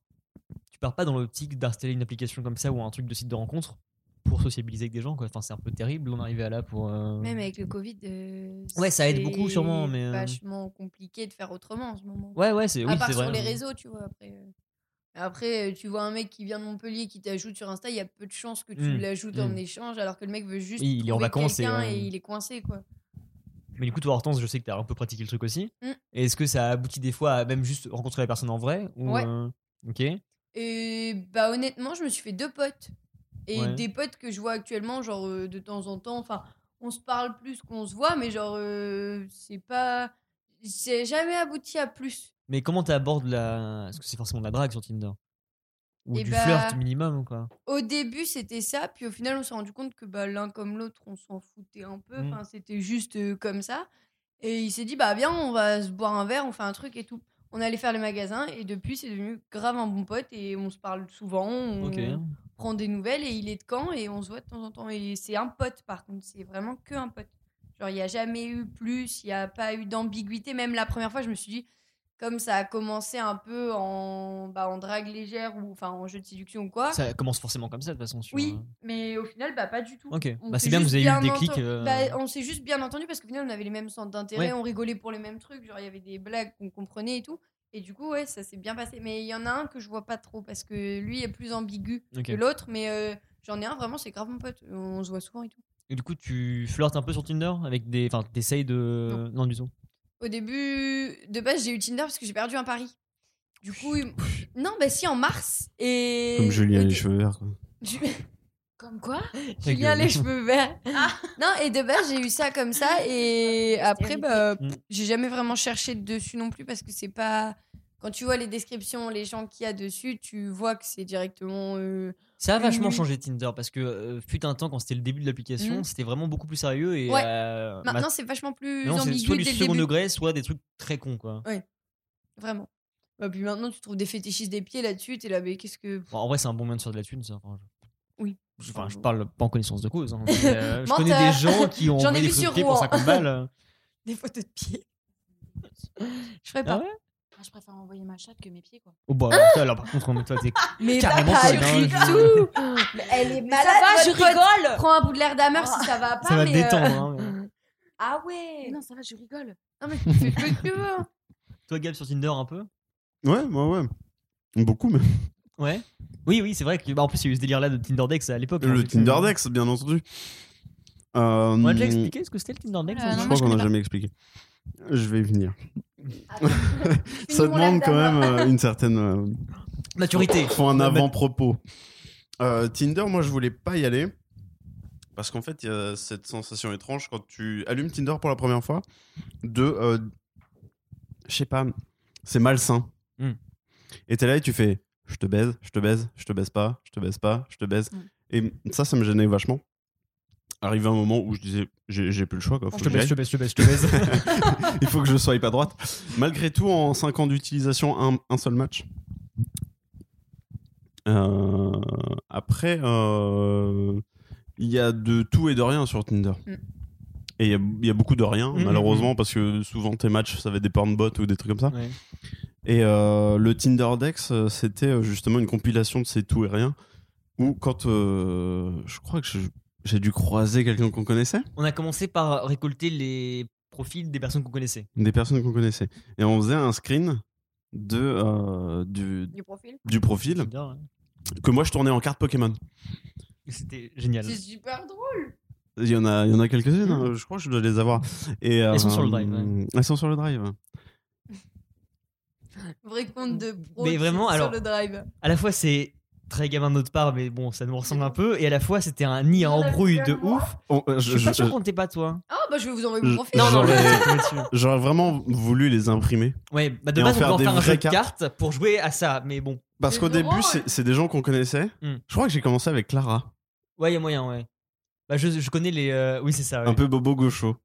[SPEAKER 2] tu pars pas dans l'optique d'installer une application comme ça ou un truc de site de rencontre pour sociabiliser avec des gens quoi. Enfin, c'est un peu terrible d'en arriver à là pour. euh,
[SPEAKER 4] Même avec le Covid. euh,
[SPEAKER 2] Ouais, ça aide
[SPEAKER 4] c'est
[SPEAKER 2] beaucoup, sûrement, mais, euh,
[SPEAKER 4] Vachement compliqué de faire autrement en ce moment.
[SPEAKER 2] Ouais, ouais, c'est oui,
[SPEAKER 4] à part
[SPEAKER 2] c'est
[SPEAKER 4] sur
[SPEAKER 2] vrai.
[SPEAKER 4] les réseaux, tu vois. Après, euh. Après, euh, tu vois un mec qui vient de Montpellier qui t'ajoute sur Insta, il y a peu de chances que tu
[SPEAKER 2] Mm.
[SPEAKER 4] l'ajoutes en
[SPEAKER 2] Mm.
[SPEAKER 4] échange, alors que le mec veut juste.
[SPEAKER 2] Oui, il est en
[SPEAKER 4] trouver
[SPEAKER 2] vacances et,
[SPEAKER 4] quelqu'un
[SPEAKER 2] euh,
[SPEAKER 4] et il est coincé, quoi.
[SPEAKER 2] Mais du coup, toi, Hortense, je sais que t'as un peu pratiqué le truc aussi.
[SPEAKER 4] Mm.
[SPEAKER 2] Et Est-ce que ça aboutit des fois à même juste rencontrer la personne en vrai ou,
[SPEAKER 4] Ouais.
[SPEAKER 2] euh, Ok.
[SPEAKER 4] Et bah honnêtement, je me suis fait deux potes. Et
[SPEAKER 2] Ouais.
[SPEAKER 4] des potes que je vois actuellement, genre euh, de temps en temps, enfin, on se parle plus qu'on se voit, mais genre, euh, c'est pas. J'ai jamais abouti à plus.
[SPEAKER 2] Mais comment t'abordes la. Parce que c'est forcément de la drague sur Tinder. Ou
[SPEAKER 4] Eh
[SPEAKER 2] du
[SPEAKER 4] bah-
[SPEAKER 2] flirt minimum, quoi.
[SPEAKER 4] Au début, c'était ça, puis au final, on s'est rendu compte que bah, l'un comme l'autre, on s'en foutait un peu,
[SPEAKER 2] Mm.
[SPEAKER 4] enfin, c'était juste euh, comme ça. Et il s'est dit, bah viens, on va se boire un verre, on fait un truc et tout. On allait faire les magasins, et depuis, c'est devenu grave un bon pote, et on se parle souvent. on-
[SPEAKER 2] Ok.
[SPEAKER 4] prend des nouvelles et il est de Caen et on se voit de temps en temps. Et c'est un pote par contre, c'est vraiment que un pote. Genre il n'y a jamais eu plus, il n'y a pas eu d'ambiguïté. Même la première fois, je me suis dit, comme ça a commencé un peu en, bah, en drague légère ou enfin en jeu de séduction ou quoi.
[SPEAKER 2] Ça commence forcément comme ça, de toute façon. sur,
[SPEAKER 4] Oui,
[SPEAKER 2] euh,
[SPEAKER 4] mais au final, bah pas du tout.
[SPEAKER 2] Ok.
[SPEAKER 4] On
[SPEAKER 2] Bah, c'est
[SPEAKER 4] s'est
[SPEAKER 2] bien que
[SPEAKER 4] juste
[SPEAKER 2] vous avez eu le déclic.
[SPEAKER 4] entendu-
[SPEAKER 2] euh,
[SPEAKER 4] bah, on s'est juste bien entendu parce qu'au final, on avait les mêmes centres d'intérêt,
[SPEAKER 2] Ouais.
[SPEAKER 4] on rigolait pour les mêmes trucs, genre il y avait des blagues qu'on comprenait et tout. Et du coup, ouais, ça s'est bien passé. Mais il y en a un que je vois pas trop parce que lui est plus ambigu
[SPEAKER 2] ok.
[SPEAKER 4] que l'autre, mais euh, j'en ai un vraiment, c'est grave mon pote. On se voit souvent et tout.
[SPEAKER 2] Et du coup, tu flirtes un peu sur Tinder avec des. Enfin, t'essayes de. Non. du tout.
[SPEAKER 4] Au début, de base, j'ai eu Tinder parce que j'ai perdu un pari. Du coup, il- non, bah si, en mars. Et...
[SPEAKER 5] Comme Julien
[SPEAKER 4] et-
[SPEAKER 5] les cheveux verts.
[SPEAKER 4] Ju-
[SPEAKER 3] Comme quoi
[SPEAKER 4] Julien
[SPEAKER 2] gueule.
[SPEAKER 4] les cheveux verts. Non, et de base, j'ai eu ça comme ça. Et après, bah,
[SPEAKER 2] Mm.
[SPEAKER 4] j'ai jamais vraiment cherché dessus non plus parce que c'est pas. Quand tu vois les descriptions, les gens qu'il y a dessus, tu vois que c'est directement. euh,
[SPEAKER 2] Ça a vachement
[SPEAKER 4] Oui.
[SPEAKER 2] changé Tinder parce que euh, fut un temps quand c'était le début de l'application,
[SPEAKER 4] Mhm.
[SPEAKER 2] c'était vraiment beaucoup plus sérieux et
[SPEAKER 4] Ouais.
[SPEAKER 2] euh,
[SPEAKER 4] Maintenant, c'est vachement plus
[SPEAKER 2] maintenant, c'est
[SPEAKER 4] ambigu
[SPEAKER 2] soit du
[SPEAKER 4] dès le
[SPEAKER 2] second
[SPEAKER 4] début.
[SPEAKER 2] degré, soit des trucs très cons quoi.
[SPEAKER 4] Vraiment. Bah, puis maintenant, tu trouves des fétichistes des pieds là-dessus, t'es là, mais qu'est-ce que.
[SPEAKER 2] Bon, en vrai, c'est un bon moyen de faire de la thune, ça. Enfin, je...
[SPEAKER 4] Oui.
[SPEAKER 2] Je- Enfin, je parle pas en connaissance de cause. hein, mais, euh, je
[SPEAKER 4] Menteur.
[SPEAKER 2] connais des gens qui ont
[SPEAKER 4] J'en ai
[SPEAKER 2] envoyé
[SPEAKER 4] vu
[SPEAKER 2] des photos
[SPEAKER 4] sur
[SPEAKER 2] de pieds pour
[SPEAKER 4] Rouen.
[SPEAKER 2] 50 balles.
[SPEAKER 4] Des photos de pieds. Je ferais
[SPEAKER 2] Ah
[SPEAKER 4] pas.
[SPEAKER 2] ouais
[SPEAKER 3] Ah, Je préfère envoyer ma chatte que mes pieds, quoi.
[SPEAKER 2] Oh bah, putain, alors par contre, on toi, t'es
[SPEAKER 4] mais
[SPEAKER 2] Carrément,
[SPEAKER 3] Ah,
[SPEAKER 4] pas
[SPEAKER 2] quoi,
[SPEAKER 4] du
[SPEAKER 2] non,
[SPEAKER 4] tout. Mais Elle est
[SPEAKER 3] Ça
[SPEAKER 4] malade.
[SPEAKER 3] va, je
[SPEAKER 4] votre pote.
[SPEAKER 3] rigole
[SPEAKER 4] Prends un bout de l'air d'amer si ça va pas.
[SPEAKER 2] ça va
[SPEAKER 4] mais, euh,
[SPEAKER 2] détendre. hein, mais-
[SPEAKER 4] Ah ouais.
[SPEAKER 3] Non, ça va, je rigole.
[SPEAKER 4] Non, mais tu fais ce que tu veux.
[SPEAKER 2] Toi, Gab, sur Tinder, un peu
[SPEAKER 5] Ouais, ouais, ouais. Beaucoup, mais.
[SPEAKER 2] Ouais. Oui, oui, c'est vrai que. bah, en plus, il y a eu ce délire-là de Tinder Dex à l'époque. hein,
[SPEAKER 5] Le
[SPEAKER 2] vu que c'est-
[SPEAKER 5] Tinder Dex, bien entendu. Euh,
[SPEAKER 2] On a déjà expliqué ce que c'était le Tinder Dex
[SPEAKER 3] Voilà,
[SPEAKER 2] hein,
[SPEAKER 5] Je
[SPEAKER 3] non,
[SPEAKER 5] crois
[SPEAKER 3] je
[SPEAKER 5] qu'on
[SPEAKER 3] connais pas. Ah, bah,
[SPEAKER 5] n'a jamais expliqué. Je vais y venir.
[SPEAKER 4] Finis
[SPEAKER 5] Ça
[SPEAKER 4] mon
[SPEAKER 5] demande
[SPEAKER 4] lac
[SPEAKER 5] quand
[SPEAKER 4] d'amour.
[SPEAKER 5] même euh, une certaine. euh,
[SPEAKER 2] Maturité.
[SPEAKER 5] Faut un avant-propos. Euh, Tinder, moi, je voulais pas y aller. Parce qu'en fait, il y a cette sensation étrange quand tu allumes Tinder pour la première fois de. euh, je sais pas, c'est malsain.
[SPEAKER 2] Hmm.
[SPEAKER 5] Et t'es là et tu fais je te baise, je te baise, je te baise pas, je te baise pas, je te baise.
[SPEAKER 3] Hmm.
[SPEAKER 5] Et ça, ça me gênait vachement. Arrivé un moment où je disais j'ai j'ai plus le choix, quoi. faut
[SPEAKER 2] Je te
[SPEAKER 5] que j'y
[SPEAKER 2] baisse,
[SPEAKER 5] aille
[SPEAKER 2] je te baisse, je te baisse, je te baisse.
[SPEAKER 5] il faut que je sois pas droite. Malgré tout, en 5 ans d'utilisation, un, un seul match. Euh, après, euh, il y a de tout et de rien sur Tinder.
[SPEAKER 4] Mm.
[SPEAKER 5] Et il y a- il y, a beaucoup de rien,
[SPEAKER 2] Mm,
[SPEAKER 5] malheureusement, parce que souvent tes matchs, ça va être des pornbots ou des trucs comme ça.
[SPEAKER 2] Ouais.
[SPEAKER 5] Et euh, le Tinder Dex, euh, c'était euh, justement une compilation de ces tout et rien. Où quand euh, je crois que je- j'ai dû croiser quelqu'un qu'on connaissait,
[SPEAKER 2] On a commencé par récolter les profils des personnes qu'on connaissait.
[SPEAKER 5] des personnes qu'on connaissait, et on faisait un screen de euh, du,
[SPEAKER 4] Du profil.
[SPEAKER 5] du profil
[SPEAKER 2] Tinder, hein.
[SPEAKER 5] que moi je tournais en carte Pokémon.
[SPEAKER 2] Et C'était génial.
[SPEAKER 4] C'est super drôle.
[SPEAKER 5] Il y en a, il y en a quelques-unes. hein, je crois que je dois les avoir. Et, euh,
[SPEAKER 2] sont sur le drive, ouais.
[SPEAKER 5] Elles sont sur le drive.
[SPEAKER 4] Vrai compte de pro.
[SPEAKER 2] Mais
[SPEAKER 4] qui
[SPEAKER 2] vraiment,
[SPEAKER 4] est
[SPEAKER 2] alors-
[SPEAKER 4] Sur le drive.
[SPEAKER 2] À la fois, c'est très gamin de notre part, mais bon, ça nous ressemble un peu. Et à la fois, c'était un nid à embrouille de ouf.
[SPEAKER 5] On- euh,
[SPEAKER 2] Je suis pas sûr qu'on t'ait pas, toi. hein. euh,
[SPEAKER 4] Ah bah je vais vous envoyer
[SPEAKER 5] je-
[SPEAKER 4] mon profil.
[SPEAKER 5] Non, non,
[SPEAKER 2] J'aurais-
[SPEAKER 5] mais-
[SPEAKER 2] j'aurais dessus.
[SPEAKER 5] J'aurais vraiment voulu les imprimer.
[SPEAKER 2] Ouais, bah de
[SPEAKER 5] Et en
[SPEAKER 2] base, on
[SPEAKER 5] faire
[SPEAKER 2] va en
[SPEAKER 5] des
[SPEAKER 2] faire un jeu
[SPEAKER 5] vraies
[SPEAKER 2] de cartes pour jouer à ça, mais bon.
[SPEAKER 5] Parce
[SPEAKER 4] C'est
[SPEAKER 5] qu'au début,
[SPEAKER 4] drôle.
[SPEAKER 5] c'est c'est des gens qu'on connaissait.
[SPEAKER 2] Hmm.
[SPEAKER 5] Je crois que j'ai commencé avec Clara,
[SPEAKER 2] Ouais, il y a moyen, ouais. Bah, je, je connais les. euh, Oui, c'est ça. ouais.
[SPEAKER 5] un peu bobo gaucho.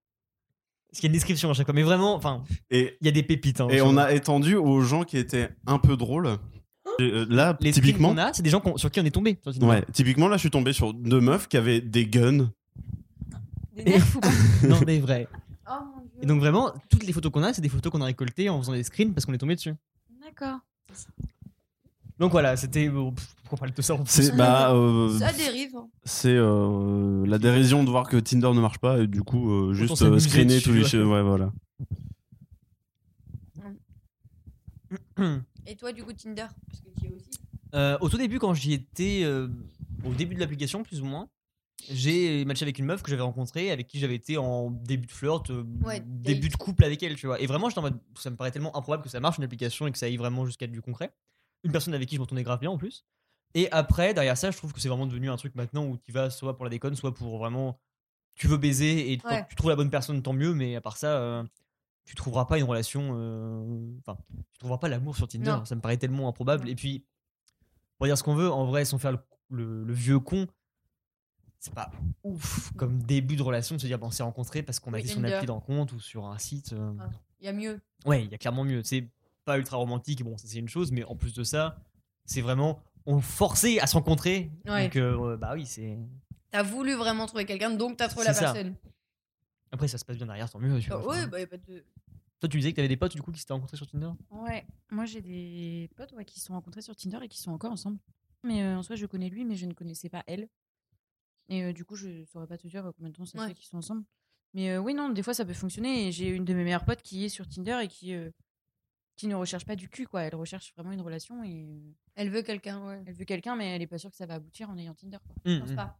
[SPEAKER 2] Parce qu'il y a une description à chaque fois. Mais vraiment, enfin,
[SPEAKER 5] Et,
[SPEAKER 2] il y a des pépites. hein,
[SPEAKER 5] et
[SPEAKER 2] sur-
[SPEAKER 5] on a étendu aux gens qui étaient un peu drôles. Et, euh, là,
[SPEAKER 2] Oh. Les screens
[SPEAKER 5] typiquement,
[SPEAKER 2] qu'on a, c'est des gens qu'on- sur qui on est tombé. sur Tinder.
[SPEAKER 5] ouais, typiquement, là, je suis tombé sur deux meufs qui avaient des guns.
[SPEAKER 4] Des nerfs ou pas
[SPEAKER 2] Non, mais vrai.
[SPEAKER 4] Oh mon dieu.
[SPEAKER 2] Et donc, vraiment, toutes les photos qu'on a, c'est des photos qu'on a récoltées en faisant des screens parce qu'on est tombé dessus.
[SPEAKER 3] D'accord.
[SPEAKER 2] Donc voilà, c'était. bon, pff, Pourquoi on parle de ça en plus
[SPEAKER 5] C'est bah, euh,
[SPEAKER 4] Ça dérive. hein.
[SPEAKER 5] c'est euh, la dérision de voir que Tinder ne marche pas et du coup euh, juste euh,
[SPEAKER 2] s'amuser
[SPEAKER 5] screener
[SPEAKER 2] dessus,
[SPEAKER 5] tous les
[SPEAKER 2] ouais.
[SPEAKER 5] chiens. Ouais, voilà.
[SPEAKER 4] Et toi du coup Tinder Parce que tu y es aussi.
[SPEAKER 2] Euh, au tout début, quand j'y étais, euh, au début de l'application, plus ou moins, j'ai matché avec une meuf que j'avais rencontrée, avec qui j'avais été en début de flirt, euh,
[SPEAKER 4] Ouais,
[SPEAKER 2] début de couple avec elle, tu vois. Et vraiment, j'étais en mode, ça me paraît tellement improbable que ça marche une application et que ça aille vraiment jusqu'à du concret. Une personne avec qui je m'entendais grave bien en plus. Et après, derrière ça, je trouve que c'est vraiment devenu un truc maintenant où tu vas soit pour la déconne, soit pour vraiment. Tu veux baiser et quand
[SPEAKER 4] Ouais.
[SPEAKER 2] tu trouves la bonne personne, tant mieux, mais à part ça, euh, tu trouveras pas une relation. euh, Enfin, tu trouveras pas l'amour sur Tinder. hein,
[SPEAKER 4] Non.
[SPEAKER 2] Ça me paraît tellement improbable.
[SPEAKER 4] Non.
[SPEAKER 2] Et puis, pour dire ce qu'on veut, en vrai, sans faire le, le- le vieux con, c'est pas ouf comme début de relation de se dire, bon, on s'est rencontrés parce qu'on a
[SPEAKER 4] Oui,
[SPEAKER 2] été sur une
[SPEAKER 4] Tinder.
[SPEAKER 2] appli de rencontre ou sur un site. euh,
[SPEAKER 4] Ah. Il y a mieux.
[SPEAKER 2] Ouais, il y a clairement mieux. C'est pas ultra romantique, bon, ça c'est une chose, mais en plus de ça, c'est vraiment on forçait à se rencontrer.
[SPEAKER 4] Ouais.
[SPEAKER 2] Donc euh, bah oui, c'est
[SPEAKER 4] T'as voulu vraiment trouver quelqu'un, donc t'as trouvé la
[SPEAKER 2] C'est ça.
[SPEAKER 4] personne.
[SPEAKER 2] après ça se passe bien derrière, tant mieux. tu
[SPEAKER 4] Ah,
[SPEAKER 2] vois.
[SPEAKER 4] ouais,
[SPEAKER 2] Enfin,
[SPEAKER 4] bah y a pas de.
[SPEAKER 2] Toi, tu disais que t'avais des potes du coup qui s'étaient rencontrés sur Tinder.
[SPEAKER 3] Ouais, moi j'ai des potes ouais, qui se sont rencontrés sur Tinder et qui sont encore ensemble. Mais euh, en soi, je connais lui, mais je ne connaissais pas elle. Et euh, du coup, je saurais pas te dire euh, combien de temps ça
[SPEAKER 4] Ouais.
[SPEAKER 3] fait qu'ils sont ensemble. Mais euh, oui, non, des fois ça peut fonctionner. Et J'ai une de mes meilleures potes qui est sur Tinder et qui, euh, qui ne recherche pas du cul, quoi. Elle recherche vraiment une relation et euh,
[SPEAKER 4] Elle veut quelqu'un, ouais.
[SPEAKER 3] elle veut quelqu'un, mais elle est pas sûre que ça va aboutir en ayant Tinder. Quoi.
[SPEAKER 2] Hum,
[SPEAKER 4] Je pense
[SPEAKER 2] hum.
[SPEAKER 4] pas.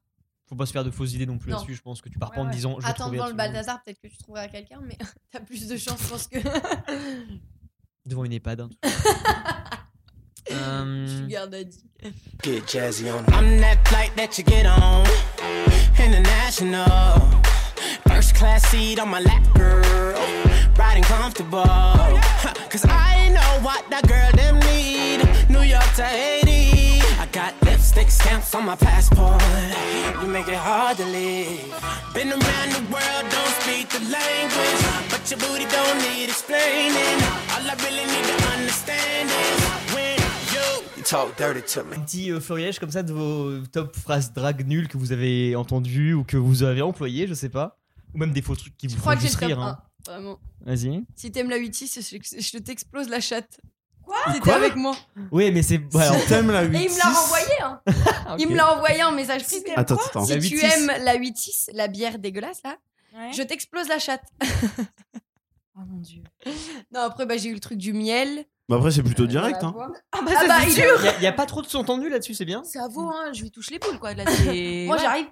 [SPEAKER 2] Faut pas se faire de fausses idées non plus
[SPEAKER 4] Non.
[SPEAKER 2] là-dessus. Je pense que tu pars
[SPEAKER 3] Ouais,
[SPEAKER 2] pas en
[SPEAKER 3] ouais.
[SPEAKER 2] disant. Je vais
[SPEAKER 4] Attends
[SPEAKER 2] trouver
[SPEAKER 4] devant le
[SPEAKER 2] absolument-
[SPEAKER 4] Balthazar, peut-être que tu trouveras quelqu'un, mais t'as plus de chance, je pense que.
[SPEAKER 2] Mm. devant une EHPAD. hein.
[SPEAKER 4] Je suis
[SPEAKER 2] Euh,
[SPEAKER 4] garde à dit.
[SPEAKER 6] Get jazzy on
[SPEAKER 1] I'm that flight that you get on, international. First class seat on my lap, girl. Riding comfortable. Huh, Cause I know what that girl them need. New York to Haiti. I got lipstick stamps on my passport. You make it hard to leave. Been around the world, don't speak the language. But your booty don't need explaining. All I really need to understand is when you talk dirty to me.
[SPEAKER 2] un petit euh, florilège comme ça de vos top phrases drague nulles que vous avez entendues ou que vous avez employées, je sais pas. Ou même des faux trucs qui
[SPEAKER 4] Je
[SPEAKER 2] vous
[SPEAKER 4] crois
[SPEAKER 2] font
[SPEAKER 4] que j'ai
[SPEAKER 2] juste
[SPEAKER 4] le top
[SPEAKER 2] rire. hein.
[SPEAKER 4] 1. Vraiment.
[SPEAKER 2] Vas-y.
[SPEAKER 4] Si t'aimes la 8 c'est que je t'explose la chatte. Quoi C'était
[SPEAKER 5] Quoi
[SPEAKER 4] avec moi.
[SPEAKER 2] Oui, mais c'est. ouais, alors-
[SPEAKER 5] Si t'aimes la
[SPEAKER 4] Et
[SPEAKER 5] 8
[SPEAKER 4] il me l'a renvoyé, hein.
[SPEAKER 2] Ah,
[SPEAKER 4] Il
[SPEAKER 2] ok.
[SPEAKER 4] me l'a envoyé en message privé.
[SPEAKER 5] Attends, attends.
[SPEAKER 4] Si
[SPEAKER 2] La
[SPEAKER 4] tu
[SPEAKER 2] 8-6.
[SPEAKER 4] aimes la 8-6, la bière dégueulasse là, je
[SPEAKER 3] Je-
[SPEAKER 4] t'explose la chatte.
[SPEAKER 3] Oh mon dieu.
[SPEAKER 4] Non, après bah, j'ai eu le truc du miel.
[SPEAKER 5] Bah après, c'est plutôt direct. Hein.
[SPEAKER 4] Ah bah, il est-
[SPEAKER 2] Il n'y a, pas trop de sous-entendu là-dessus, c'est bien.
[SPEAKER 3] Ça vaut, hein, je lui touche les boules, quoi. Là, c'est-
[SPEAKER 4] Moi
[SPEAKER 3] Ouais.
[SPEAKER 4] j'arrive,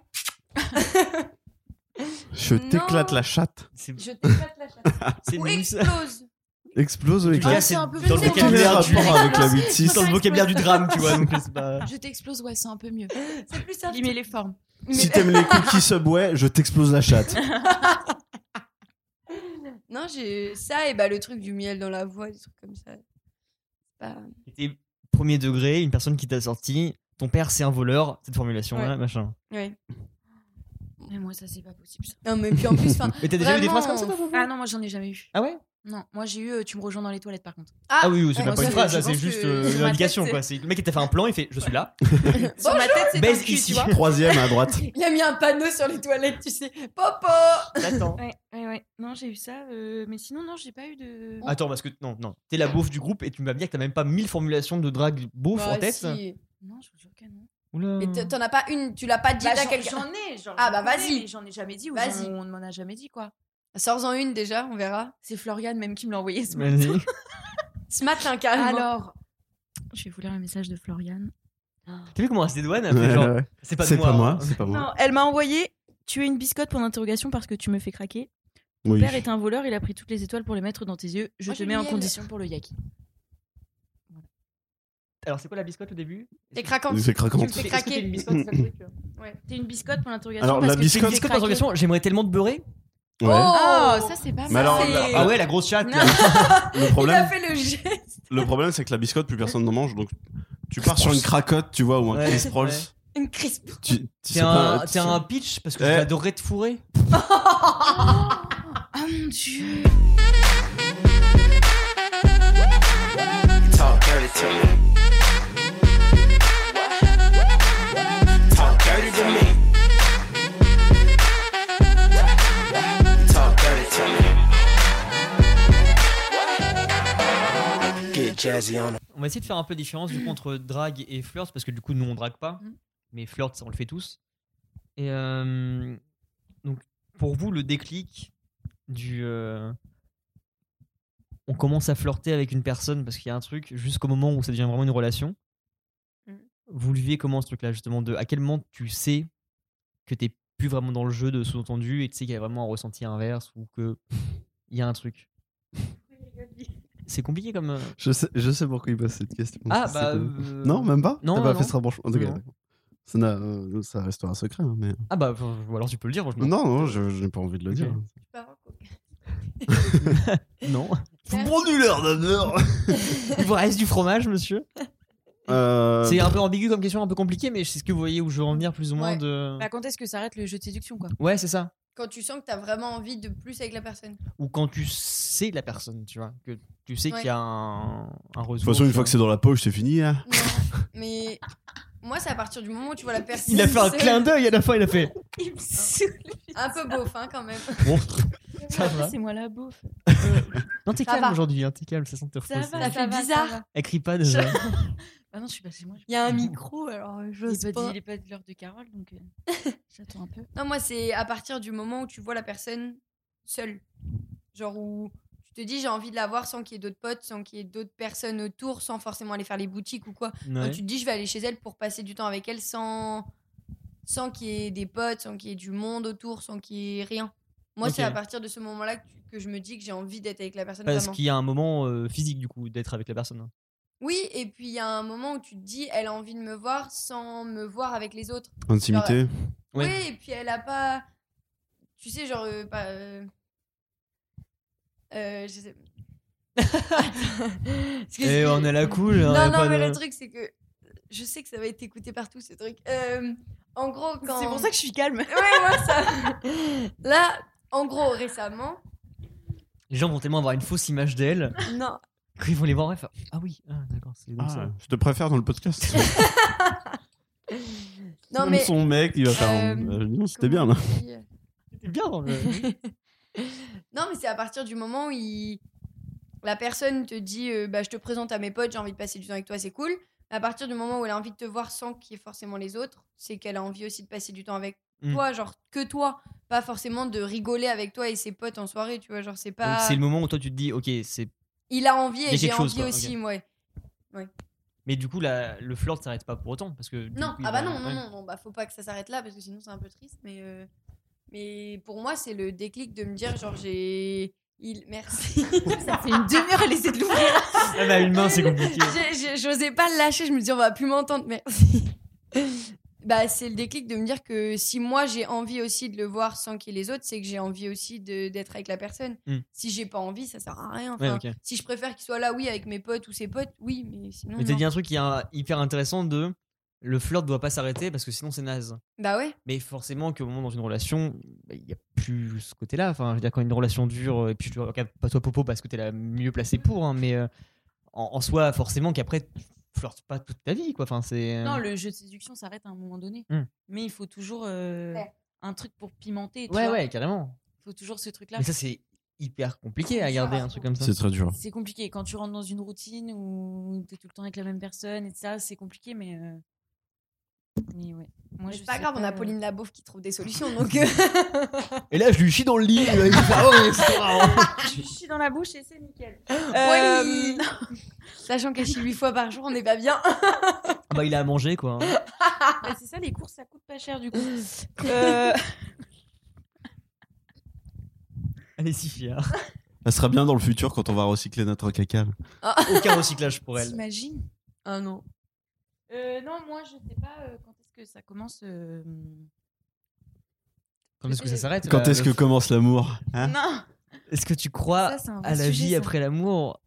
[SPEAKER 5] Je
[SPEAKER 4] Non.
[SPEAKER 5] t'éclate la chatte.
[SPEAKER 2] C'est
[SPEAKER 4] je t'éclate la chatte.
[SPEAKER 2] c'est
[SPEAKER 4] Ou
[SPEAKER 2] nul, ça.
[SPEAKER 4] explose.
[SPEAKER 5] Explose ou
[SPEAKER 2] Tu vois,
[SPEAKER 5] éclate
[SPEAKER 2] c'est
[SPEAKER 3] c'est un peu
[SPEAKER 2] dans le
[SPEAKER 4] plus
[SPEAKER 2] vocabulaire
[SPEAKER 5] Quel
[SPEAKER 2] du,
[SPEAKER 5] rapport avec la 8-6
[SPEAKER 2] dans le vocabulaire du drame, tu vois. Donc c'est pas.
[SPEAKER 3] Je t'explose, ouais, c'est un peu mieux.
[SPEAKER 4] C'est plus simple.
[SPEAKER 3] Limer les formes.
[SPEAKER 5] Si
[SPEAKER 4] Mais-
[SPEAKER 5] t'aimes les cookies Subway, je t'explose la chatte.
[SPEAKER 4] Non, j'ai ça et bah le truc du miel dans la voix, des trucs comme ça. Bah,
[SPEAKER 2] C'était premier degré, une personne qui t'a sorti. Ton père, c'est un voleur, cette formulation-là,
[SPEAKER 4] Ouais.
[SPEAKER 2] machin.
[SPEAKER 4] ouais.
[SPEAKER 3] Mais moi, ça, c'est pas possible. ça.
[SPEAKER 4] Non, mais puis en plus, enfin.
[SPEAKER 2] Mais t'as déjà eu des
[SPEAKER 4] Vraiment.
[SPEAKER 2] phrases comme ça, toi, vous
[SPEAKER 3] Ah non, moi, j'en ai jamais eu.
[SPEAKER 2] Ah ouais
[SPEAKER 3] Non, moi j'ai eu euh, tu me rejoins dans les toilettes par contre.
[SPEAKER 2] Ah oui, oui, c'est
[SPEAKER 4] ouais,
[SPEAKER 2] même pas
[SPEAKER 4] ça,
[SPEAKER 2] une phrase,
[SPEAKER 4] je
[SPEAKER 2] ça, c'est
[SPEAKER 4] pense
[SPEAKER 2] juste
[SPEAKER 4] que
[SPEAKER 2] euh,
[SPEAKER 4] sur
[SPEAKER 2] une
[SPEAKER 4] ma
[SPEAKER 2] indication,
[SPEAKER 4] tête,
[SPEAKER 2] quoi. C'est- Le mec, il t'a fait un plan, il fait Je suis là,
[SPEAKER 4] Sur ma tête, c'est dans
[SPEAKER 2] baise
[SPEAKER 4] le cul,
[SPEAKER 2] ici.
[SPEAKER 4] tu vois.
[SPEAKER 5] Troisième à droite.
[SPEAKER 4] Il a mis un panneau sur les toilettes, tu sais. Popo
[SPEAKER 2] t'attends.
[SPEAKER 3] Ouais, ouais, ouais. Non, j'ai eu ça, euh, mais sinon, non, j'ai pas eu de.
[SPEAKER 2] Attends, parce que non, non, t'es la beauf du groupe et tu m'as bien que t'as même pas mille formulations de drague beauf
[SPEAKER 4] Bah,
[SPEAKER 2] en tête.
[SPEAKER 4] si.
[SPEAKER 3] Non, je vous jure que non.
[SPEAKER 2] Oula.
[SPEAKER 4] Mais t- t'en as pas une, tu l'as pas dit
[SPEAKER 3] Bah,
[SPEAKER 4] à
[SPEAKER 3] j'en-
[SPEAKER 4] quelqu'un.
[SPEAKER 3] J'en ai, genre.
[SPEAKER 4] Ah,
[SPEAKER 3] j'en
[SPEAKER 4] bah,
[SPEAKER 3] ai,
[SPEAKER 4] vas-y.
[SPEAKER 3] mais J'en ai jamais dit ou
[SPEAKER 4] Vas-y.
[SPEAKER 3] j'en- on ne m'en a jamais dit quoi.
[SPEAKER 4] Sors-en une déjà, on verra.
[SPEAKER 3] C'est Floriane même qui me l'a envoyé ce matin.
[SPEAKER 2] Vas-y.
[SPEAKER 4] Ce matin, carrément.
[SPEAKER 3] Alors, je vais vous lire un message de Floriane. Oh.
[SPEAKER 2] T'as vu comment elle se dédouane elle fait
[SPEAKER 5] Ouais,
[SPEAKER 2] genre,
[SPEAKER 5] ouais.
[SPEAKER 2] C'est pas de
[SPEAKER 5] C'est
[SPEAKER 2] moi.
[SPEAKER 5] pas moi,
[SPEAKER 2] hein.
[SPEAKER 5] c'est pas moi.
[SPEAKER 3] Non, elle m'a envoyé tu es une biscotte pour l'interrogation parce que tu me fais craquer. Mon
[SPEAKER 5] Oui.
[SPEAKER 3] père est un voleur, il a pris toutes les étoiles pour les mettre dans tes yeux. Je
[SPEAKER 4] Moi,
[SPEAKER 3] te
[SPEAKER 4] j'ai
[SPEAKER 3] mets
[SPEAKER 4] le
[SPEAKER 3] en
[SPEAKER 4] miel.
[SPEAKER 3] condition pour le yaki.
[SPEAKER 2] Alors, c'est quoi la biscotte au début
[SPEAKER 4] T'es Oh, craquante.
[SPEAKER 5] C'est
[SPEAKER 4] Tu
[SPEAKER 5] craquant.
[SPEAKER 4] me fais
[SPEAKER 2] Est-ce que t'es une
[SPEAKER 4] craquer.
[SPEAKER 2] biscotte, c'est ça, le truc
[SPEAKER 3] T'es une biscotte pour l'interrogation
[SPEAKER 5] Alors,
[SPEAKER 3] parce
[SPEAKER 5] la
[SPEAKER 3] que tu me
[SPEAKER 5] biscotte-
[SPEAKER 3] fais
[SPEAKER 2] Biscotte
[SPEAKER 3] craquer.
[SPEAKER 2] d'interrogation, j'aimerais tellement te beurrer.
[SPEAKER 5] Ouais.
[SPEAKER 3] Oh, ça c'est pas
[SPEAKER 5] Mais alors,
[SPEAKER 3] mal.
[SPEAKER 5] la-
[SPEAKER 2] Ah ouais, la grosse chatte. là.
[SPEAKER 5] Le
[SPEAKER 4] Il a
[SPEAKER 5] problème,
[SPEAKER 4] fait le geste.
[SPEAKER 5] le problème, c'est que la biscotte, plus personne n'en mange. Donc, tu pars sur une cracotte, tu vois, ou un
[SPEAKER 2] Ouais.
[SPEAKER 5] Chris Rolls.
[SPEAKER 2] Ouais.
[SPEAKER 4] Une crisp.
[SPEAKER 5] Tu- tu
[SPEAKER 2] T'es
[SPEAKER 5] sais
[SPEAKER 2] un,
[SPEAKER 5] pas, tu
[SPEAKER 2] t'es
[SPEAKER 5] sais-
[SPEAKER 2] un pitch parce que
[SPEAKER 5] Eh.
[SPEAKER 2] j'adorerais te fourrer.
[SPEAKER 3] Ah mon dieu.
[SPEAKER 6] Talk dirty to me. Talk dirty to me. Talk dirty to me. Get jazzy on
[SPEAKER 2] On va essayer de faire un peu de différence du coup entre drague et flirt parce que du coup nous on drague pas,
[SPEAKER 3] Mhm.
[SPEAKER 2] mais flirt ça on le fait tous. Et euh, donc pour vous le déclic du euh, on commence à flirter avec une personne parce qu'il y a un truc jusqu'au moment où ça devient vraiment une relation.
[SPEAKER 4] Mhm.
[SPEAKER 2] vous le vivez comment ce truc-là, justement de À quel moment tu sais que t'es plus vraiment dans le jeu de sous-entendu et que tu sais qu'il y a vraiment un ressenti inverse ou que il y a un truc C'est compliqué comme. euh,
[SPEAKER 5] Je sais, je sais pourquoi il passe cette question.
[SPEAKER 2] Ah,
[SPEAKER 5] C'est
[SPEAKER 2] bah.
[SPEAKER 5] que-
[SPEAKER 2] euh,
[SPEAKER 5] Non, même pas Ah bah,
[SPEAKER 2] non,
[SPEAKER 5] T'as pas
[SPEAKER 2] non,
[SPEAKER 5] fait ce rapprochement. En tout cas,
[SPEAKER 2] Non.
[SPEAKER 5] d'accord. ça, n'a- euh, ça restera un secret. hein, mais...
[SPEAKER 2] Ah, bah, enfin, ou alors tu peux le dire. moi, je m'en-
[SPEAKER 5] Non, non, je, je n'ai pas envie de le
[SPEAKER 2] Ok.
[SPEAKER 5] dire.
[SPEAKER 2] Non.
[SPEAKER 4] Vous
[SPEAKER 5] prenez l'heure, d'honneur
[SPEAKER 2] Il vous reste du fromage, monsieur
[SPEAKER 5] Euh,
[SPEAKER 2] C'est
[SPEAKER 5] bah.
[SPEAKER 2] un peu ambigu comme question, un peu compliqué, mais c'est ce que vous voyez où je veux en venir plus ou moins
[SPEAKER 4] Ouais.
[SPEAKER 2] de.
[SPEAKER 3] Bah, quand est-ce que s'arrête le jeu de séduction, quoi
[SPEAKER 2] Ouais, c'est ça.
[SPEAKER 4] Quand tu sens que t'as vraiment envie de plus avec la personne.
[SPEAKER 2] Ou quand tu sais la personne, tu vois, que tu sais qu'il y a un, un
[SPEAKER 5] De toute façon, une fois que c'est dans la poche, c'est fini. hein.
[SPEAKER 4] Non, mais moi, c'est à partir du moment où tu vois la personne.
[SPEAKER 2] Il a fait un
[SPEAKER 4] seule,
[SPEAKER 2] clin d'œil à la fin, il a fait.
[SPEAKER 3] Il me saoule.
[SPEAKER 4] Un peu beauf, hein, quand même.
[SPEAKER 2] Bon, ça va.
[SPEAKER 3] C'est moi la beauf.
[SPEAKER 2] Non, t'es
[SPEAKER 4] Ça
[SPEAKER 2] calme
[SPEAKER 4] va.
[SPEAKER 2] aujourd'hui, hein, t'es calme, ça sent que t'es
[SPEAKER 3] Ça
[SPEAKER 2] reposé.
[SPEAKER 3] va, ça
[SPEAKER 4] fait
[SPEAKER 3] va, ça
[SPEAKER 4] bizarre.
[SPEAKER 3] va.
[SPEAKER 2] Elle crie pas déjà.
[SPEAKER 3] Bah non, je suis pas chez moi. je-
[SPEAKER 4] Il y a un micro, alors je
[SPEAKER 3] Il est pas, il est pas de l'heure de Carole, donc euh, j'attends un peu.
[SPEAKER 4] Non, moi, c'est à partir du moment où tu vois la personne seule. Genre où tu te dis, j'ai envie de la voir sans qu'il y ait d'autres potes, sans qu'il y ait d'autres personnes autour, sans forcément aller faire les boutiques ou quoi. Quand
[SPEAKER 2] Ouais.
[SPEAKER 4] tu te dis, je vais aller chez elle pour passer du temps avec elle sans, sans qu'il y ait des potes, sans qu'il y ait du monde autour, sans qu'il y ait rien. Moi,
[SPEAKER 2] Ok.
[SPEAKER 4] c'est à partir de ce moment-là que, tu- que je me dis que j'ai envie d'être avec la personne
[SPEAKER 2] Parce
[SPEAKER 4] vraiment.
[SPEAKER 2] qu'il y a un moment euh, physique, du coup, d'être avec la personne. hein.
[SPEAKER 4] Oui, et puis il y a un moment où tu te dis, elle a envie de me voir sans me voir avec les autres.
[SPEAKER 5] Intimité.
[SPEAKER 2] Ouais.
[SPEAKER 4] Oui, et puis elle a pas. Tu sais, genre. euh, pas, euh, euh, je sais.
[SPEAKER 2] Et on est la cool. hein, y a
[SPEAKER 4] Non, non,
[SPEAKER 2] pas
[SPEAKER 4] mais
[SPEAKER 2] de-
[SPEAKER 4] le truc, c'est que. Je sais que ça va être écouté partout, ce truc. Euh, en gros, quand.
[SPEAKER 3] C'est pour ça que je suis calme.
[SPEAKER 4] Ouais, moi, ça. Là, en gros, récemment.
[SPEAKER 2] Les gens vont tellement avoir une fausse image d'elle
[SPEAKER 4] Non.
[SPEAKER 2] qu'ils vont les voir et faire Ah oui, ah, d'accord, c'est donc ça.
[SPEAKER 5] Ah, je te préfère dans le podcast.
[SPEAKER 4] Non, mais.
[SPEAKER 5] Son mec, il va faire.
[SPEAKER 4] Euh,
[SPEAKER 5] euh, non, C'était bien là.
[SPEAKER 4] comment on dit
[SPEAKER 2] C'était bien dans le.
[SPEAKER 4] Non, mais c'est à partir du moment où il- la personne te dit euh, bah, Je te présente à mes potes, j'ai envie de passer du temps avec toi, c'est cool. À partir du moment où elle a envie de te voir sans qu'il y ait forcément les autres, c'est qu'elle a envie aussi de passer du temps avec
[SPEAKER 2] Mm.
[SPEAKER 4] toi, genre que toi, pas forcément de rigoler avec toi et ses potes en soirée, tu vois. Genre, c'est
[SPEAKER 2] Donc,
[SPEAKER 4] pas.
[SPEAKER 2] c'est le moment où toi tu te dis Ok, c'est.
[SPEAKER 4] Il a envie
[SPEAKER 2] Il y a
[SPEAKER 4] et j'ai
[SPEAKER 2] quelque chose,
[SPEAKER 4] envie
[SPEAKER 2] quoi,
[SPEAKER 4] aussi, ouais.
[SPEAKER 2] Mais du coup, la- le flirt s'arrête pas pour autant. Parce que, du
[SPEAKER 4] Non,
[SPEAKER 2] coup, il
[SPEAKER 4] ah bah
[SPEAKER 2] va-
[SPEAKER 4] non, non,
[SPEAKER 2] ouais.
[SPEAKER 4] non, non, bah faut pas que ça s'arrête là parce que sinon c'est un peu triste, mais. euh, Mais pour moi, c'est le déclic de me dire, genre, j'ai. Il... Merci.
[SPEAKER 3] Ça fait une demi-heure à laisser de l'ouvrir.
[SPEAKER 2] Ah bah, une main, c'est compliqué.
[SPEAKER 4] J'ai- j'ai- J'osais pas le lâcher, je me dis on va plus m'entendre, mais. bah, c'est le déclic de me dire que si moi j'ai envie aussi de le voir sans qu'il y ait les autres, c'est que j'ai envie aussi de- d'être avec la personne.
[SPEAKER 2] Hmm.
[SPEAKER 4] Si j'ai pas envie, ça sert à rien.
[SPEAKER 2] Ouais,
[SPEAKER 4] Enfin,
[SPEAKER 2] ok.
[SPEAKER 4] Si je préfère qu'il soit là, oui, avec mes potes ou ses potes, oui, mais sinon.
[SPEAKER 2] Mais t'as
[SPEAKER 4] non.
[SPEAKER 2] dit un truc qui est un- hyper intéressant de le flirt doit pas s'arrêter parce que sinon c'est naze.
[SPEAKER 4] Bah ouais,
[SPEAKER 2] Mais forcément qu'au moment dans une relation, bah, il y a plus ce côté-là. Enfin, je veux dire quand une relation dure, euh, et puis je te regarde pas toi popo parce que t'es la mieux placée pour, hein, mais euh, en, en soi forcément qu'après tu flirtes pas toute ta vie quoi. Enfin c'est. euh,
[SPEAKER 3] Non, le jeu de séduction s'arrête à un moment donné.
[SPEAKER 2] Hmm.
[SPEAKER 3] Mais il faut toujours euh,
[SPEAKER 4] Ouais.
[SPEAKER 3] un truc pour pimenter. tu
[SPEAKER 2] Ouais
[SPEAKER 3] vois.
[SPEAKER 2] ouais carrément.
[SPEAKER 3] Il faut toujours ce truc-là.
[SPEAKER 2] Mais ça c'est hyper compliqué à
[SPEAKER 4] Ça
[SPEAKER 2] garder
[SPEAKER 4] va.
[SPEAKER 2] un truc comme ça.
[SPEAKER 5] C'est très dur.
[SPEAKER 3] C'est compliqué. Quand tu rentres dans une routine où t'es tout le temps avec la même personne, et ça, c'est compliqué, mais. euh, Mais ouais. Moi,
[SPEAKER 4] Mais
[SPEAKER 3] je
[SPEAKER 4] c'est pas
[SPEAKER 3] sais
[SPEAKER 4] grave, on a
[SPEAKER 3] euh,
[SPEAKER 4] Pauline Labeouf qui trouve des solutions, donc. euh,
[SPEAKER 2] Et là je lui chie dans le lit. il me fait, Ah ouais, c'est marrant.
[SPEAKER 3] Je lui chie dans la bouche et c'est nickel.
[SPEAKER 4] Euh,
[SPEAKER 3] Oui.
[SPEAKER 4] Sachant qu'elle chie 8 fois par jour, on n'est pas bien.
[SPEAKER 2] Ah bah il a à manger quoi.
[SPEAKER 3] Bah, c'est ça, les courses, ça coûte pas cher du coup. Euh,
[SPEAKER 2] Allez hein. si fière.
[SPEAKER 5] Elle sera bien dans le futur quand on va recycler notre caca.
[SPEAKER 2] Bah,
[SPEAKER 5] là.
[SPEAKER 2] Aucun recyclage pour elle.
[SPEAKER 3] T'imagines
[SPEAKER 4] Ah non.
[SPEAKER 3] Euh, Non, moi, je sais pas euh, quand est-ce que ça commence. euh,
[SPEAKER 2] Quand est-ce que ça s'arrête
[SPEAKER 5] Quand
[SPEAKER 2] bah,
[SPEAKER 5] est-ce que
[SPEAKER 2] le-
[SPEAKER 5] commence l'amour hein
[SPEAKER 3] Non
[SPEAKER 2] Est-ce que tu crois
[SPEAKER 3] Ça, c'est un vrai
[SPEAKER 2] à la
[SPEAKER 3] sujet,
[SPEAKER 2] vie
[SPEAKER 3] ça.
[SPEAKER 2] après l'amour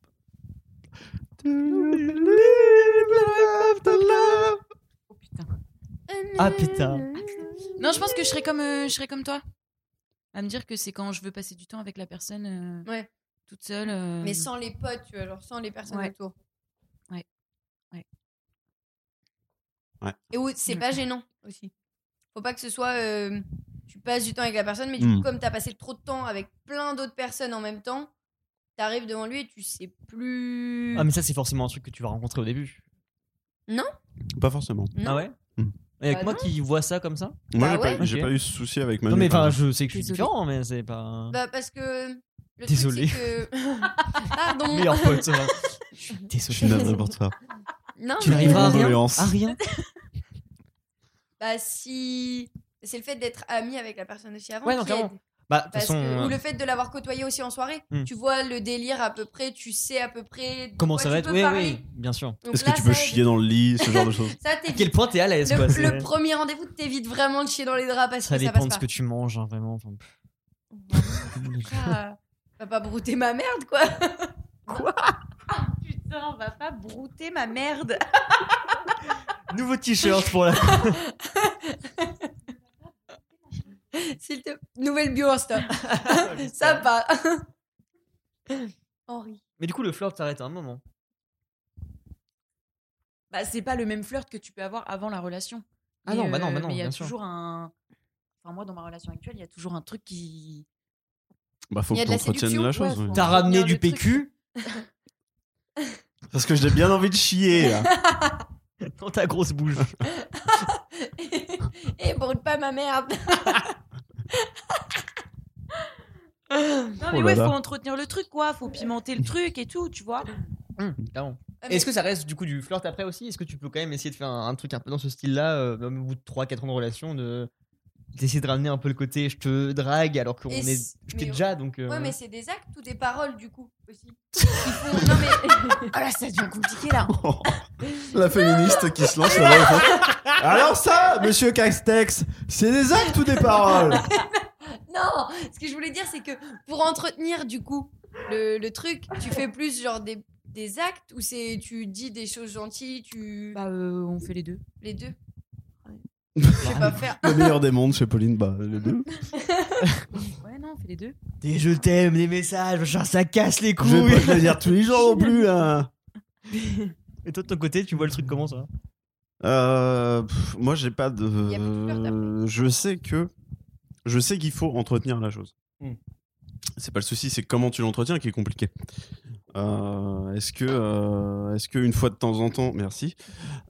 [SPEAKER 3] Oh putain.
[SPEAKER 2] Ah putain.
[SPEAKER 3] Non, je pense que je serais comme, euh, je serais comme toi. À me dire que c'est quand je veux passer du temps avec la personne euh,
[SPEAKER 4] Ouais.
[SPEAKER 3] toute seule. euh,
[SPEAKER 4] Mais sans les potes, tu vois, genre sans les personnes
[SPEAKER 3] Ouais.
[SPEAKER 4] autour.
[SPEAKER 3] Ouais. Ouais.
[SPEAKER 5] Ouais.
[SPEAKER 4] Et où c'est pas
[SPEAKER 3] D'accord.
[SPEAKER 4] gênant aussi. Faut pas que ce soit. euh, tu passes du temps avec la personne, mais du
[SPEAKER 5] Mm.
[SPEAKER 2] Mmh.
[SPEAKER 4] coup, comme t'as passé trop de temps avec plein d'autres personnes en même temps, t'arrives devant lui et tu sais plus.
[SPEAKER 2] Ah mais ça c'est forcément un truc que tu vas rencontrer au début.
[SPEAKER 5] Pas forcément.
[SPEAKER 4] Non.
[SPEAKER 2] Ah ouais
[SPEAKER 5] Hmm.
[SPEAKER 2] Et avec
[SPEAKER 4] Bah
[SPEAKER 2] moi qui vois ça comme ça
[SPEAKER 5] Moi, j'ai
[SPEAKER 4] Bah ouais.
[SPEAKER 5] pas, j'ai
[SPEAKER 2] Ok.
[SPEAKER 5] pas eu ce souci avec ma hein.
[SPEAKER 2] Non mais enfin
[SPEAKER 5] enfin,
[SPEAKER 2] je sais que je suis
[SPEAKER 3] Désolée.
[SPEAKER 2] différent mais c'est pas
[SPEAKER 4] Bah, parce que. Le
[SPEAKER 2] Désolé.
[SPEAKER 4] Truc, c'est que... Pardon.
[SPEAKER 2] meilleur pote. ça va.
[SPEAKER 5] je suis naze pour toi.
[SPEAKER 4] Non,
[SPEAKER 2] Tu
[SPEAKER 4] mais-
[SPEAKER 2] n'arriveras à rien.
[SPEAKER 5] Condoléances.
[SPEAKER 2] À Ah, rien.
[SPEAKER 4] bah, si. C'est le fait d'être ami avec la personne aussi avant
[SPEAKER 2] Ouais, non,
[SPEAKER 4] qui aide.
[SPEAKER 2] clairement. Bah, de toute
[SPEAKER 4] Parce
[SPEAKER 2] façon,
[SPEAKER 4] que-
[SPEAKER 2] euh,
[SPEAKER 4] ou le fait de l'avoir côtoyé aussi en soirée.
[SPEAKER 2] Hmm.
[SPEAKER 4] Tu vois le délire à peu près, tu sais à peu près. de
[SPEAKER 2] comment
[SPEAKER 4] quoi
[SPEAKER 2] ça
[SPEAKER 4] tu
[SPEAKER 2] va être
[SPEAKER 4] peux
[SPEAKER 2] Oui,
[SPEAKER 4] parler.
[SPEAKER 2] oui, bien sûr.
[SPEAKER 4] Donc
[SPEAKER 5] Est-ce
[SPEAKER 4] là,
[SPEAKER 5] que tu peux
[SPEAKER 4] ça aide.
[SPEAKER 5] chier dans le lit, ce genre de choses
[SPEAKER 4] Ça
[SPEAKER 2] À
[SPEAKER 4] t'évite.
[SPEAKER 2] quel point t'es à l'aise, quoi
[SPEAKER 4] Le,
[SPEAKER 2] c'est-
[SPEAKER 4] le premier rendez-vous, t'évites vraiment de chier dans les draps parce
[SPEAKER 2] Ça
[SPEAKER 4] que
[SPEAKER 2] dépend
[SPEAKER 4] ça passe
[SPEAKER 2] de ce
[SPEAKER 4] pas.
[SPEAKER 2] que tu manges, hein, vraiment. enfin, pff.
[SPEAKER 4] Ah, va pas brouter ma merde, quoi.
[SPEAKER 3] Putain, va pas brouter ma merde.
[SPEAKER 2] Nouveau t-shirt pour la.
[SPEAKER 4] S'il te... Nouvelle bio Insta. ça va. Henri.
[SPEAKER 2] Mais du coup, le flirt s'arrête à un moment.
[SPEAKER 3] Bah, c'est pas le même flirt que tu peux avoir avant la relation.
[SPEAKER 2] Ah
[SPEAKER 3] Mais, euh,
[SPEAKER 2] non, bah non, bah non,
[SPEAKER 3] Mais il y a
[SPEAKER 2] bien sûr.
[SPEAKER 3] toujours un. Enfin, moi, dans ma relation actuelle, il y a toujours un truc qui.
[SPEAKER 5] Bah, faut
[SPEAKER 4] Il y
[SPEAKER 5] que
[SPEAKER 4] a de la
[SPEAKER 5] t'entretiennes la
[SPEAKER 3] séduction,
[SPEAKER 5] chose.
[SPEAKER 3] ouais,
[SPEAKER 5] ouais.
[SPEAKER 2] T'as ramené
[SPEAKER 3] Retenir
[SPEAKER 2] du
[SPEAKER 3] le truc.
[SPEAKER 2] PQ
[SPEAKER 5] Parce que j'ai bien envie de chier. là.
[SPEAKER 2] dans ta grosse bouche.
[SPEAKER 4] Et brûle Eh, pas ma merde.
[SPEAKER 3] Non, mais
[SPEAKER 5] Oh là
[SPEAKER 3] ouais,
[SPEAKER 5] là.
[SPEAKER 3] faut entretenir le truc, quoi. Faut pimenter le truc et tout, tu vois.
[SPEAKER 2] Hum, Clairement.
[SPEAKER 4] Ah, mais-
[SPEAKER 2] Est-ce que ça reste du coup du flirt après aussi Est-ce que tu peux quand même essayer de faire un, un truc un peu dans ce style-là, euh, même au bout de 3-4 ans de relation, de d'essayer de ramener un peu le côté je te drague alors qu'on
[SPEAKER 4] Et
[SPEAKER 2] est.
[SPEAKER 4] c'est-
[SPEAKER 2] Je t'ai
[SPEAKER 4] mais-
[SPEAKER 2] déjà donc. euh,
[SPEAKER 4] Ouais, mais c'est des actes ou des paroles, du coup, aussi. Ils font- Non, mais.
[SPEAKER 2] Oh
[SPEAKER 3] Ah là, ça devient compliqué, là.
[SPEAKER 5] la féministe qui se lance là-bas. au fond. Alors ça, monsieur Castex, c'est des actes ou des paroles
[SPEAKER 4] Non, ce que je voulais dire, c'est que pour entretenir du coup le, le truc, tu fais plus genre des, des actes où c'est tu dis des choses gentilles, tu
[SPEAKER 3] Bah, euh, on fait les deux.
[SPEAKER 4] les deux.
[SPEAKER 2] bah,
[SPEAKER 4] Je sais pas faire.
[SPEAKER 5] Le meilleur des mondes chez Pauline, bah les deux.
[SPEAKER 3] Ouais, non, on fait les deux.
[SPEAKER 2] Des je t'aime, des messages, machin, ça casse les
[SPEAKER 5] Je vais pas
[SPEAKER 2] couilles.
[SPEAKER 5] te le dire tous les jours non plus. Hein.
[SPEAKER 2] Et toi de ton côté, tu vois le truc comment ça
[SPEAKER 5] Euh, pff, moi, j'ai pas de.
[SPEAKER 4] y a plus de flirt après.
[SPEAKER 5] je sais que. Je sais qu'il faut entretenir la chose.
[SPEAKER 2] Hmm.
[SPEAKER 5] C'est pas le souci, c'est comment tu l'entretiens qui est compliqué. Euh, est-ce que, euh, est-ce que une fois de temps en temps, merci,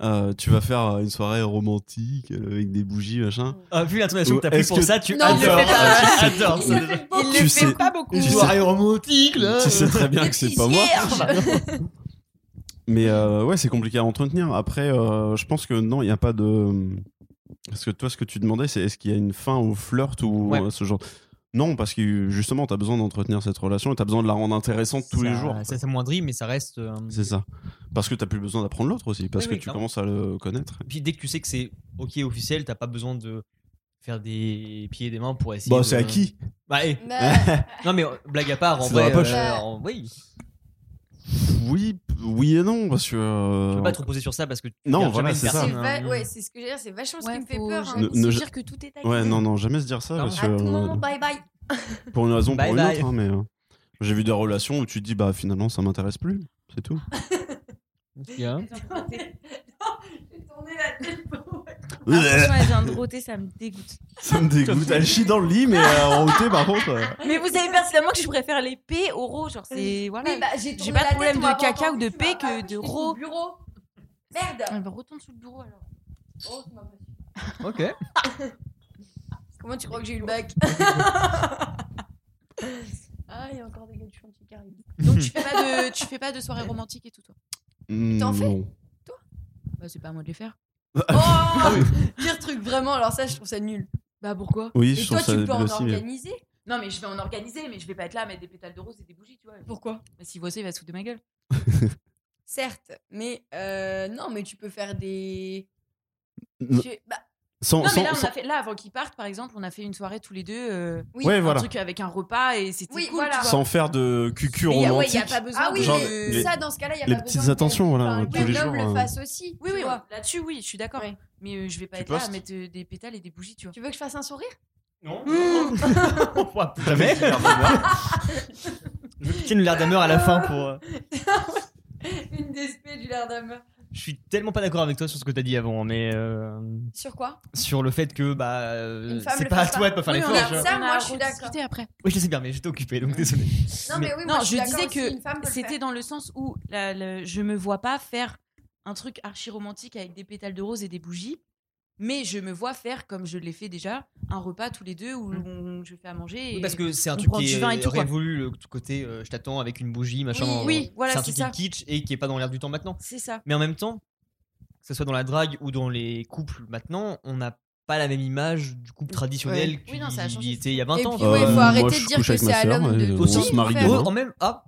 [SPEAKER 5] euh, tu vas faire euh, une soirée romantique euh, avec des bougies machin
[SPEAKER 2] Ah, vu l'intonation que t'as pris
[SPEAKER 5] Est-ce
[SPEAKER 2] pour
[SPEAKER 5] que-
[SPEAKER 2] ça, tu
[SPEAKER 4] Non,
[SPEAKER 2] adores.
[SPEAKER 4] mais fais pas.
[SPEAKER 2] Ah, tu adores.
[SPEAKER 4] Il le fait beaucoup.
[SPEAKER 5] Tu
[SPEAKER 3] le
[SPEAKER 5] sais-
[SPEAKER 3] fait pas beaucoup. hein.
[SPEAKER 5] tu
[SPEAKER 2] Une
[SPEAKER 5] sais-
[SPEAKER 2] soirée romantique là.
[SPEAKER 5] Tu sais très bien
[SPEAKER 4] Des
[SPEAKER 5] que c'est pas moi.
[SPEAKER 4] petits cierges.
[SPEAKER 5] Mais euh, ouais, c'est compliqué à entretenir. Après, euh, je pense que non, il n'y a pas de. Parce que toi, ce que tu demandais, c'est est-ce qu'il y a une fin au flirt ou
[SPEAKER 2] Ouais.
[SPEAKER 5] euh, ce genre. Non, parce que justement, tu as besoin d'entretenir cette relation et tu as besoin de la rendre intéressante tous les
[SPEAKER 2] Ça-
[SPEAKER 5] jours.
[SPEAKER 2] Ça s'amoindrit, mais ça reste. euh,
[SPEAKER 5] C'est ça. Parce que tu plus besoin d'apprendre l'autre aussi, parce
[SPEAKER 2] Oui,
[SPEAKER 5] que
[SPEAKER 2] oui,
[SPEAKER 5] tu
[SPEAKER 2] clairement.
[SPEAKER 5] commences à le connaître.
[SPEAKER 2] Puis dès que tu sais que c'est ok officiel, t'as pas besoin de faire des pieds et des mains pour essayer.
[SPEAKER 5] Bon,
[SPEAKER 2] de-
[SPEAKER 5] Bah, c'est acquis.
[SPEAKER 2] Bah, eh,
[SPEAKER 4] Bah,
[SPEAKER 2] non mais euh, blague à part, en
[SPEAKER 5] C'est dans la
[SPEAKER 2] vrai,
[SPEAKER 5] poche.
[SPEAKER 2] euh, en- oui,
[SPEAKER 5] Oui, oui et non, parce que.
[SPEAKER 2] tu
[SPEAKER 5] euh,
[SPEAKER 2] peux pas te reposer sur ça parce que tu
[SPEAKER 5] Non,
[SPEAKER 2] gardes
[SPEAKER 5] voilà,
[SPEAKER 2] jamais une
[SPEAKER 5] c'est ça.
[SPEAKER 4] c'est
[SPEAKER 2] personne,
[SPEAKER 4] va-
[SPEAKER 2] hein.
[SPEAKER 4] ouais, c'est ce que j'ai dire, c'est vachement ce qui me fait
[SPEAKER 3] faut
[SPEAKER 4] peur. hein.
[SPEAKER 5] Ne- ne-
[SPEAKER 3] jamais se dire que tout est acquis.
[SPEAKER 5] euh, Ouais, non, non, jamais se dire ça,
[SPEAKER 2] Non,
[SPEAKER 5] parce
[SPEAKER 4] À
[SPEAKER 5] que,
[SPEAKER 4] tout
[SPEAKER 5] euh,
[SPEAKER 4] moment, bye bye.
[SPEAKER 5] pour une raison,
[SPEAKER 2] Bye
[SPEAKER 5] pour
[SPEAKER 2] bye.
[SPEAKER 5] une autre. hein, mais euh, j'ai vu des relations où tu te dis, bah finalement, ça m'intéresse plus. C'est tout.
[SPEAKER 2] Bien.
[SPEAKER 4] J'ai tourné la tête pour-
[SPEAKER 3] Attention, elle vient de roter, ça me dégoûte.
[SPEAKER 5] Ça me dégoûte. Elle chie dans le lit, mais euh, en hauteur, par contre. euh,
[SPEAKER 3] Mais vous savez personnellement que je préfère les P au Ro. Genre, c'est. Voilà.
[SPEAKER 4] Oui, Ah, bah, j'ai
[SPEAKER 3] J'ai
[SPEAKER 4] tourné
[SPEAKER 3] pas de
[SPEAKER 4] la
[SPEAKER 3] problème
[SPEAKER 4] tête, on
[SPEAKER 3] de
[SPEAKER 4] m'a pas
[SPEAKER 3] caca
[SPEAKER 4] entendu,
[SPEAKER 3] ou de
[SPEAKER 4] tu
[SPEAKER 3] paix
[SPEAKER 4] m'as
[SPEAKER 3] que
[SPEAKER 4] pas vu,
[SPEAKER 3] de
[SPEAKER 4] j'étais sous
[SPEAKER 3] ro.
[SPEAKER 4] le bureau. Merde.
[SPEAKER 3] Ah, bah, retourne sous le bureau alors.
[SPEAKER 4] Oh, c'est ma faute.
[SPEAKER 2] Ok.
[SPEAKER 4] Comment tu crois que j'ai eu le bac Ah, il y a encore des gars du chantier qui arrivent.
[SPEAKER 3] Donc, tu fais, pas de, tu fais pas de soirée romantique et tout, toi
[SPEAKER 4] T'en
[SPEAKER 5] hmm,
[SPEAKER 4] fais
[SPEAKER 5] non.
[SPEAKER 3] Bah, c'est pas à moi de les faire.
[SPEAKER 5] Ah
[SPEAKER 4] Oh Pire truc vraiment, alors ça je trouve ça nul.
[SPEAKER 3] Bah, pourquoi
[SPEAKER 5] Oui,
[SPEAKER 4] Et
[SPEAKER 5] je
[SPEAKER 4] toi
[SPEAKER 5] trouve ça
[SPEAKER 4] tu peux
[SPEAKER 5] débile
[SPEAKER 4] en
[SPEAKER 5] aussi. mais-
[SPEAKER 4] organiser
[SPEAKER 3] Non, mais je vais en organiser, mais je vais pas être là à mettre des pétales de rose et des bougies, tu vois.
[SPEAKER 4] Pourquoi
[SPEAKER 3] Bah, s'il voit ça, il va se foutre de ma gueule.
[SPEAKER 4] Certes, mais euh, non, mais tu peux faire des.
[SPEAKER 5] Non.
[SPEAKER 4] Tu- bah,
[SPEAKER 5] Sans,
[SPEAKER 3] Non, mais
[SPEAKER 5] sans-
[SPEAKER 3] là, on
[SPEAKER 5] sans-
[SPEAKER 3] a fait, là, avant qu'ils partent, par exemple, on a fait une soirée tous les deux, euh,
[SPEAKER 4] oui,
[SPEAKER 5] Ouais,
[SPEAKER 3] un
[SPEAKER 5] voilà.
[SPEAKER 3] truc avec un repas et c'était
[SPEAKER 4] Oui,
[SPEAKER 3] cool.
[SPEAKER 4] voilà.
[SPEAKER 3] tu vois.
[SPEAKER 5] Sans faire de cucu
[SPEAKER 3] Mais y a- ouais,
[SPEAKER 5] romantique.
[SPEAKER 3] y a pas besoin
[SPEAKER 4] Ah oui,
[SPEAKER 3] de-
[SPEAKER 5] Genre,
[SPEAKER 4] mais
[SPEAKER 5] les-
[SPEAKER 4] ça dans ce cas-là, il y a
[SPEAKER 5] les
[SPEAKER 4] pas
[SPEAKER 5] petites
[SPEAKER 4] besoin que-
[SPEAKER 5] attentions, voilà,
[SPEAKER 4] enfin,
[SPEAKER 5] tous
[SPEAKER 4] qu'un
[SPEAKER 5] les
[SPEAKER 4] homme
[SPEAKER 5] jours,
[SPEAKER 4] le
[SPEAKER 5] euh.
[SPEAKER 4] fasse aussi.
[SPEAKER 3] Oui,
[SPEAKER 4] tu
[SPEAKER 3] oui,
[SPEAKER 4] vois.
[SPEAKER 3] on- là-dessus, oui, je suis d'accord.
[SPEAKER 4] Ouais.
[SPEAKER 3] Mais euh, je vais pas
[SPEAKER 5] Tu
[SPEAKER 3] être là à
[SPEAKER 5] postes
[SPEAKER 3] mettre euh, des pétales et des bougies, tu vois.
[SPEAKER 4] Tu veux que je fasse un sourire
[SPEAKER 2] Non. On voit plus jamais. Je veux piquer une l'air d'ameur à la fin pour. euh,
[SPEAKER 4] Une DSP du l'air d'homme.
[SPEAKER 2] Je suis tellement pas d'accord avec toi sur ce que t'as dit avant, mais euh,
[SPEAKER 4] Sur quoi
[SPEAKER 2] sur le fait que bah euh,
[SPEAKER 4] Une femme
[SPEAKER 2] c'est
[SPEAKER 4] le
[SPEAKER 2] pas à
[SPEAKER 4] fait pas.
[SPEAKER 2] toi de pas faire
[SPEAKER 3] Oui,
[SPEAKER 2] les
[SPEAKER 3] on
[SPEAKER 2] choses.
[SPEAKER 3] a-
[SPEAKER 4] forges.
[SPEAKER 3] on a
[SPEAKER 4] Ça, moi, je suis d'accord.
[SPEAKER 3] rediscuté après.
[SPEAKER 2] Oui, je sais bien, mais j'étais occupé donc désolé.
[SPEAKER 4] Non, mais oui,
[SPEAKER 3] Non,
[SPEAKER 4] moi,
[SPEAKER 3] je,
[SPEAKER 4] suis
[SPEAKER 3] disais
[SPEAKER 4] d'accord
[SPEAKER 3] que
[SPEAKER 4] aussi, une femme peut le
[SPEAKER 3] c'était
[SPEAKER 4] faire.
[SPEAKER 3] dans le sens où la, la- je me vois pas faire un truc archi romantique avec des pétales de rose et des bougies, mais je me vois faire, comme je l'ai fait déjà, un repas tous les deux où on- je fais à manger. Et...
[SPEAKER 2] Oui, parce que c'est un
[SPEAKER 3] on
[SPEAKER 2] truc
[SPEAKER 3] prend
[SPEAKER 2] qui
[SPEAKER 3] du
[SPEAKER 2] est
[SPEAKER 3] vin et tout, quoi.
[SPEAKER 2] révolu, le côté euh, je t'attends avec une bougie, machin.
[SPEAKER 4] Oui,
[SPEAKER 2] euh,
[SPEAKER 3] oui, voilà,
[SPEAKER 2] c'est un
[SPEAKER 3] c'est
[SPEAKER 2] truc qui est
[SPEAKER 3] ça.
[SPEAKER 2] kitsch et qui est pas dans l'air du temps maintenant.
[SPEAKER 3] C'est ça.
[SPEAKER 2] Mais en même temps, que ce soit dans la drague ou dans les couples maintenant, on a pas la même image du couple traditionnel
[SPEAKER 3] Oui, non, ça a
[SPEAKER 2] qu'il
[SPEAKER 3] changé.
[SPEAKER 2] était il y a 20
[SPEAKER 4] Et
[SPEAKER 2] ans.
[SPEAKER 4] puis, ouais, il faut
[SPEAKER 5] Euh, moi,
[SPEAKER 4] arrêter hein.
[SPEAKER 5] je
[SPEAKER 4] de dire
[SPEAKER 5] couche
[SPEAKER 4] que
[SPEAKER 5] avec
[SPEAKER 4] c'est
[SPEAKER 5] ma
[SPEAKER 4] à
[SPEAKER 5] sœur,
[SPEAKER 4] l'homme de
[SPEAKER 5] et
[SPEAKER 4] tout
[SPEAKER 5] on se
[SPEAKER 4] faire.
[SPEAKER 5] marie
[SPEAKER 4] Heureux,
[SPEAKER 5] demain.
[SPEAKER 2] Heureux, en même ah,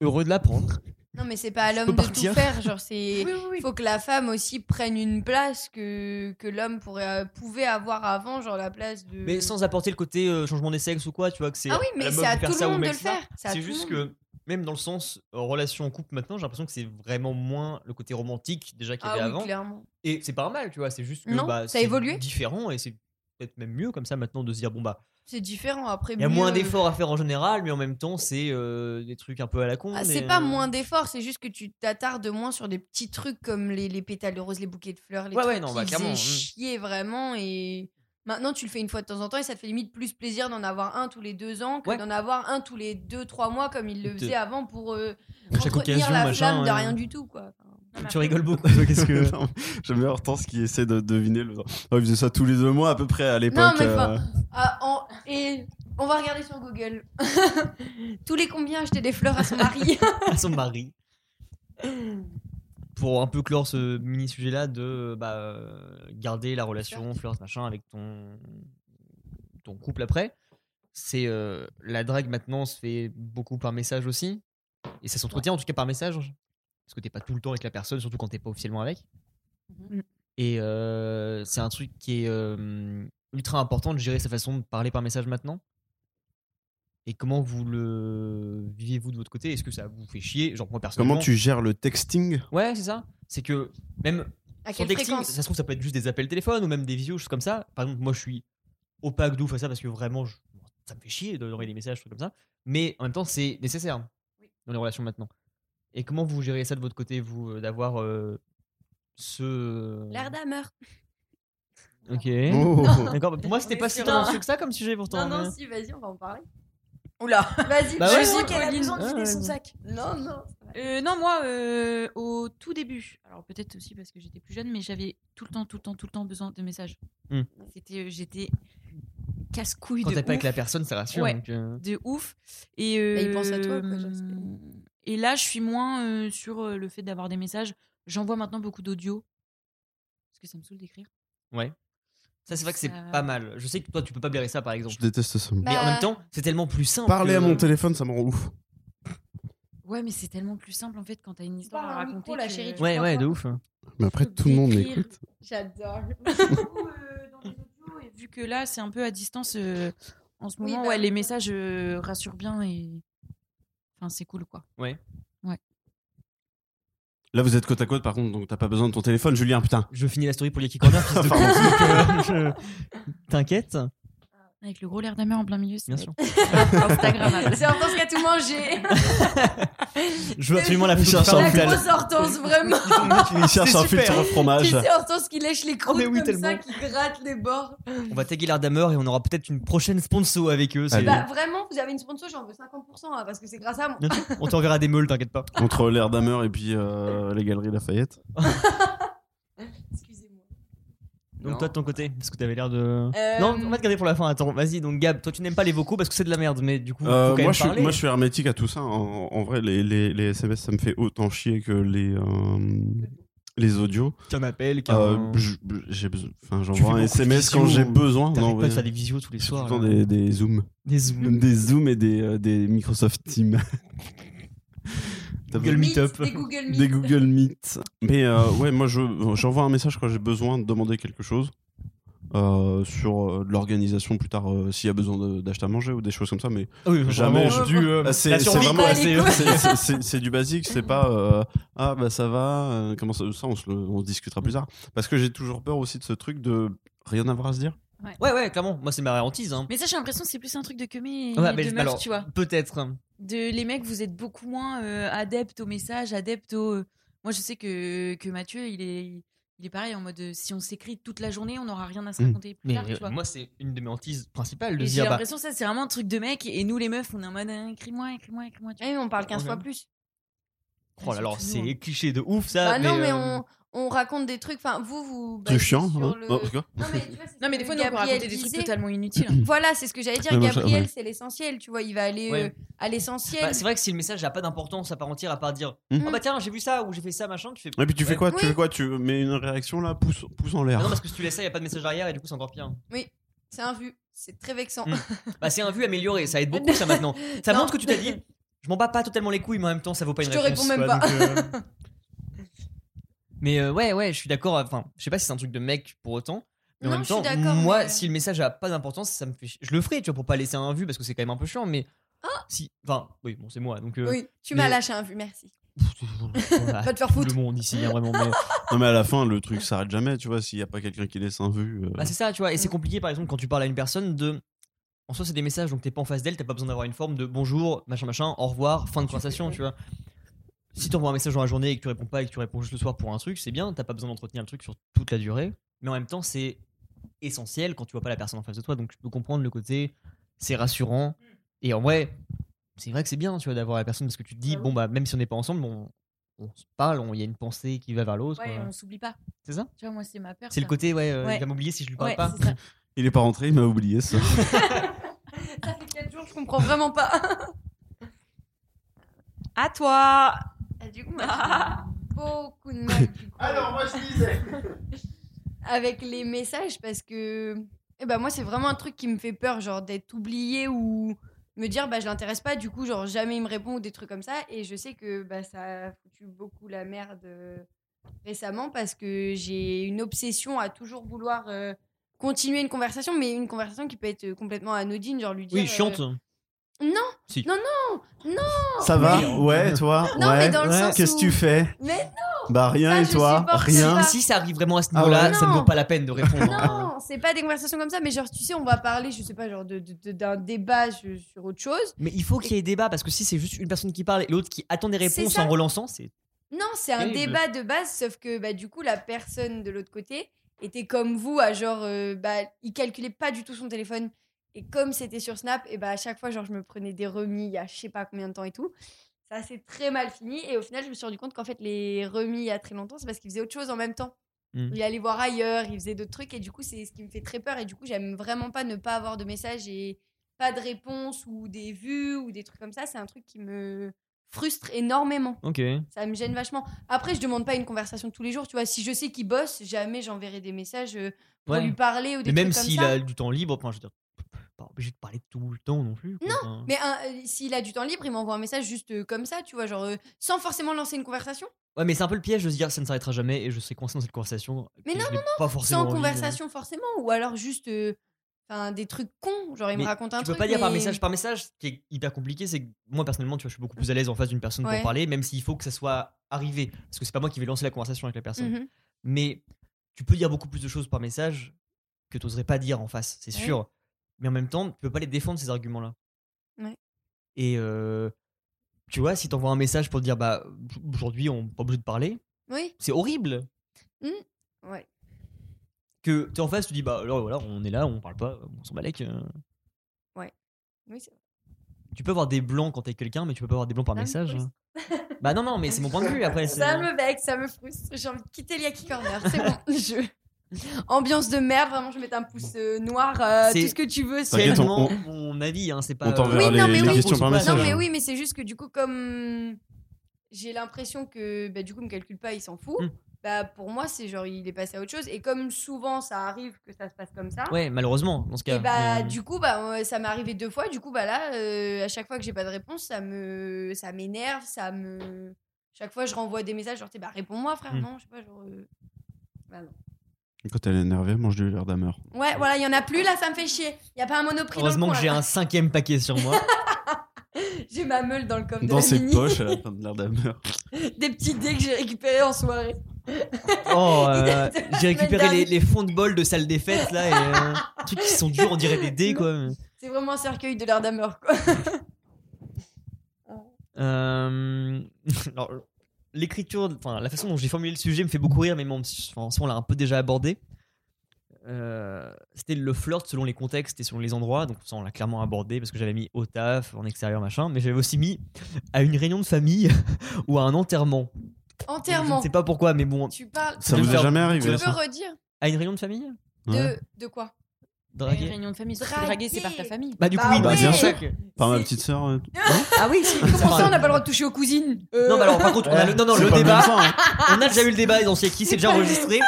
[SPEAKER 2] heureux de l'apprendre.
[SPEAKER 4] Non, mais c'est pas à
[SPEAKER 2] peux
[SPEAKER 4] l'homme de tout
[SPEAKER 2] partir.
[SPEAKER 4] faire. Genre, c'est.
[SPEAKER 3] Oui, oui, oui.
[SPEAKER 4] Il faut que la femme aussi prenne une place que, que l'homme pourrait, euh, pouvait avoir avant, genre la place de.
[SPEAKER 2] Mais sans apporter le côté euh, changement des sexes ou quoi, tu vois que c'est
[SPEAKER 4] Mm. Ah oui,
[SPEAKER 2] à
[SPEAKER 4] mais
[SPEAKER 2] la mode
[SPEAKER 4] c'est à
[SPEAKER 2] de faire
[SPEAKER 4] tout
[SPEAKER 2] ça
[SPEAKER 4] le
[SPEAKER 2] ou
[SPEAKER 4] monde de
[SPEAKER 2] même
[SPEAKER 4] le
[SPEAKER 2] ça.
[SPEAKER 4] faire. à
[SPEAKER 2] C'est
[SPEAKER 4] tout le
[SPEAKER 2] juste
[SPEAKER 4] monde.
[SPEAKER 2] que même dans le sens euh, relation en couple maintenant, j'ai l'impression que c'est vraiment moins le côté romantique déjà qu'il y
[SPEAKER 4] Ah
[SPEAKER 2] avait
[SPEAKER 4] oui,
[SPEAKER 2] avant.
[SPEAKER 4] clairement.
[SPEAKER 2] Et c'est pas mal, tu vois. C'est juste que
[SPEAKER 4] Non,
[SPEAKER 2] bah,
[SPEAKER 4] ça a
[SPEAKER 2] c'est
[SPEAKER 4] évolué.
[SPEAKER 2] différent et c'est peut-être même mieux comme ça maintenant de se dire bon bah
[SPEAKER 4] C'est différent après.
[SPEAKER 2] il y a moins
[SPEAKER 4] mieux-
[SPEAKER 2] d'efforts à faire en général, mais en même temps c'est euh, des trucs un peu à la con.
[SPEAKER 4] Ah,
[SPEAKER 2] mais,
[SPEAKER 4] c'est pas
[SPEAKER 2] euh,
[SPEAKER 4] moins d'efforts, c'est juste que tu t'attardes moins sur des petits trucs comme les, les pétales de rose, les bouquets de fleurs, les
[SPEAKER 2] Ouais,
[SPEAKER 4] trucs
[SPEAKER 2] ouais, non,
[SPEAKER 4] qui
[SPEAKER 2] bah,
[SPEAKER 4] faisaient
[SPEAKER 2] clairement, mm.
[SPEAKER 4] chier vraiment. Et maintenant, tu le fais une fois de temps en temps et ça te fait limite plus plaisir d'en avoir un tous les deux ans que
[SPEAKER 2] Ouais.
[SPEAKER 4] d'en avoir un tous les deux, trois mois comme il le
[SPEAKER 2] De-
[SPEAKER 4] faisait avant pour euh,
[SPEAKER 2] Chaque
[SPEAKER 4] entretenir
[SPEAKER 2] occasion,
[SPEAKER 4] la
[SPEAKER 2] machin,
[SPEAKER 4] flamme de
[SPEAKER 2] ouais.
[SPEAKER 4] rien du tout. Quoi. Enfin,
[SPEAKER 3] Non, mais
[SPEAKER 2] Tu
[SPEAKER 3] après,
[SPEAKER 2] rigoles beaucoup. toi, Qu'est-ce que
[SPEAKER 5] Non, J'aime bien Hortense qui essaie de deviner le. Oh, il faisait ça tous les deux mois à peu près à l'époque.
[SPEAKER 4] Non, mais
[SPEAKER 5] euh,
[SPEAKER 4] enfin, ah, en- et on va regarder sur Google. tous les combien acheter des fleurs à son mari
[SPEAKER 2] à son mari. Pour un peu clore ce mini sujet là de euh, bah, euh, garder la relation flirt machin avec ton ton couple après, c'est euh, la drague maintenant se fait beaucoup par message aussi et ça s'entretient en tout cas par message parce que t'es pas tout le temps avec la personne surtout quand t'es pas officiellement avec.
[SPEAKER 3] Mhm.
[SPEAKER 2] Et euh, c'est un truc qui est euh, ultra important de gérer sa façon de parler par message maintenant. Et comment vous le vivez-vous de votre côté Est-ce que ça vous fait chier Genre moi personnellement.
[SPEAKER 5] Comment tu gères le texting
[SPEAKER 2] Ouais, c'est ça. C'est que même
[SPEAKER 4] À
[SPEAKER 2] sans
[SPEAKER 4] quelle
[SPEAKER 2] texting,
[SPEAKER 4] fréquence
[SPEAKER 2] ça se trouve ça peut être juste des appels téléphone ou même des visios, choses comme ça. Par exemple, moi je suis opaque de ouf à ça parce que vraiment je- ça me fait chier d'envoyer des messages, trucs comme ça. Mais en même temps, c'est nécessaire dans les relations maintenant. Et comment vous gérez ça de votre côté, vous, euh, d'avoir euh, ce.
[SPEAKER 4] L'air d'ameur.
[SPEAKER 2] Ok.
[SPEAKER 5] Oh.
[SPEAKER 2] D'accord, pour moi c'était
[SPEAKER 3] On
[SPEAKER 2] pas
[SPEAKER 3] est
[SPEAKER 2] si
[SPEAKER 3] sur
[SPEAKER 2] tendancieux
[SPEAKER 3] un-
[SPEAKER 2] que ça comme sujet pourtant. hein.
[SPEAKER 4] Non, non,
[SPEAKER 2] mais-
[SPEAKER 4] si, vas-y, on va en parler.
[SPEAKER 3] Oula.
[SPEAKER 4] Vas-y,
[SPEAKER 2] Bah
[SPEAKER 4] je
[SPEAKER 2] ouais.
[SPEAKER 4] sens
[SPEAKER 2] Ouais,
[SPEAKER 4] qu'elle a besoin de-
[SPEAKER 2] de vider son
[SPEAKER 3] sac.
[SPEAKER 4] Non, non.
[SPEAKER 3] Euh, non, moi, euh, au tout début, alors peut-être aussi parce que j'étais plus jeune, mais j'avais tout le temps, tout le temps, tout le temps besoin de messages.
[SPEAKER 2] Hmm.
[SPEAKER 3] C'était, euh, j'étais casse-couille
[SPEAKER 2] Quand
[SPEAKER 3] de
[SPEAKER 2] t'es pas avec
[SPEAKER 3] ouf.
[SPEAKER 2] la personne, ça rassure.
[SPEAKER 3] Ouais.
[SPEAKER 2] donc, euh,
[SPEAKER 3] de ouf. Et, euh,
[SPEAKER 4] Bah, il pense à toi, quoi, genre, c'est-
[SPEAKER 3] et là, je suis moins euh, sur euh, le fait d'avoir des messages. J'envoie maintenant beaucoup d'audio. Parce que ça me saoule d'écrire.
[SPEAKER 2] Ça, c'est vrai que c'est
[SPEAKER 3] Ça-
[SPEAKER 2] pas mal. Je sais que toi, tu peux pas blairer ça par exemple.
[SPEAKER 5] Je déteste ça.
[SPEAKER 2] Mais en
[SPEAKER 4] Bah-
[SPEAKER 2] même temps, c'est tellement plus simple.
[SPEAKER 5] Parler
[SPEAKER 2] que-
[SPEAKER 5] à mon téléphone, ça me rend ouf.
[SPEAKER 3] Ouais, mais c'est tellement plus simple en fait quand t'as une histoire
[SPEAKER 4] Parle
[SPEAKER 3] à
[SPEAKER 4] à un
[SPEAKER 3] raconter.
[SPEAKER 4] micro, la
[SPEAKER 3] que-
[SPEAKER 4] chérie, tu
[SPEAKER 2] Ouais, ouais, de ouf.
[SPEAKER 5] Mais après, tout le monde m'écoute.
[SPEAKER 4] J'adore.
[SPEAKER 3] Surtout, euh, dans les audios, et vu que là, c'est un peu à distance euh, en ce
[SPEAKER 4] Oui,
[SPEAKER 3] moment,
[SPEAKER 4] bah,
[SPEAKER 3] ouais, les
[SPEAKER 4] ouais.
[SPEAKER 3] messages euh, rassurent bien et. Enfin, c'est cool quoi.
[SPEAKER 5] Là, vous êtes côte à côte, par contre, donc t'as pas besoin de ton téléphone, Julien, putain.
[SPEAKER 2] Je finis la story pour Yaki Corner, fils de pute, donc, euh, je- T'inquiète
[SPEAKER 3] Avec le gros l'air d'amère en plein milieu, c'est
[SPEAKER 2] Bien sûr.
[SPEAKER 3] Instagram.
[SPEAKER 4] C'est Hortense qui a tout mangé.
[SPEAKER 2] Je veux absolument la fiche sur
[SPEAKER 4] La
[SPEAKER 2] le
[SPEAKER 4] grosse Hortense, vraiment.
[SPEAKER 5] Il cherche un filtre à
[SPEAKER 4] Tu
[SPEAKER 5] fromage.
[SPEAKER 4] sais, Hortense qui lèche les croûtes
[SPEAKER 2] Ah, mais oui,
[SPEAKER 4] comme ça,
[SPEAKER 2] tellement.
[SPEAKER 4] qui gratte les bords.
[SPEAKER 2] On va taguer l'Ardameur et on aura peut-être une prochaine sponsor avec eux. c'est-
[SPEAKER 5] Allez.
[SPEAKER 4] Bah, vraiment, vous avez une sponsor, j'en veux 50%, hein, parce que c'est grâce à moi.
[SPEAKER 2] Bien sûr. On t'enverra des meules, t'inquiète pas.
[SPEAKER 5] Entre l'air d'Ameur et puis euh, les galeries Lafayette.
[SPEAKER 4] Excusez-moi.
[SPEAKER 2] Donc
[SPEAKER 5] Non.
[SPEAKER 2] toi de ton côté, parce que t'avais l'air de...
[SPEAKER 4] Euh,
[SPEAKER 2] Non, on va te garder pour la fin, attends, vas-y, donc Gab, toi tu n'aimes pas les vocaux parce que c'est de la merde, mais du coup, faut
[SPEAKER 5] Euh,
[SPEAKER 2] quand
[SPEAKER 5] moi,
[SPEAKER 2] même
[SPEAKER 5] je suis,
[SPEAKER 2] parler.
[SPEAKER 5] moi, je suis hermétique à tout ça. hein. En, en vrai, les, les, les SMS, ça me fait autant chier que les, euh, les audios.
[SPEAKER 2] Qu'un appel, qu'un...
[SPEAKER 5] Euh, je- j'ai besoin- Enfin,
[SPEAKER 2] Ah. Tu fais
[SPEAKER 5] j'envoie
[SPEAKER 2] beaucoup
[SPEAKER 5] un
[SPEAKER 2] de
[SPEAKER 5] SMS quand
[SPEAKER 2] visio.
[SPEAKER 5] j'ai besoin.
[SPEAKER 2] T'arrêtes
[SPEAKER 5] Non,
[SPEAKER 2] pas
[SPEAKER 5] ouais.
[SPEAKER 2] de faire des visios tous les
[SPEAKER 5] Je fais tout
[SPEAKER 2] soirs. euh,
[SPEAKER 5] le temps
[SPEAKER 2] là.
[SPEAKER 5] des, Mm. des zooms.
[SPEAKER 2] Des zooms.
[SPEAKER 5] Des zooms et des, euh, des Microsoft Teams. T'as
[SPEAKER 2] Google
[SPEAKER 5] besoin-
[SPEAKER 2] Meetup.
[SPEAKER 4] Des Google Meet.
[SPEAKER 5] Des Google Meet. Mais euh, ouais, moi, je, j'envoie un message quand j'ai besoin de demander quelque chose. euh, sur euh, de l'organisation plus tard euh, s'il y a besoin de- d'acheter à manger ou des choses comme ça mais
[SPEAKER 2] Ah oui,
[SPEAKER 5] Jamais,
[SPEAKER 2] vraiment,
[SPEAKER 4] je-
[SPEAKER 2] du, euh,
[SPEAKER 5] Ah, c'est-
[SPEAKER 2] la
[SPEAKER 5] c'est
[SPEAKER 2] survie,
[SPEAKER 5] vraiment-
[SPEAKER 2] quoi,
[SPEAKER 4] c'est-
[SPEAKER 2] euh,
[SPEAKER 5] C'est- c'est- c'est c'est du basique, c'est pas euh, ah bah ça va, euh, comment ça, ça, on, se le- on se discutera plus tard. Parce que j'ai toujours peur aussi de ce truc de rien avoir à se dire.
[SPEAKER 2] Ouais, ouais, clairement, moi c'est ma hantise. Hein.
[SPEAKER 3] Mais ça, j'ai l'impression que c'est plus un truc de que mais
[SPEAKER 2] Ouais,
[SPEAKER 3] de
[SPEAKER 2] mais
[SPEAKER 3] meuf,
[SPEAKER 2] alors,
[SPEAKER 3] tu vois.
[SPEAKER 2] peut-être.
[SPEAKER 3] De les mecs, vous êtes beaucoup moins euh, adeptes aux messages, adeptes au. Moi, je sais que, que Mathieu, il est, il est pareil en mode euh, si on s'écrit toute la journée, on n'aura rien à se
[SPEAKER 5] Mm.
[SPEAKER 3] raconter plus
[SPEAKER 2] Mais
[SPEAKER 3] tard, tu
[SPEAKER 2] euh,
[SPEAKER 3] vois.
[SPEAKER 2] moi, c'est une de mes hantises principales de
[SPEAKER 3] Et
[SPEAKER 2] se
[SPEAKER 3] j'ai
[SPEAKER 2] dire bah,
[SPEAKER 3] l'impression que ça, c'est vraiment un truc de mec. Et nous, les meufs, on est en mode euh, écris-moi, écris-moi,
[SPEAKER 4] Eh
[SPEAKER 3] écris-moi. tu vois.
[SPEAKER 4] Ouais, on parle 15 fois plus.
[SPEAKER 2] oh là là,
[SPEAKER 3] Surtout nous,
[SPEAKER 2] c'est cliché de ouf ça.
[SPEAKER 4] hein. bah non, mais
[SPEAKER 2] euh,
[SPEAKER 4] on, on raconte des trucs. Enfin, vous, vous.
[SPEAKER 5] C'est
[SPEAKER 4] basez
[SPEAKER 5] chiant.
[SPEAKER 4] Bah, sur
[SPEAKER 5] hein.
[SPEAKER 4] le-
[SPEAKER 5] Oh, pourquoi
[SPEAKER 4] Non, mais, tu vois, c'est ce
[SPEAKER 3] Non, mais
[SPEAKER 4] que
[SPEAKER 3] des fois, nous, on peut
[SPEAKER 4] Gabriel
[SPEAKER 3] raconter des trucs
[SPEAKER 4] disait.
[SPEAKER 3] totalement inutiles. hein.
[SPEAKER 4] Voilà, c'est ce que j'allais dire.
[SPEAKER 5] Oui, moi, je-
[SPEAKER 4] Gabriel,
[SPEAKER 5] ouais.
[SPEAKER 4] c'est l'essentiel. Tu vois, il va aller
[SPEAKER 2] Ouais.
[SPEAKER 4] euh, à l'essentiel.
[SPEAKER 2] Bah, c'est vrai que si le message n'a pas d'importance à part entière, à part dire
[SPEAKER 5] Mhm.
[SPEAKER 2] Oh bah tiens, j'ai vu ça ou j'ai fait ça, machin, tu fais.
[SPEAKER 5] Et puis tu fais quoi Tu
[SPEAKER 4] Oui.
[SPEAKER 5] fais quoi Tu mets une réaction là, pouce, pouce en
[SPEAKER 2] Ah
[SPEAKER 5] l'air.
[SPEAKER 2] non, parce que si tu laisses ça, il n'y a pas de message derrière et du coup, c'est encore pire.
[SPEAKER 4] C'est un vu. C'est très vexant.
[SPEAKER 2] Mm. Bah, c'est un vu amélioré, ça aide beaucoup ça maintenant. Ça
[SPEAKER 4] Non.
[SPEAKER 2] montre que tu t'as dit Je m'en bats pas totalement les couilles, mais en même temps, ça vaut pas
[SPEAKER 4] Je
[SPEAKER 2] une
[SPEAKER 4] te
[SPEAKER 2] réponse.
[SPEAKER 4] réponds même
[SPEAKER 5] Bah,
[SPEAKER 4] pas.
[SPEAKER 5] donc, euh,
[SPEAKER 2] Mais euh, ouais, ouais, je suis d'accord. Enfin, je sais pas si c'est un truc de mec pour autant. Mais en
[SPEAKER 4] Non,
[SPEAKER 2] même
[SPEAKER 4] je
[SPEAKER 2] temps,
[SPEAKER 4] suis d'accord,
[SPEAKER 2] moi,
[SPEAKER 4] mais-
[SPEAKER 2] si le message a pas d'importance, ça me fait. chier. Je le ferai, tu vois, pour pas laisser un vu parce que c'est quand même un peu chiant, mais.
[SPEAKER 4] Ah
[SPEAKER 2] Si. Enfin, oui, bon, c'est moi, donc. euh,
[SPEAKER 4] Oui, tu
[SPEAKER 2] mais-
[SPEAKER 4] m'as lâché un vu, merci.
[SPEAKER 2] voilà,
[SPEAKER 4] Va te faire
[SPEAKER 2] tout
[SPEAKER 4] foutre.
[SPEAKER 2] le monde ici, hein, vraiment. mais-
[SPEAKER 5] Non mais à la fin, le truc s'arrête jamais, tu vois, s'il y a pas quelqu'un qui laisse un vu. euh,
[SPEAKER 2] Bah, c'est ça, tu vois. Et c'est compliqué, par exemple, quand tu parles à une personne de. En soi, c'est des messages, donc t'es pas en face d'elle, t'as pas besoin d'avoir une forme de bonjour, machin, machin, au revoir, fin de conversation, tu vois. Si t'envoies un message dans la journée et que tu réponds pas et que tu réponds juste le soir pour un truc, c'est bien, t'as pas besoin d'entretenir le truc sur toute la durée. Mais en même temps, c'est essentiel quand tu vois pas la personne en face de toi, donc je peux comprendre le côté, c'est rassurant. Et en vrai, c'est vrai que c'est bien, tu vois, d'avoir la personne parce que tu te dis, bon, bah, même si on n'est pas ensemble, on, on se parle, on- il y a une pensée qui va vers l'autre.
[SPEAKER 3] Ouais,
[SPEAKER 2] quoi.
[SPEAKER 3] on s'oublie pas.
[SPEAKER 2] C'est ça
[SPEAKER 3] Tu vois, moi, c'est ma peur.
[SPEAKER 2] C'est le
[SPEAKER 3] ça.
[SPEAKER 2] côté, ouais, euh,
[SPEAKER 3] Ouais.
[SPEAKER 2] il va m'oublier si je lui parle
[SPEAKER 3] Ouais,
[SPEAKER 2] pas.
[SPEAKER 3] c'est ça.
[SPEAKER 5] Il est pas rentré, il m'a oublié ça.
[SPEAKER 4] Ça fait 4 jours, je comprends vraiment pas.
[SPEAKER 3] À toi
[SPEAKER 4] du coup, moi, j'ai beaucoup de mal. du coup,
[SPEAKER 5] moi je disais.
[SPEAKER 4] avec les messages parce que eh ben moi c'est vraiment un truc qui me fait peur genre d'être oublié ou me dire bah je l'intéresse pas du coup genre jamais il me répond ou des trucs comme ça et je sais que bah ça a foutu beaucoup la merde euh, récemment parce que j'ai une obsession à toujours vouloir euh, continuer une conversation mais une conversation qui peut être euh, complètement anodine genre lui dire
[SPEAKER 2] Oui,
[SPEAKER 4] euh,
[SPEAKER 2] chiante.
[SPEAKER 4] Non,
[SPEAKER 2] Si.
[SPEAKER 4] non,
[SPEAKER 5] Ça va Ouais, toi
[SPEAKER 4] Non,
[SPEAKER 5] Ouais.
[SPEAKER 4] mais dans le sens
[SPEAKER 5] Qu'est-ce que
[SPEAKER 4] où-
[SPEAKER 5] tu fais
[SPEAKER 4] euh, mais
[SPEAKER 5] Bah rien
[SPEAKER 4] Ça,
[SPEAKER 5] et
[SPEAKER 4] je
[SPEAKER 5] toi
[SPEAKER 4] supporte
[SPEAKER 5] Rien.
[SPEAKER 4] pas.
[SPEAKER 2] Si ça arrive vraiment à ce
[SPEAKER 5] Ah
[SPEAKER 2] niveau-là,
[SPEAKER 4] ouais.
[SPEAKER 2] ça ne
[SPEAKER 4] Non.
[SPEAKER 2] vaut pas la peine de répondre. hein.
[SPEAKER 4] Non, c'est pas des conversations comme ça, mais genre, tu sais, on va parler, je sais pas, genre, de- de- de- d'un débat sur- sur autre chose.
[SPEAKER 2] Mais il faut qu'il y ait débat parce que si c'est juste une personne qui parle et l'autre qui attend des
[SPEAKER 4] C'est
[SPEAKER 2] réponses
[SPEAKER 4] ça.
[SPEAKER 2] en relançant, c'est.
[SPEAKER 4] Non, c'est un
[SPEAKER 2] Terrible.
[SPEAKER 4] débat de base, sauf que bah, du coup, la personne de l'autre côté était comme vous, à genre, euh, bah, il calculait pas du tout son téléphone. Et comme c'était sur Snap, et bah, à chaque fois, genre, je me prenais des remis il y a je sais pas combien de temps et tout. Ça s'est très mal fini. Et au final, je me suis rendu compte qu'en fait, les remis il y a très longtemps, c'est parce qu'il faisait autre chose en même temps.
[SPEAKER 2] Mm.
[SPEAKER 4] Il allait voir ailleurs, il faisait d'autres trucs. Et du coup, c'est ce qui me fait très peur. Et du coup, j'aime vraiment pas ne pas avoir de messages et pas de réponse ou des vues ou des trucs comme ça. C'est un truc qui me frustre énormément.
[SPEAKER 2] Ok.
[SPEAKER 4] Ça me gêne vachement. Après, je demande pas une conversation tous les jours, tu vois. Si je sais qu'il bosse, jamais j'enverrai des messages euh, pour
[SPEAKER 2] Ouais.
[SPEAKER 4] lui parler ou des
[SPEAKER 2] Et même
[SPEAKER 4] trucs comme
[SPEAKER 2] s'il
[SPEAKER 4] ça.
[SPEAKER 2] a du temps libre, enfin, je veux dire, pas obligé de parler tout le temps non plus. quoi. Enfin,
[SPEAKER 4] Mais un- euh, s'il a du temps libre, il m'envoie un message juste euh, comme ça, tu vois, genre euh, sans forcément lancer une conversation.
[SPEAKER 2] Ouais, mais c'est un peu le piège de se dire ça ne s'arrêtera jamais et je serai coincé dans cette conversation.
[SPEAKER 4] Mais non,
[SPEAKER 2] non, non, pas forcément
[SPEAKER 4] sans
[SPEAKER 2] envie de-
[SPEAKER 4] conversation forcément, ou alors juste euh, enfin, des trucs cons. Genre, il
[SPEAKER 2] Mais
[SPEAKER 4] me raconte un
[SPEAKER 2] Tu peux
[SPEAKER 4] truc.
[SPEAKER 2] pas dire par
[SPEAKER 4] mais-
[SPEAKER 2] message par message, ce qui est hyper compliqué, c'est que moi personnellement, tu vois, je suis beaucoup plus à l'aise en face d'une personne pour
[SPEAKER 4] Ouais.
[SPEAKER 2] parler, même s'il faut que ça soit arrivé, parce que c'est pas moi qui vais lancer la conversation avec la personne.
[SPEAKER 4] Mhm.
[SPEAKER 2] mais tu peux dire beaucoup plus de choses par message que tu n'oserais pas dire en face, c'est
[SPEAKER 4] Ouais.
[SPEAKER 2] sûr. Mais en même temps, tu peux pas les défendre ces arguments-là.
[SPEAKER 4] Ouais.
[SPEAKER 2] Et euh, tu vois, si t'envoies un message pour te dire bah aujourd'hui on n'est pas obligé de parler,
[SPEAKER 4] Oui,
[SPEAKER 2] c'est horrible
[SPEAKER 4] ouais.
[SPEAKER 2] que t'es en face, tu dis bah alors voilà, on est là, on parle pas, on s'en bat les couilles. hein».
[SPEAKER 4] Oui, c'est-
[SPEAKER 2] Tu peux avoir des blancs quand t'es avec quelqu'un, mais tu peux pas avoir des blancs par
[SPEAKER 4] Ça me
[SPEAKER 2] message.
[SPEAKER 4] frustre.
[SPEAKER 2] bah non non, mais c'est mon point de vue après. c'est-
[SPEAKER 4] Ah Ça me vexe, ça me frustre. J'ai envie de quitter l'Yaki Corner. C'est bon. je... Ambiance de merde, vraiment, je vais mettre un pouce euh, noir, euh,
[SPEAKER 2] C'est-
[SPEAKER 4] tout ce que tu veux.
[SPEAKER 2] C'est
[SPEAKER 5] T'inquiète, on-
[SPEAKER 2] mon, mon avis, hein, c'est pas.
[SPEAKER 5] On t'enverra
[SPEAKER 4] Oui,
[SPEAKER 5] les,
[SPEAKER 4] non, mais
[SPEAKER 5] les
[SPEAKER 4] oui.
[SPEAKER 5] questions par
[SPEAKER 2] Non,
[SPEAKER 5] message.
[SPEAKER 4] Non, mais oui, mais c'est juste que du coup, comme j'ai l'impression que bah, du coup, il me calcule pas, il s'en fout.
[SPEAKER 2] Mm.
[SPEAKER 4] Bah, pour moi, c'est genre, il est passé à autre chose. Et comme souvent, ça arrive que ça se passe comme ça.
[SPEAKER 2] Ouais, malheureusement dans ce cas. Hum,
[SPEAKER 4] Et
[SPEAKER 2] mais-
[SPEAKER 4] bah, du coup, bah, euh, ça m'est arrivé deux fois. Du coup, bah là, euh, à chaque fois que j'ai pas de réponse, ça me, ça m'énerve, ça me. Chaque fois, je renvoie des messages genre, t'es, bah, réponds-moi, frère,
[SPEAKER 2] Mm.
[SPEAKER 4] non, je sais pas, genre. euh, bah, non.
[SPEAKER 5] Quand elle est énervée, mange-lui l'air d'amer.
[SPEAKER 4] Ouais, voilà, il y en a plus là, ça me fait chier. Y a pas un monoprix. dans le
[SPEAKER 2] Heureusement que
[SPEAKER 4] coin,
[SPEAKER 2] j'ai
[SPEAKER 4] là.
[SPEAKER 2] un cinquième paquet sur moi.
[SPEAKER 4] J'ai ma meule dans le coffre de
[SPEAKER 5] Dans
[SPEAKER 4] la
[SPEAKER 5] ses
[SPEAKER 4] Mini.
[SPEAKER 5] poches, elle a plein de l'air d'amer.
[SPEAKER 4] des petits dés que j'ai récupérés en soirée.
[SPEAKER 2] Oh, euh,
[SPEAKER 4] Il date de la
[SPEAKER 2] j'ai récupéré
[SPEAKER 4] semaine
[SPEAKER 2] les,
[SPEAKER 4] dernière.
[SPEAKER 2] les fonds de bol de salle des fêtes là, et euh, des trucs qui sont durs, on dirait des dés quoi.
[SPEAKER 4] C'est vraiment un cercueil de l'air d'amour, quoi.
[SPEAKER 2] Euh, alors, l'écriture, enfin la façon dont j'ai formulé le sujet me fait beaucoup rire, mais bon, enfin, en soi, on l'a un peu déjà abordé. Euh, C'était le flirt selon les contextes et selon les endroits, donc ça on l'a clairement abordé parce que j'avais mis au taf, en extérieur machin, mais j'avais aussi mis à une réunion de famille ou à un enterrement. Je ne
[SPEAKER 4] Enterrement.
[SPEAKER 2] sais pas pourquoi, mais bon.
[SPEAKER 4] Tu parles.
[SPEAKER 5] Ça
[SPEAKER 2] de
[SPEAKER 5] vous
[SPEAKER 2] faire-
[SPEAKER 5] est jamais
[SPEAKER 4] Tu
[SPEAKER 5] arrivé
[SPEAKER 4] peux
[SPEAKER 5] ça
[SPEAKER 4] redire
[SPEAKER 2] À une réunion de famille
[SPEAKER 5] Ouais.
[SPEAKER 4] de, de quoi
[SPEAKER 3] Une
[SPEAKER 2] Draguer
[SPEAKER 3] réunion de famille. Sauf que
[SPEAKER 4] Draguer.
[SPEAKER 3] draguer, c'est par ta famille.
[SPEAKER 2] Bah, du coup,
[SPEAKER 4] Bah
[SPEAKER 2] oui,
[SPEAKER 4] oui.
[SPEAKER 2] bien
[SPEAKER 4] Bien
[SPEAKER 2] sûr.
[SPEAKER 4] sûr.
[SPEAKER 5] Par ma
[SPEAKER 4] C'est-
[SPEAKER 5] petite sœur. euh,
[SPEAKER 3] Ah oui,
[SPEAKER 4] Comment ça, on n'a pas le droit de toucher aux cousines Euh,
[SPEAKER 2] Non, bah alors par contre, on a le, non, non,
[SPEAKER 5] c'est
[SPEAKER 2] le
[SPEAKER 5] pas
[SPEAKER 2] débat,
[SPEAKER 5] même ça, hein.
[SPEAKER 2] on a déjà eu le débat, donc c'est qui, c'est déjà enregistré.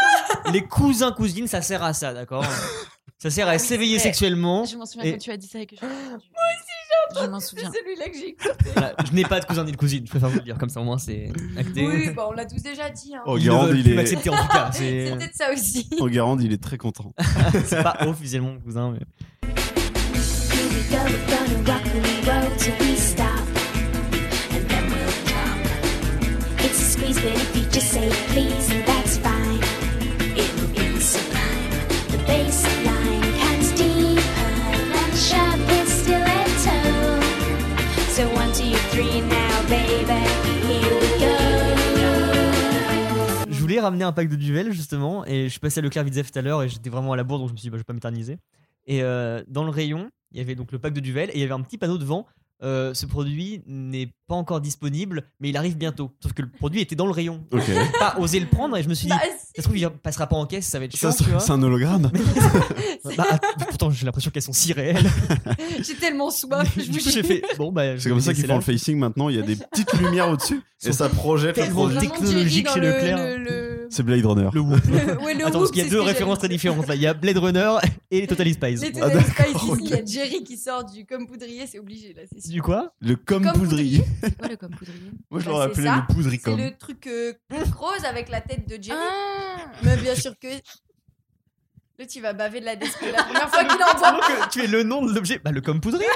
[SPEAKER 2] Les cousins, cousines, ça sert à ça, d'accord Ça sert à
[SPEAKER 3] oui,
[SPEAKER 2] s'éveiller
[SPEAKER 3] c'est vrai.
[SPEAKER 2] sexuellement.
[SPEAKER 3] Je m'en souviens
[SPEAKER 2] Et-
[SPEAKER 3] quand tu as dit ça et que je. Ah, Moi aussi, j'ai Je m'en
[SPEAKER 4] C'est
[SPEAKER 3] souviens.
[SPEAKER 4] celui-là que j'ai.
[SPEAKER 2] Voilà, je n'ai pas de cousin ni de cousine, je préfère vous le dire, comme ça au moins c'est acté.
[SPEAKER 4] Oui, bah on l'a tous déjà dit. hein.
[SPEAKER 5] Oh,
[SPEAKER 2] Ils ne
[SPEAKER 5] Guérande,
[SPEAKER 2] veulent
[SPEAKER 5] il
[SPEAKER 2] plus
[SPEAKER 5] est...
[SPEAKER 2] m'accepter en tout cas,
[SPEAKER 4] C'est
[SPEAKER 2] c'est
[SPEAKER 4] peut-être ça aussi.
[SPEAKER 5] oh, Guérande, il est très content.
[SPEAKER 4] Ah,
[SPEAKER 2] c'est pas officiellement mon cousin. Mais...
[SPEAKER 7] Here we go, we're gonna rock the world till we stop. And then we'll drop. It's a squeeze, but if you just say please, and that's fine. It'll be sublime. The baseline cuts deeper and sharp, it's still at toe. So one, two, three now, baby. Here we go.
[SPEAKER 2] Je voulais ramener un pack de duvel justement, et je suis passé à Leclerc Vizef tout à l'heure, et j'étais vraiment à la bourre, donc je me suis dit, bah, je vais pas m'éterniser. Et euh, dans le rayon, il y avait donc le pack de duvel, et il y avait un petit panneau devant. euh, ce produit n'est pas encore disponible, mais il arrive bientôt. Sauf que le produit était dans le rayon.
[SPEAKER 5] Ok.
[SPEAKER 2] J'ai pas osé le prendre et je me suis dit,
[SPEAKER 4] Bah,
[SPEAKER 2] ça
[SPEAKER 4] si.
[SPEAKER 2] se trouve, il passera pas en caisse, ça va être chiant,
[SPEAKER 5] Ça se
[SPEAKER 2] tu
[SPEAKER 5] trouve,
[SPEAKER 2] vois.
[SPEAKER 5] c'est un hologramme.
[SPEAKER 2] Bah, att- pourtant, j'ai l'impression qu'elles sont si réelles.
[SPEAKER 4] J'ai tellement soif. Bah, Je
[SPEAKER 2] Du
[SPEAKER 4] vous
[SPEAKER 2] coup, j'ai
[SPEAKER 4] jure.
[SPEAKER 2] fait, bon, bah, je
[SPEAKER 5] C'est comme
[SPEAKER 2] vais
[SPEAKER 5] ça qu'ils
[SPEAKER 2] laisser
[SPEAKER 5] font
[SPEAKER 2] là.
[SPEAKER 5] le facing maintenant. Il y a des petites lumières au-dessus et
[SPEAKER 2] Ils sont
[SPEAKER 5] ça projette le
[SPEAKER 2] tellement
[SPEAKER 5] projet.
[SPEAKER 4] Vraiment, tu
[SPEAKER 2] technologique
[SPEAKER 4] lis dans
[SPEAKER 2] chez
[SPEAKER 4] le-
[SPEAKER 2] Leclerc.
[SPEAKER 4] le- le-
[SPEAKER 5] C'est Blade Runner.
[SPEAKER 2] Le whoop.
[SPEAKER 4] Ouais, le
[SPEAKER 2] Attends, parce
[SPEAKER 4] whoop,
[SPEAKER 2] qu'il y a
[SPEAKER 4] c'est
[SPEAKER 2] deux
[SPEAKER 4] ce que
[SPEAKER 2] références très
[SPEAKER 4] j'allais dire.
[SPEAKER 2] différentes. là. Il y a Blade Runner et les Total Spies.
[SPEAKER 4] Les
[SPEAKER 2] Bon.
[SPEAKER 4] Total
[SPEAKER 5] Ah,
[SPEAKER 4] Spies,
[SPEAKER 5] d'accord,
[SPEAKER 4] il y a
[SPEAKER 5] ok.
[SPEAKER 4] Jerry qui sort du comme poudrier, c'est obligé là, c'est sûr.
[SPEAKER 2] Du quoi
[SPEAKER 5] Le com
[SPEAKER 4] Comme
[SPEAKER 5] poudrier.
[SPEAKER 3] C'est quoi le comme poudrier
[SPEAKER 5] Moi, je
[SPEAKER 4] Bah,
[SPEAKER 5] l'aurais
[SPEAKER 4] c'est
[SPEAKER 5] appelé
[SPEAKER 4] ça.
[SPEAKER 5] le poudrier
[SPEAKER 4] C'est
[SPEAKER 5] com.
[SPEAKER 4] le truc euh, rose avec la tête de Jerry.
[SPEAKER 3] Ah
[SPEAKER 4] Mais bien sûr que. Là, tu vas baver de la desque la première fois qu'il en voit.
[SPEAKER 2] Que tu es le nom de l'objet Bah, le com poudré.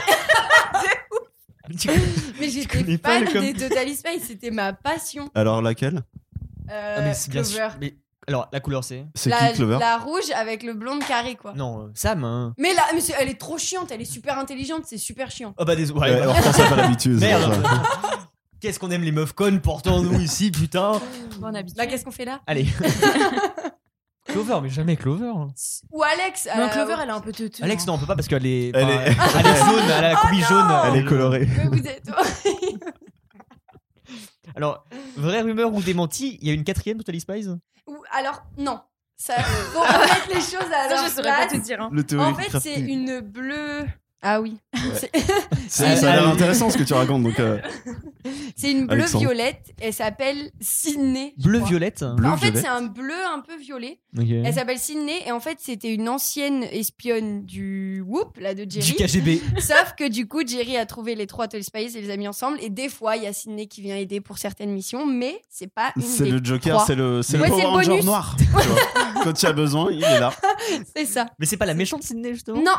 [SPEAKER 2] Tu-
[SPEAKER 4] Mais
[SPEAKER 2] connais
[SPEAKER 4] j'étais
[SPEAKER 2] pas
[SPEAKER 4] fan
[SPEAKER 2] le com-
[SPEAKER 4] des Total Spies, c'était ma passion.
[SPEAKER 5] Alors laquelle
[SPEAKER 4] Euh,
[SPEAKER 2] Ah, mais c'est bien sûr.
[SPEAKER 4] Clover.
[SPEAKER 2] Mais alors, la couleur, c'est
[SPEAKER 5] C'est
[SPEAKER 4] la,
[SPEAKER 5] qui Clover
[SPEAKER 4] la rouge avec le blond carré, quoi.
[SPEAKER 2] Non, euh, Sam. hein.
[SPEAKER 4] Mais là, mais c'est- elle est trop chiante, elle est super intelligente, c'est super chiant.
[SPEAKER 2] Ah, bah, désolé. Ouais,
[SPEAKER 5] Oh, Ouais,
[SPEAKER 2] bah,
[SPEAKER 5] alors quand ça pas l'habitude. c'est
[SPEAKER 2] Merde.
[SPEAKER 5] ça.
[SPEAKER 2] Qu'est-ce qu'on aime les meufs connes portant nous ici, putain.
[SPEAKER 3] Bon, on habite.
[SPEAKER 4] Là, qu'est-ce qu'on fait là
[SPEAKER 2] Allez. Clover, mais jamais Clover. hein.
[SPEAKER 4] Ou Alex
[SPEAKER 3] Non,
[SPEAKER 4] euh,
[SPEAKER 3] Clover, elle est un peu teuteux.
[SPEAKER 2] Alex,
[SPEAKER 3] hein.
[SPEAKER 2] non, on peut pas parce qu'elle est.
[SPEAKER 5] Elle
[SPEAKER 2] enfin,
[SPEAKER 5] est-
[SPEAKER 2] Elle est jaune, elle a la
[SPEAKER 4] Oh
[SPEAKER 2] combi jaune.
[SPEAKER 5] Elle est colorée.
[SPEAKER 4] mais vous êtes-
[SPEAKER 2] Alors, vraie rumeur ou démenti, il y a une quatrième Total Spies
[SPEAKER 4] Ou alors, non. Ça, faut remettre les choses
[SPEAKER 3] Ça,
[SPEAKER 4] à leur
[SPEAKER 3] je saurais pas
[SPEAKER 4] place.
[SPEAKER 3] te dire. hein.
[SPEAKER 5] Le théorie.
[SPEAKER 4] En fait, c'est une bleue. Ah oui.
[SPEAKER 5] Ça ça a
[SPEAKER 2] Ah,
[SPEAKER 5] l'air
[SPEAKER 2] oui.
[SPEAKER 5] intéressant ce que tu racontes. Donc euh,
[SPEAKER 4] C'est une bleue
[SPEAKER 5] Alexandre.
[SPEAKER 4] violette. Elle s'appelle Sydney. je
[SPEAKER 2] Bleu
[SPEAKER 4] crois.
[SPEAKER 2] violette.
[SPEAKER 5] bleu
[SPEAKER 4] en fait,
[SPEAKER 5] violet.
[SPEAKER 4] c'est un bleu un peu violet. Elle
[SPEAKER 2] Ok.
[SPEAKER 4] s'appelle Sydney et en fait, c'était une ancienne espionne du Whoop, là, de
[SPEAKER 2] Du
[SPEAKER 4] Jerry.
[SPEAKER 2] KGB.
[SPEAKER 4] Sauf que du coup, Jerry a trouvé les trois Toy Spies et les a mis ensemble. Et des fois, il y a Sydney qui vient aider pour certaines missions, mais c'est pas une
[SPEAKER 5] C'est
[SPEAKER 4] des
[SPEAKER 5] le Joker,
[SPEAKER 4] trois.
[SPEAKER 5] c'est le, c'est
[SPEAKER 4] Ouais,
[SPEAKER 5] le
[SPEAKER 4] c'est
[SPEAKER 5] Power
[SPEAKER 4] le
[SPEAKER 5] Ranger
[SPEAKER 4] bonus.
[SPEAKER 5] noir. tu vois. Quand tu as besoin, il est là.
[SPEAKER 4] C'est ça.
[SPEAKER 2] Mais c'est pas la méchante Sydney, justement
[SPEAKER 4] Non,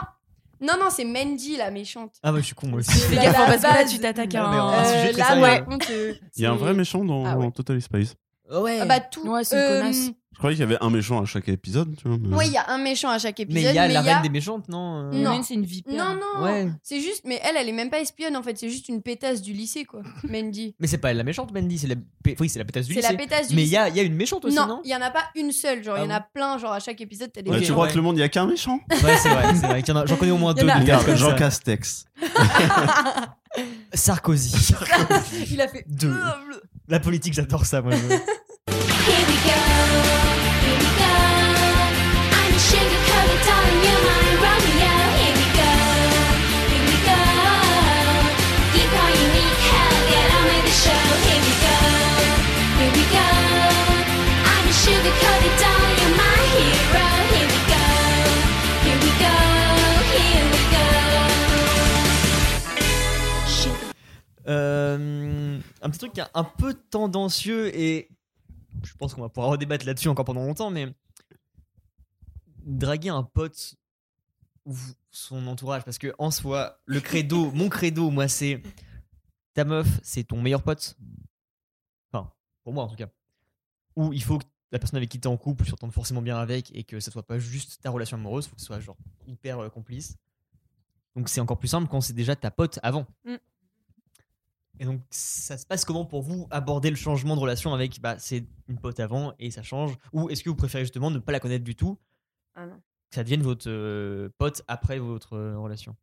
[SPEAKER 4] non, non, c'est Mandy la méchante.
[SPEAKER 2] Ah, bah, je suis con, moi aussi.
[SPEAKER 4] C'est
[SPEAKER 3] Fais
[SPEAKER 4] la-
[SPEAKER 3] gaffe, hein,
[SPEAKER 4] la
[SPEAKER 3] parce que là,
[SPEAKER 4] base.
[SPEAKER 3] tu t'attaques
[SPEAKER 2] Non,
[SPEAKER 3] à
[SPEAKER 2] mais
[SPEAKER 3] un.
[SPEAKER 2] on-
[SPEAKER 3] un
[SPEAKER 2] c'est
[SPEAKER 4] Euh,
[SPEAKER 2] sujet très
[SPEAKER 4] là,
[SPEAKER 2] sérieux.
[SPEAKER 4] par contre, euh,
[SPEAKER 5] Il y a un
[SPEAKER 4] c'est-
[SPEAKER 5] vrai méchant dans
[SPEAKER 4] Ah ouais.
[SPEAKER 5] Total Spice.
[SPEAKER 2] Ouais.
[SPEAKER 4] Ah bah tout.
[SPEAKER 3] Ouais, c'est une connasse.
[SPEAKER 5] Je croyais qu'il y avait un méchant à chaque épisode. Tu vois, mais-
[SPEAKER 4] Oui, il y a un méchant à chaque
[SPEAKER 2] mais
[SPEAKER 4] épisode.
[SPEAKER 2] il y a la
[SPEAKER 4] il y a-
[SPEAKER 2] reine des méchantes, non euh,
[SPEAKER 4] Non.
[SPEAKER 3] c'est une vipère.
[SPEAKER 4] Non, non,
[SPEAKER 2] Ouais.
[SPEAKER 4] c'est juste, mais elle, elle est même pas espionne en fait, c'est juste une pétasse du lycée quoi, Mandy.
[SPEAKER 2] Mais c'est pas elle la méchante, Mandy, c'est la, pé- oui, c'est la pétasse du
[SPEAKER 4] C'est
[SPEAKER 2] lycée.
[SPEAKER 4] la pétasse du
[SPEAKER 2] mais il
[SPEAKER 4] lycée.
[SPEAKER 2] y a, il y a une méchante aussi, non,
[SPEAKER 4] Non, il y en a pas une seule, genre il
[SPEAKER 2] Ah
[SPEAKER 4] y en a plein, genre à chaque épisode t'as des
[SPEAKER 5] Ouais,
[SPEAKER 2] Ok,
[SPEAKER 5] tu crois
[SPEAKER 2] ouais.
[SPEAKER 5] que le monde, il n'y a qu'un méchant
[SPEAKER 2] Ouais, c'est vrai, c'est vrai. qu'il y en a- J'en connais au moins
[SPEAKER 4] Il y
[SPEAKER 2] deux.
[SPEAKER 4] en a-
[SPEAKER 2] des gars comme ça.
[SPEAKER 5] Castex.
[SPEAKER 2] Sarkozy.
[SPEAKER 4] Il a fait
[SPEAKER 2] Deux. La politique, j'adore ça, moi. je-
[SPEAKER 7] Here we go, here we go. I'm your sugar coated darling, you're my Romeo. Here we go, here we go. Keep all you need, hell yeah, I'll make the show. Here we go, here we go. I'm your sugar coated darling, you're my hero. Here we go, here we go, here we go. Sugar
[SPEAKER 2] Euh, un petit truc qui est un peu tendancieux et je pense qu'on va pouvoir redébattre là-dessus encore pendant longtemps, mais draguer un pote ou son entourage, parce que en soi, le credo, mon credo, moi, c'est ta meuf, c'est ton meilleur pote. Enfin, pour moi en tout cas. Ou il faut que la personne avec qui t'es en couple s'entende forcément bien avec et que ça soit pas juste ta relation amoureuse, faut que ce soit genre hyper euh, complice. Donc c'est encore plus simple quand c'est déjà ta pote avant. Et donc, ça se passe comment pour vous aborder le changement de relation avec bah, c'est une pote avant et ça change Ou est-ce que vous préférez justement ne pas la connaître du tout
[SPEAKER 4] Ah non.
[SPEAKER 2] Que ça devienne votre euh, pote après votre euh, relation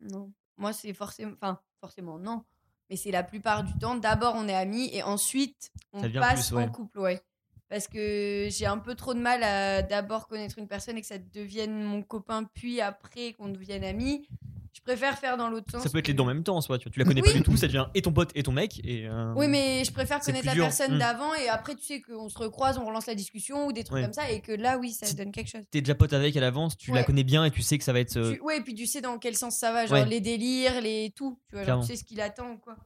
[SPEAKER 4] Non. Moi, c'est forcément. Enfin, forcément, non. mais c'est la plupart du temps. D'abord, on est amis et ensuite,
[SPEAKER 2] Ça
[SPEAKER 4] on
[SPEAKER 2] devient
[SPEAKER 4] passe
[SPEAKER 2] plus, ouais.
[SPEAKER 4] en couple, ouais. Parce que j'ai un peu trop de mal à d'abord connaître une personne et que ça devienne mon copain, puis après qu'on devienne amis. Je préfère faire dans l'autre sens.
[SPEAKER 2] Ça peut être les deux en même temps, soit tu, vois. tu la connais pas
[SPEAKER 4] Oui.
[SPEAKER 2] du tout, ça devient et ton pote et ton mec. Et, euh,
[SPEAKER 4] Oui, mais je préfère
[SPEAKER 2] C'est
[SPEAKER 4] connaître
[SPEAKER 2] plus
[SPEAKER 4] la
[SPEAKER 2] dur.
[SPEAKER 4] personne
[SPEAKER 2] Mm.
[SPEAKER 4] d'avant et après, tu sais qu'on se recroise, on relance la discussion ou des trucs
[SPEAKER 2] Ouais.
[SPEAKER 4] comme ça et que là, oui, ça
[SPEAKER 2] Si-
[SPEAKER 4] donne quelque chose.
[SPEAKER 2] T'es déjà pote avec à l'avance, tu la
[SPEAKER 4] Ouais.
[SPEAKER 2] connais bien et tu sais que ça va être. euh,
[SPEAKER 4] Tu- Ouais, et puis tu sais dans quel sens ça va, genre
[SPEAKER 2] Ouais.
[SPEAKER 4] les délires, les tout. Tu, vois, genre,
[SPEAKER 2] Clairement.
[SPEAKER 4] tu sais ce qu'il attend ou quoi.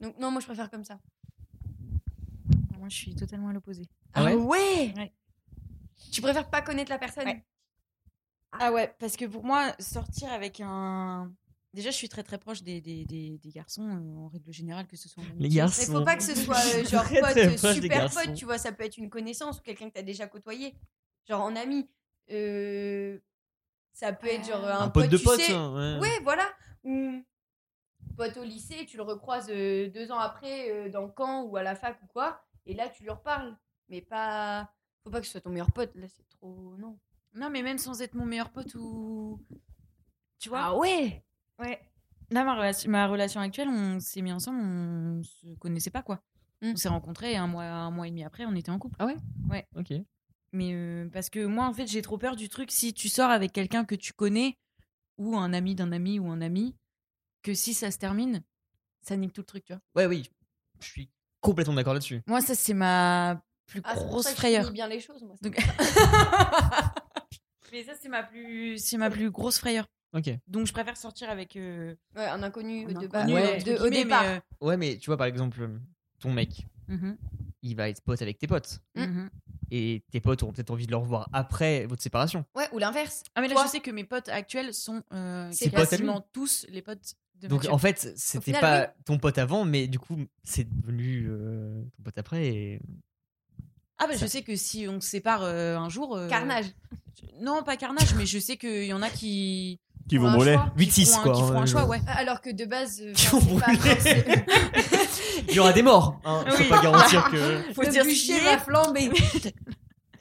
[SPEAKER 4] Donc, non, moi, je préfère comme ça.
[SPEAKER 3] Moi, je suis totalement à l'opposé.
[SPEAKER 2] Ah ouais
[SPEAKER 4] ouais,
[SPEAKER 3] Ouais.
[SPEAKER 4] Tu préfères pas connaître la personne
[SPEAKER 3] Ouais. Ah ouais, parce que pour moi, sortir avec un. Déjà, je suis très très proche des, des, des, des garçons, euh, en règle générale, que ce soit. en
[SPEAKER 2] Les
[SPEAKER 4] Mais
[SPEAKER 2] garçons.
[SPEAKER 4] faut pas que ce soit euh, genre
[SPEAKER 2] Très,
[SPEAKER 4] pote,
[SPEAKER 2] très
[SPEAKER 4] euh,
[SPEAKER 2] proche des
[SPEAKER 4] super
[SPEAKER 2] garçons.
[SPEAKER 4] pote, tu vois, ça peut être une connaissance ou quelqu'un que t'as déjà côtoyé, genre en ami. Euh, ça peut être genre
[SPEAKER 3] Ah.
[SPEAKER 4] un,
[SPEAKER 2] un pote de
[SPEAKER 4] tu
[SPEAKER 2] pote.
[SPEAKER 4] sais-
[SPEAKER 2] hein, ouais.
[SPEAKER 4] Ouais,
[SPEAKER 3] Mmh.
[SPEAKER 4] voilà. Ou pote au lycée, tu le recroises euh, deux ans après euh, dans le camp ou à la fac ou quoi, et là tu lui reparles. Mais pas. Faut pas que ce soit ton meilleur pote, là c'est trop. Non.
[SPEAKER 3] Non, mais même sans être mon meilleur pote ou. Tu vois
[SPEAKER 4] ouais
[SPEAKER 3] Ah Ouais. Là, ma, relation- ma relation actuelle, on s'est mis ensemble, on se connaissait pas, quoi.
[SPEAKER 4] Mm.
[SPEAKER 3] On s'est rencontrés et un mois, un mois et demi après, on était en couple.
[SPEAKER 2] Ok.
[SPEAKER 3] Mais euh, parce que moi, en fait, j'ai trop peur du truc si tu sors avec quelqu'un que tu connais, ou un ami d'un ami ou un ami, que si ça se termine, ça nique tout le truc, tu vois.
[SPEAKER 2] Ouais, oui. Je suis complètement d'accord là-dessus.
[SPEAKER 3] Moi, ça, c'est ma plus
[SPEAKER 4] Ah, c'est pour
[SPEAKER 3] grosse
[SPEAKER 4] ça que je
[SPEAKER 3] frayeur.
[SPEAKER 4] finis bien les choses, moi.
[SPEAKER 3] Donc- Mais ça, c'est ma plus, c'est ma plus grosse frayeur.
[SPEAKER 2] Ok.
[SPEAKER 3] Donc, je préfère sortir avec euh,
[SPEAKER 4] Ouais, un inconnu
[SPEAKER 3] un
[SPEAKER 4] de base.
[SPEAKER 3] inconnu,
[SPEAKER 2] ouais,
[SPEAKER 3] entre
[SPEAKER 4] Ah, de- au
[SPEAKER 3] guillemets, mais,
[SPEAKER 4] départ.
[SPEAKER 3] euh,
[SPEAKER 2] Ouais, mais tu vois, par exemple, ton mec,
[SPEAKER 3] mhm,
[SPEAKER 2] il va être pote avec tes potes.
[SPEAKER 4] Mm.
[SPEAKER 3] mhm.
[SPEAKER 2] Et tes potes auront peut-être envie de le revoir après votre séparation.
[SPEAKER 4] Ouais, ou l'inverse.
[SPEAKER 3] Ah mais là
[SPEAKER 4] Toi.
[SPEAKER 3] je sais que mes potes actuels sont euh,
[SPEAKER 2] C'est potes à lui.
[SPEAKER 3] quasiment tous les potes de
[SPEAKER 2] Donc
[SPEAKER 3] Mathieu.
[SPEAKER 2] en fait, c'était
[SPEAKER 4] final,
[SPEAKER 2] pas ton pote avant, mais du coup, c'est devenu euh, ton pote après. Et...
[SPEAKER 3] Ah bah
[SPEAKER 2] ça-
[SPEAKER 3] je sais que si on se sépare euh, un jour euh,
[SPEAKER 4] Carnage.
[SPEAKER 3] je- Non, pas carnage mais je sais qu'il y en a qui
[SPEAKER 5] Qui
[SPEAKER 3] font
[SPEAKER 5] vont
[SPEAKER 3] un
[SPEAKER 5] brûler.
[SPEAKER 3] choix, qui
[SPEAKER 2] 8-6,
[SPEAKER 3] font un-
[SPEAKER 2] quoi,
[SPEAKER 3] Qui
[SPEAKER 2] hein,
[SPEAKER 3] font un
[SPEAKER 2] je-
[SPEAKER 3] choix, ouais.
[SPEAKER 4] Alors que de base. euh,
[SPEAKER 2] Qui
[SPEAKER 4] enfin,
[SPEAKER 2] ont
[SPEAKER 4] c'est pas
[SPEAKER 2] brûlé.
[SPEAKER 4] forcément-
[SPEAKER 2] Il y aura des morts. Hein. Faut
[SPEAKER 3] Oui.
[SPEAKER 2] pas garantir que.
[SPEAKER 3] Faut
[SPEAKER 4] Le
[SPEAKER 3] dire ce qui
[SPEAKER 4] bûcher
[SPEAKER 3] est.
[SPEAKER 4] va flamber.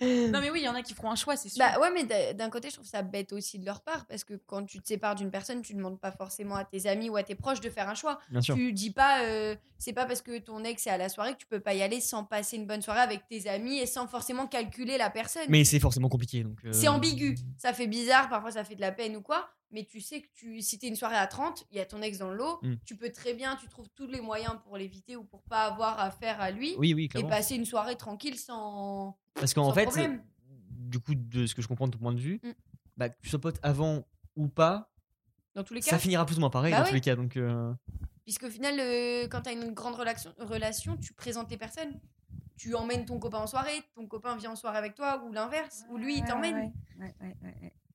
[SPEAKER 3] Non mais oui, il y en a qui feront un choix, c'est sûr.
[SPEAKER 4] Bah ouais, mais d'un- d'un côté, je trouve ça bête aussi de leur part parce que quand tu te sépares d'une personne, tu demandes pas forcément à tes amis ou à tes proches de faire un choix.
[SPEAKER 2] Bien sûr.
[SPEAKER 4] Tu dis pas, euh, c'est pas parce que ton ex est à la soirée que tu peux pas y aller sans passer une bonne soirée avec tes amis et sans forcément calculer la personne.
[SPEAKER 2] Mais c'est forcément compliqué. Donc, euh,
[SPEAKER 4] C'est ambigu, ça fait bizarre, parfois ça fait de la peine ou quoi, mais tu sais que tu, si t'es une soirée à 30, il y a ton ex dans le lot,
[SPEAKER 2] Mm.
[SPEAKER 4] tu peux très bien, tu trouves tous les moyens pour l'éviter ou pour pas avoir affaire à lui
[SPEAKER 2] Oui, oui,
[SPEAKER 4] et
[SPEAKER 2] clairement.
[SPEAKER 4] passer une soirée tranquille sans.
[SPEAKER 2] Parce qu'en
[SPEAKER 4] sans
[SPEAKER 2] fait,
[SPEAKER 4] problème.
[SPEAKER 2] du coup, de ce que je comprends de ton point de vue,
[SPEAKER 4] Mm.
[SPEAKER 2] bah, que tu sois pote avant ou pas,
[SPEAKER 4] Dans tous les cas.
[SPEAKER 2] ça finira plus ou moins pareil
[SPEAKER 4] Bah
[SPEAKER 2] dans
[SPEAKER 4] ouais.
[SPEAKER 2] tous les cas. Donc, euh,
[SPEAKER 4] Puisqu'au final, euh, quand tu as une grande relation, relation, tu présentes les personnes. Tu emmènes ton copain en soirée, ton copain vient en soirée avec toi, ou l'inverse, ou lui, il t'emmène.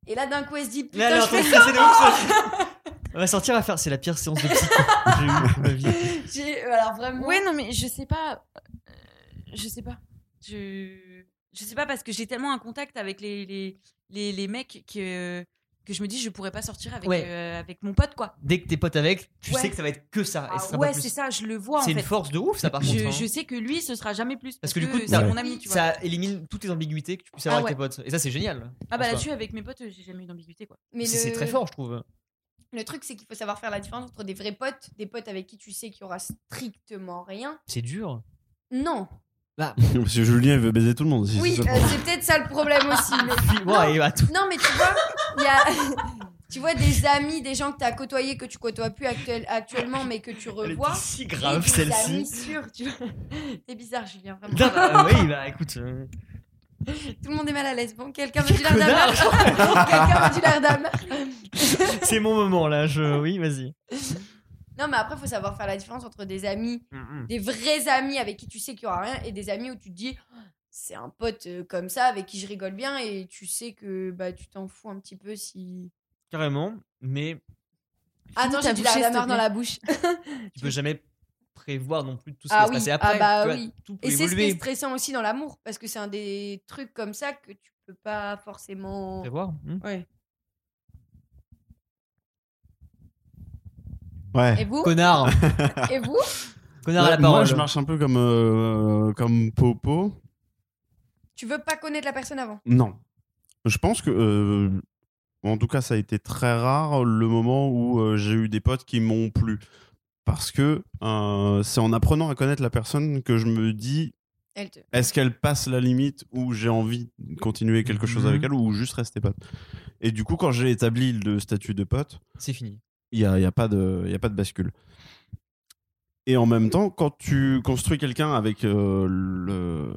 [SPEAKER 4] Et là, d'un coup, elle se dit Putain,
[SPEAKER 2] Là, elle est en
[SPEAKER 4] je
[SPEAKER 2] train de
[SPEAKER 4] fais-
[SPEAKER 2] stresser de ouf. On va sortir, on va faire. C'est la pire séance de psy que j'ai eue de ma vie.
[SPEAKER 4] j'ai- Euh, Alors vraiment.
[SPEAKER 3] Ouais, non, mais je sais pas. euh, je sais pas. Je, je sais pas parce que j'ai tellement un contact avec les, les, les, les mecs que, que je me dis je pourrais pas sortir avec,
[SPEAKER 2] Ouais.
[SPEAKER 3] euh, avec mon pote, quoi.
[SPEAKER 2] Dès que t'es pote avec, tu
[SPEAKER 3] Ouais.
[SPEAKER 2] sais que ça va être que ça. et ce
[SPEAKER 3] Ah
[SPEAKER 2] sera pas
[SPEAKER 3] ouais,
[SPEAKER 2] plus.
[SPEAKER 3] c'est ça, je le vois en
[SPEAKER 2] C'est
[SPEAKER 3] fait.
[SPEAKER 2] une force de ouf, ça, par contre.
[SPEAKER 3] je,
[SPEAKER 2] hein.
[SPEAKER 3] je sais que lui, ce sera jamais plus.
[SPEAKER 2] Parce que du coup,
[SPEAKER 3] c'est
[SPEAKER 2] t'as-
[SPEAKER 3] mon ami, tu vois.
[SPEAKER 2] Ça élimine toutes les ambiguïtés que tu puisses avoir
[SPEAKER 3] Ah
[SPEAKER 2] avec tes potes. Et ça, c'est génial. en
[SPEAKER 3] Ah bah
[SPEAKER 2] soi.
[SPEAKER 3] là-dessus, avec mes potes, j'ai jamais eu d'ambiguïté, quoi.
[SPEAKER 4] Mais
[SPEAKER 2] C'est c'est
[SPEAKER 4] le-
[SPEAKER 2] très fort, je trouve.
[SPEAKER 4] Le truc, c'est qu'il faut savoir faire la différence entre des vrais potes, des potes avec qui tu sais qu'il y aura strictement rien.
[SPEAKER 2] C'est dur.
[SPEAKER 4] Non.
[SPEAKER 5] Parce que Julien, il veut baiser tout le monde. si
[SPEAKER 4] Oui,
[SPEAKER 5] c'est ça.
[SPEAKER 4] euh, c'est peut-être ça le problème aussi. mais-
[SPEAKER 2] Puis, ouais, et bah, tout-
[SPEAKER 4] Non, mais tu vois, il y a. Tu vois des amis, des gens que tu as côtoyés, que tu côtoies plus actuel- actuellement, mais que tu
[SPEAKER 2] Elle était
[SPEAKER 4] revois.
[SPEAKER 2] si
[SPEAKER 4] Et
[SPEAKER 2] grave,
[SPEAKER 4] des amis
[SPEAKER 2] celle-ci.
[SPEAKER 4] sûrs, tu vois. C'est bizarre, Julien, vraiment.
[SPEAKER 2] Non, bah, oui, bah, écoute. euh,
[SPEAKER 4] Tout le monde est mal à l'aise. Bon, quelqu'un veut du
[SPEAKER 2] Quel
[SPEAKER 4] lardam Quelqu'un veut du lardam
[SPEAKER 2] C'est mon moment, là. Je... Oui, vas-y.
[SPEAKER 4] Non, mais après, faut savoir faire la différence entre des amis,
[SPEAKER 2] Mm,
[SPEAKER 4] des vrais amis avec qui tu sais qu'il y aura rien, et des amis où tu te dis, Oh, c'est un pote euh, comme ça avec qui je rigole bien, et tu sais que bah tu t'en fous un petit peu si.
[SPEAKER 2] Carrément. Mais
[SPEAKER 4] Attends,
[SPEAKER 3] ta
[SPEAKER 4] j'ai du
[SPEAKER 3] bouchée, s'il te
[SPEAKER 4] lardam dans
[SPEAKER 3] plaît.
[SPEAKER 4] la bouche.
[SPEAKER 2] tu peux jamais prévoir non plus tout ce qui
[SPEAKER 4] Ah
[SPEAKER 2] va
[SPEAKER 4] oui,
[SPEAKER 2] se passer
[SPEAKER 4] ah
[SPEAKER 2] après.
[SPEAKER 4] bah
[SPEAKER 2] tu vois,
[SPEAKER 4] oui.
[SPEAKER 2] Tout peut
[SPEAKER 4] Et c'est ce qui est
[SPEAKER 2] évoluer.
[SPEAKER 4] stressant aussi dans l'amour, parce que c'est un des trucs comme ça que tu peux pas forcément.
[SPEAKER 2] Prévoir. hmm.
[SPEAKER 3] Ouais.
[SPEAKER 5] Ouais.
[SPEAKER 4] Et vous
[SPEAKER 2] Connard.
[SPEAKER 4] Et vous
[SPEAKER 2] Connard à la
[SPEAKER 5] Ouais, Moi,
[SPEAKER 2] parole.
[SPEAKER 5] je marche un peu comme, euh, comme Popo.
[SPEAKER 4] Tu veux pas connaître la personne avant
[SPEAKER 5] Non. Je pense que. euh, en tout cas, ça a été très rare le moment où euh, j'ai eu des potes qui m'ont plu. parce que euh, c'est en apprenant à connaître la personne que je me dis
[SPEAKER 4] Elle te-
[SPEAKER 5] est-ce qu'elle passe la limite où j'ai envie de continuer quelque chose
[SPEAKER 2] Mhm.
[SPEAKER 5] avec elle ou juste rester pote Et du coup, quand j'ai établi le statut de pote,
[SPEAKER 2] C'est fini.
[SPEAKER 5] il n'y a, il y a, pas de- il y a pas de bascule. Et en même temps, quand tu construis quelqu'un avec euh, le-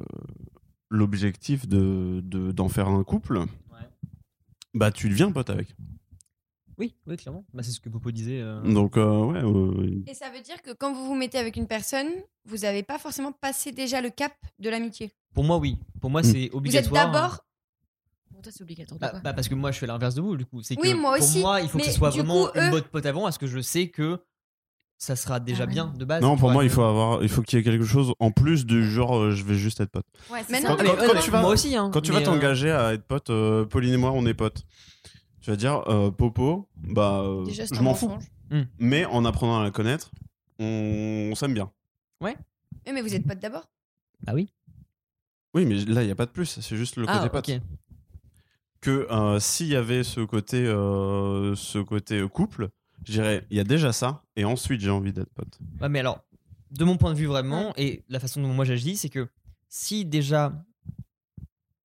[SPEAKER 5] l'objectif de- de- d'en faire un couple, bah tu deviens pote avec.
[SPEAKER 2] Oui, oui, clairement. Bah, c'est ce que Popo disait. euh,
[SPEAKER 5] Donc, euh, ouais, euh,
[SPEAKER 3] Mm.
[SPEAKER 4] Et ça veut dire que quand vous vous mettez avec une personne, vous n'avez pas forcément passé déjà le cap de l'amitié.
[SPEAKER 2] Pour moi, oui. Pour moi,
[SPEAKER 5] Mm.
[SPEAKER 2] c'est
[SPEAKER 4] Vous êtes
[SPEAKER 2] obligatoire.
[SPEAKER 4] d'abord.
[SPEAKER 3] Pour toi, c'est obligatoire. de
[SPEAKER 2] Bah,
[SPEAKER 3] quoi
[SPEAKER 2] bah, parce que moi, je fais l'inverse de vous, du coup. C'est
[SPEAKER 4] Oui,
[SPEAKER 2] que
[SPEAKER 4] moi
[SPEAKER 2] pour
[SPEAKER 4] aussi,
[SPEAKER 2] moi, il faut que
[SPEAKER 4] mais
[SPEAKER 2] ce soit
[SPEAKER 4] du
[SPEAKER 2] vraiment
[SPEAKER 4] coup,
[SPEAKER 2] une
[SPEAKER 4] eux-
[SPEAKER 2] bonne pote avant, parce que je sais que ça sera déjà
[SPEAKER 3] Ah ouais.
[SPEAKER 2] bien de base.
[SPEAKER 5] Non,
[SPEAKER 2] tu
[SPEAKER 5] pour
[SPEAKER 2] vois,
[SPEAKER 5] moi, il
[SPEAKER 2] que-
[SPEAKER 5] faut avoir, il faut qu'il y ait quelque chose en plus du genre, euh, je vais juste être pote.
[SPEAKER 3] Ouais, c'est
[SPEAKER 4] Mais
[SPEAKER 3] ça.
[SPEAKER 4] non,
[SPEAKER 5] Quand-
[SPEAKER 4] mais
[SPEAKER 5] quand-
[SPEAKER 4] ouais,
[SPEAKER 5] quand tu vas-
[SPEAKER 2] Ah, Moi aussi, hein.
[SPEAKER 5] Quand tu
[SPEAKER 2] Mais,
[SPEAKER 5] vas
[SPEAKER 2] euh,
[SPEAKER 5] t'engager à être pote, euh, Pauline et moi, on est potes. Tu vas dire, euh, Popo, bah, euh,
[SPEAKER 4] Déjà, c'est
[SPEAKER 5] je
[SPEAKER 4] un
[SPEAKER 5] m'en fous.
[SPEAKER 4] mensonge.
[SPEAKER 2] Hmm.
[SPEAKER 5] Mais en apprenant à la connaître, on, on s'aime bien.
[SPEAKER 4] Oui, Eh, mais vous êtes potes d'abord.
[SPEAKER 2] Bah oui.
[SPEAKER 5] Oui, mais là, il n'y a pas de plus. C'est juste le
[SPEAKER 2] Ah,
[SPEAKER 5] côté pote.
[SPEAKER 2] ok.
[SPEAKER 5] Que euh, s'il y avait ce côté, euh, ce côté euh, couple, je dirais, il y a déjà ça, et ensuite, j'ai envie d'être pote.
[SPEAKER 2] Ouais, mais alors, de mon point de vue vraiment, et la façon dont moi j'agis, c'est que si déjà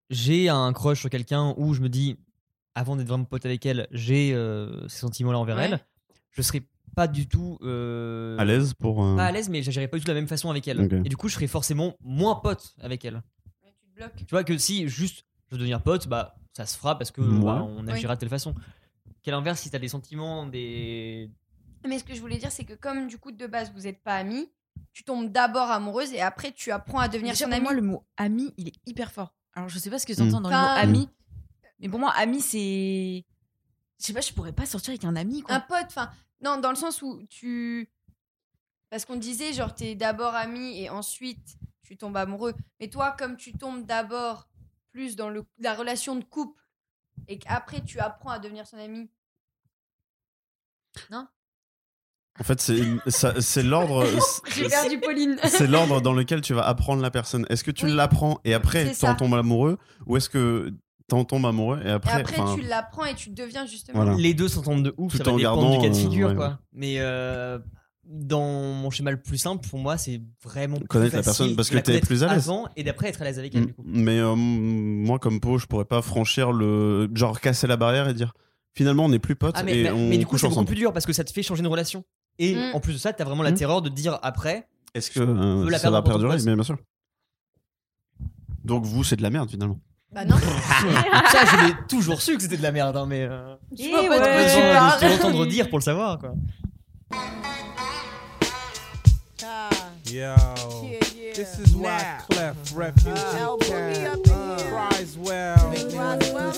[SPEAKER 2] j'ai un crush sur quelqu'un où je me dis, avant d'être vraiment pote avec elle, j'ai euh, ces sentiments-là envers
[SPEAKER 4] Ouais.
[SPEAKER 2] elle, je serais pas du tout. euh,
[SPEAKER 5] À l'aise pour. euh,
[SPEAKER 2] Pas à l'aise, mais j'agirais pas du tout de la même façon avec elle.
[SPEAKER 5] Ok.
[SPEAKER 2] Et du coup, je serais forcément moins pote avec elle.
[SPEAKER 4] Tu te bloques.
[SPEAKER 2] Tu vois que si juste je veux devenir pote, bah ça se fera parce que
[SPEAKER 5] Ouais.
[SPEAKER 2] bah, on agira de telle façon. Qu'à l'inverse, si t'as des sentiments, des.
[SPEAKER 4] Mais ce que je voulais dire, c'est que comme du coup, de base, vous n'êtes pas amis, tu tombes d'abord amoureuse et après, tu apprends à devenir
[SPEAKER 3] Déjà,
[SPEAKER 4] son
[SPEAKER 3] pour
[SPEAKER 4] ami.
[SPEAKER 3] moi, le mot ami, il est hyper fort. Alors, je sais pas ce que
[SPEAKER 2] Hmm.
[SPEAKER 3] t'entends dans le mot
[SPEAKER 4] Enfin,
[SPEAKER 3] ami, mais pour moi, ami, c'est. Je sais pas, je pourrais pas sortir avec un ami, quoi.
[SPEAKER 4] un pote enfin non dans le sens où tu parce qu'on disait genre t'es d'abord ami et ensuite tu tombes amoureux mais toi comme tu tombes d'abord plus dans le, la relation de couple et qu'après tu apprends à devenir son ami
[SPEAKER 5] En fait, c'est ça- c'est l'ordre.
[SPEAKER 4] j'ai perdu Pauline
[SPEAKER 5] C'est l'ordre dans lequel tu vas apprendre la personne. Est-ce que tu
[SPEAKER 4] Oui.
[SPEAKER 5] l'apprends et après
[SPEAKER 4] C'est
[SPEAKER 5] t'en
[SPEAKER 4] ça.
[SPEAKER 5] tombes amoureux ou est-ce que t'en tombes amoureux et
[SPEAKER 4] et
[SPEAKER 5] après,
[SPEAKER 4] après
[SPEAKER 5] enfin,
[SPEAKER 4] tu l'apprends et tu deviens justement
[SPEAKER 5] Voilà.
[SPEAKER 2] Les deux s'entendent de ouf,
[SPEAKER 5] Tout
[SPEAKER 2] ça va
[SPEAKER 5] en
[SPEAKER 2] dépendre
[SPEAKER 5] gardant,
[SPEAKER 2] du cas de
[SPEAKER 5] euh,
[SPEAKER 2] figure,
[SPEAKER 5] ouais,
[SPEAKER 2] quoi. Mais euh, dans mon schéma le plus simple, pour moi, c'est vraiment plus
[SPEAKER 5] Connaître la
[SPEAKER 2] facile
[SPEAKER 5] personne, parce
[SPEAKER 2] de
[SPEAKER 5] que
[SPEAKER 2] la
[SPEAKER 5] t'es
[SPEAKER 2] connaître
[SPEAKER 5] plus à l'aise.
[SPEAKER 2] avant et d'après être à l'aise avec elle.
[SPEAKER 5] Mm.
[SPEAKER 2] Du coup.
[SPEAKER 5] mais euh, moi comme Pau, je pourrais pas franchir le genre casser la barrière et dire finalement on n'est plus potes
[SPEAKER 2] Ah, mais,
[SPEAKER 5] et
[SPEAKER 2] mais-
[SPEAKER 5] on
[SPEAKER 2] mais du coup,
[SPEAKER 5] couche
[SPEAKER 2] c'est beaucoup
[SPEAKER 5] ensemble.
[SPEAKER 2] plus dur parce que ça te fait changer de relation. Et
[SPEAKER 4] Mm.
[SPEAKER 2] en plus de ça, t'as vraiment la
[SPEAKER 5] Mm.
[SPEAKER 2] terreur de dire après.
[SPEAKER 5] Est-ce que euh,
[SPEAKER 2] peut la
[SPEAKER 5] ça va
[SPEAKER 2] perdre en tant que
[SPEAKER 5] perdurer
[SPEAKER 2] pote.
[SPEAKER 5] Mais bien sûr. Donc vous c'est de la merde finalement.
[SPEAKER 4] bah non
[SPEAKER 2] ça, je l'ai toujours su que c'était de la merde, hein, mais. euh,
[SPEAKER 4] je vois
[SPEAKER 3] Eh
[SPEAKER 4] pas
[SPEAKER 2] faut
[SPEAKER 3] ouais.
[SPEAKER 4] de
[SPEAKER 2] juste
[SPEAKER 4] quoi tu parles
[SPEAKER 2] te l'entendre dire pour le savoir, quoi.
[SPEAKER 8] Yo. This is why Clef Refuge in town cries well.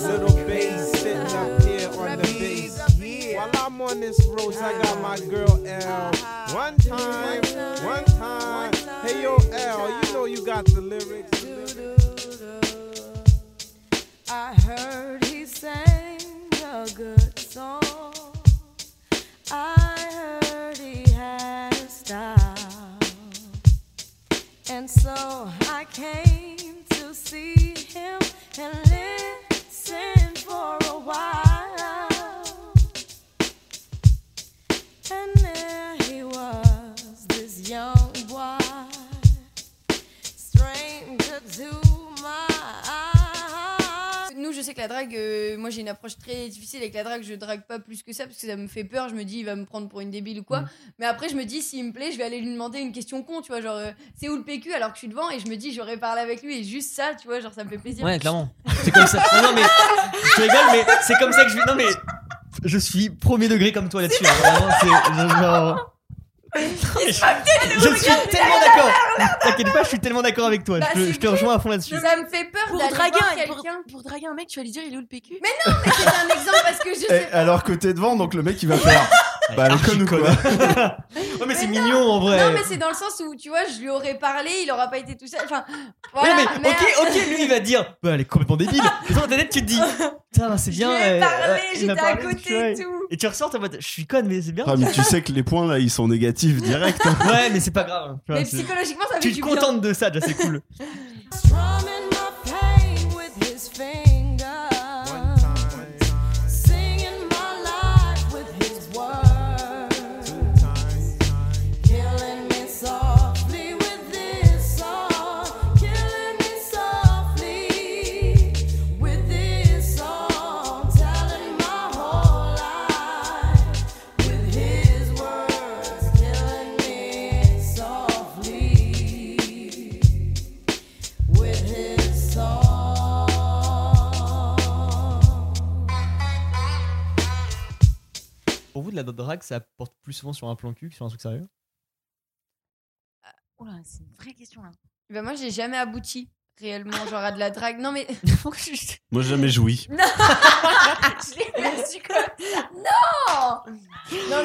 [SPEAKER 8] Little bass sitting up here on the bass. While I'm on this roast, I got my girl L. Uh-huh. One time, one time. Hey yo, L, you know you got the lyrics. The lyrics.
[SPEAKER 9] I heard he sang a good song. I heard he had a style. And so I came to see him and listen for a while. And there he was, this young boy stranger to my eyes.
[SPEAKER 4] nous je sais que la drague euh, moi j'ai une approche très difficile avec la drague je drague pas plus que ça parce que ça me fait peur je me dis il va me prendre pour une débile ou quoi
[SPEAKER 2] Mm.
[SPEAKER 4] mais après je me dis s'il me plaît je vais aller lui demander une question con tu vois genre euh, c'est où le PQ alors que je suis devant et je me dis j'aurais parlé avec lui et juste ça tu vois genre ça me fait plaisir
[SPEAKER 2] Ouais, clairement. C'est comme ça. Non, non, mais je rigole, mais c'est comme ça que je vais. Non, mais je suis premier degré comme toi là-dessus. hein. Vraiment, c'est je- genre. Je je suis tellement d'accord. T'inquiète pas, je suis tellement d'accord avec toi.
[SPEAKER 4] Bah,
[SPEAKER 2] je, te-
[SPEAKER 4] c'est
[SPEAKER 2] je te rejoins à fond là-dessus.
[SPEAKER 4] ça me fait peur
[SPEAKER 3] Pour
[SPEAKER 4] d'aller
[SPEAKER 3] draguer,
[SPEAKER 4] voir
[SPEAKER 3] un, pour,
[SPEAKER 4] quelqu'un
[SPEAKER 3] pour draguer un mec, tu vas lui dire il est où le PQ
[SPEAKER 4] mais c'est un exemple parce que je sais pas
[SPEAKER 5] alors que t'es devant donc le mec il va faire.
[SPEAKER 2] Ah,
[SPEAKER 5] bah elle est conne ou quoi
[SPEAKER 2] Oh, mais c'est mignon en vrai.
[SPEAKER 4] non mais c'est dans le sens où tu vois je lui aurais parlé il aura pas été tout seul enfin
[SPEAKER 2] Ouais,
[SPEAKER 4] voilà
[SPEAKER 2] mais,
[SPEAKER 4] mais,
[SPEAKER 2] ok, ok, lui il va dire, bah elle est complètement débile. Mais toi, dans ta tête, tu te dis, putain, c'est bien.
[SPEAKER 4] je lui
[SPEAKER 2] elle-
[SPEAKER 4] ai parlé
[SPEAKER 2] elle- il
[SPEAKER 4] j'étais
[SPEAKER 2] m'a
[SPEAKER 4] à
[SPEAKER 2] parlé, tu
[SPEAKER 4] côté
[SPEAKER 2] vois,
[SPEAKER 4] et tout
[SPEAKER 2] Et tu ressors en mode, je suis conne, mais c'est bien.
[SPEAKER 5] Ah, mais tu sais que les points là ils sont négatifs direct. hein.
[SPEAKER 2] Ouais, mais c'est pas grave. Tu vois,
[SPEAKER 4] mais
[SPEAKER 2] c'est-
[SPEAKER 4] psychologiquement ça fait
[SPEAKER 2] tu
[SPEAKER 4] du
[SPEAKER 2] te
[SPEAKER 4] bien
[SPEAKER 2] contentes de ça, déjà, c'est cool.
[SPEAKER 9] Strumming my pain with his
[SPEAKER 8] One
[SPEAKER 9] fingers.
[SPEAKER 8] time,
[SPEAKER 9] Singing my life with his words.
[SPEAKER 8] time, time.
[SPEAKER 2] pour vous, de la drague, ça porte plus souvent sur un plan cul que sur un truc sérieux
[SPEAKER 3] Oula, c'est une vraie question là.
[SPEAKER 4] Bah, moi, j'ai jamais abouti réellement, genre à de la drague. Non, mais.
[SPEAKER 5] Moi, j'ai jamais joui.
[SPEAKER 4] Ah, je l'ai perçu comme. Non Non,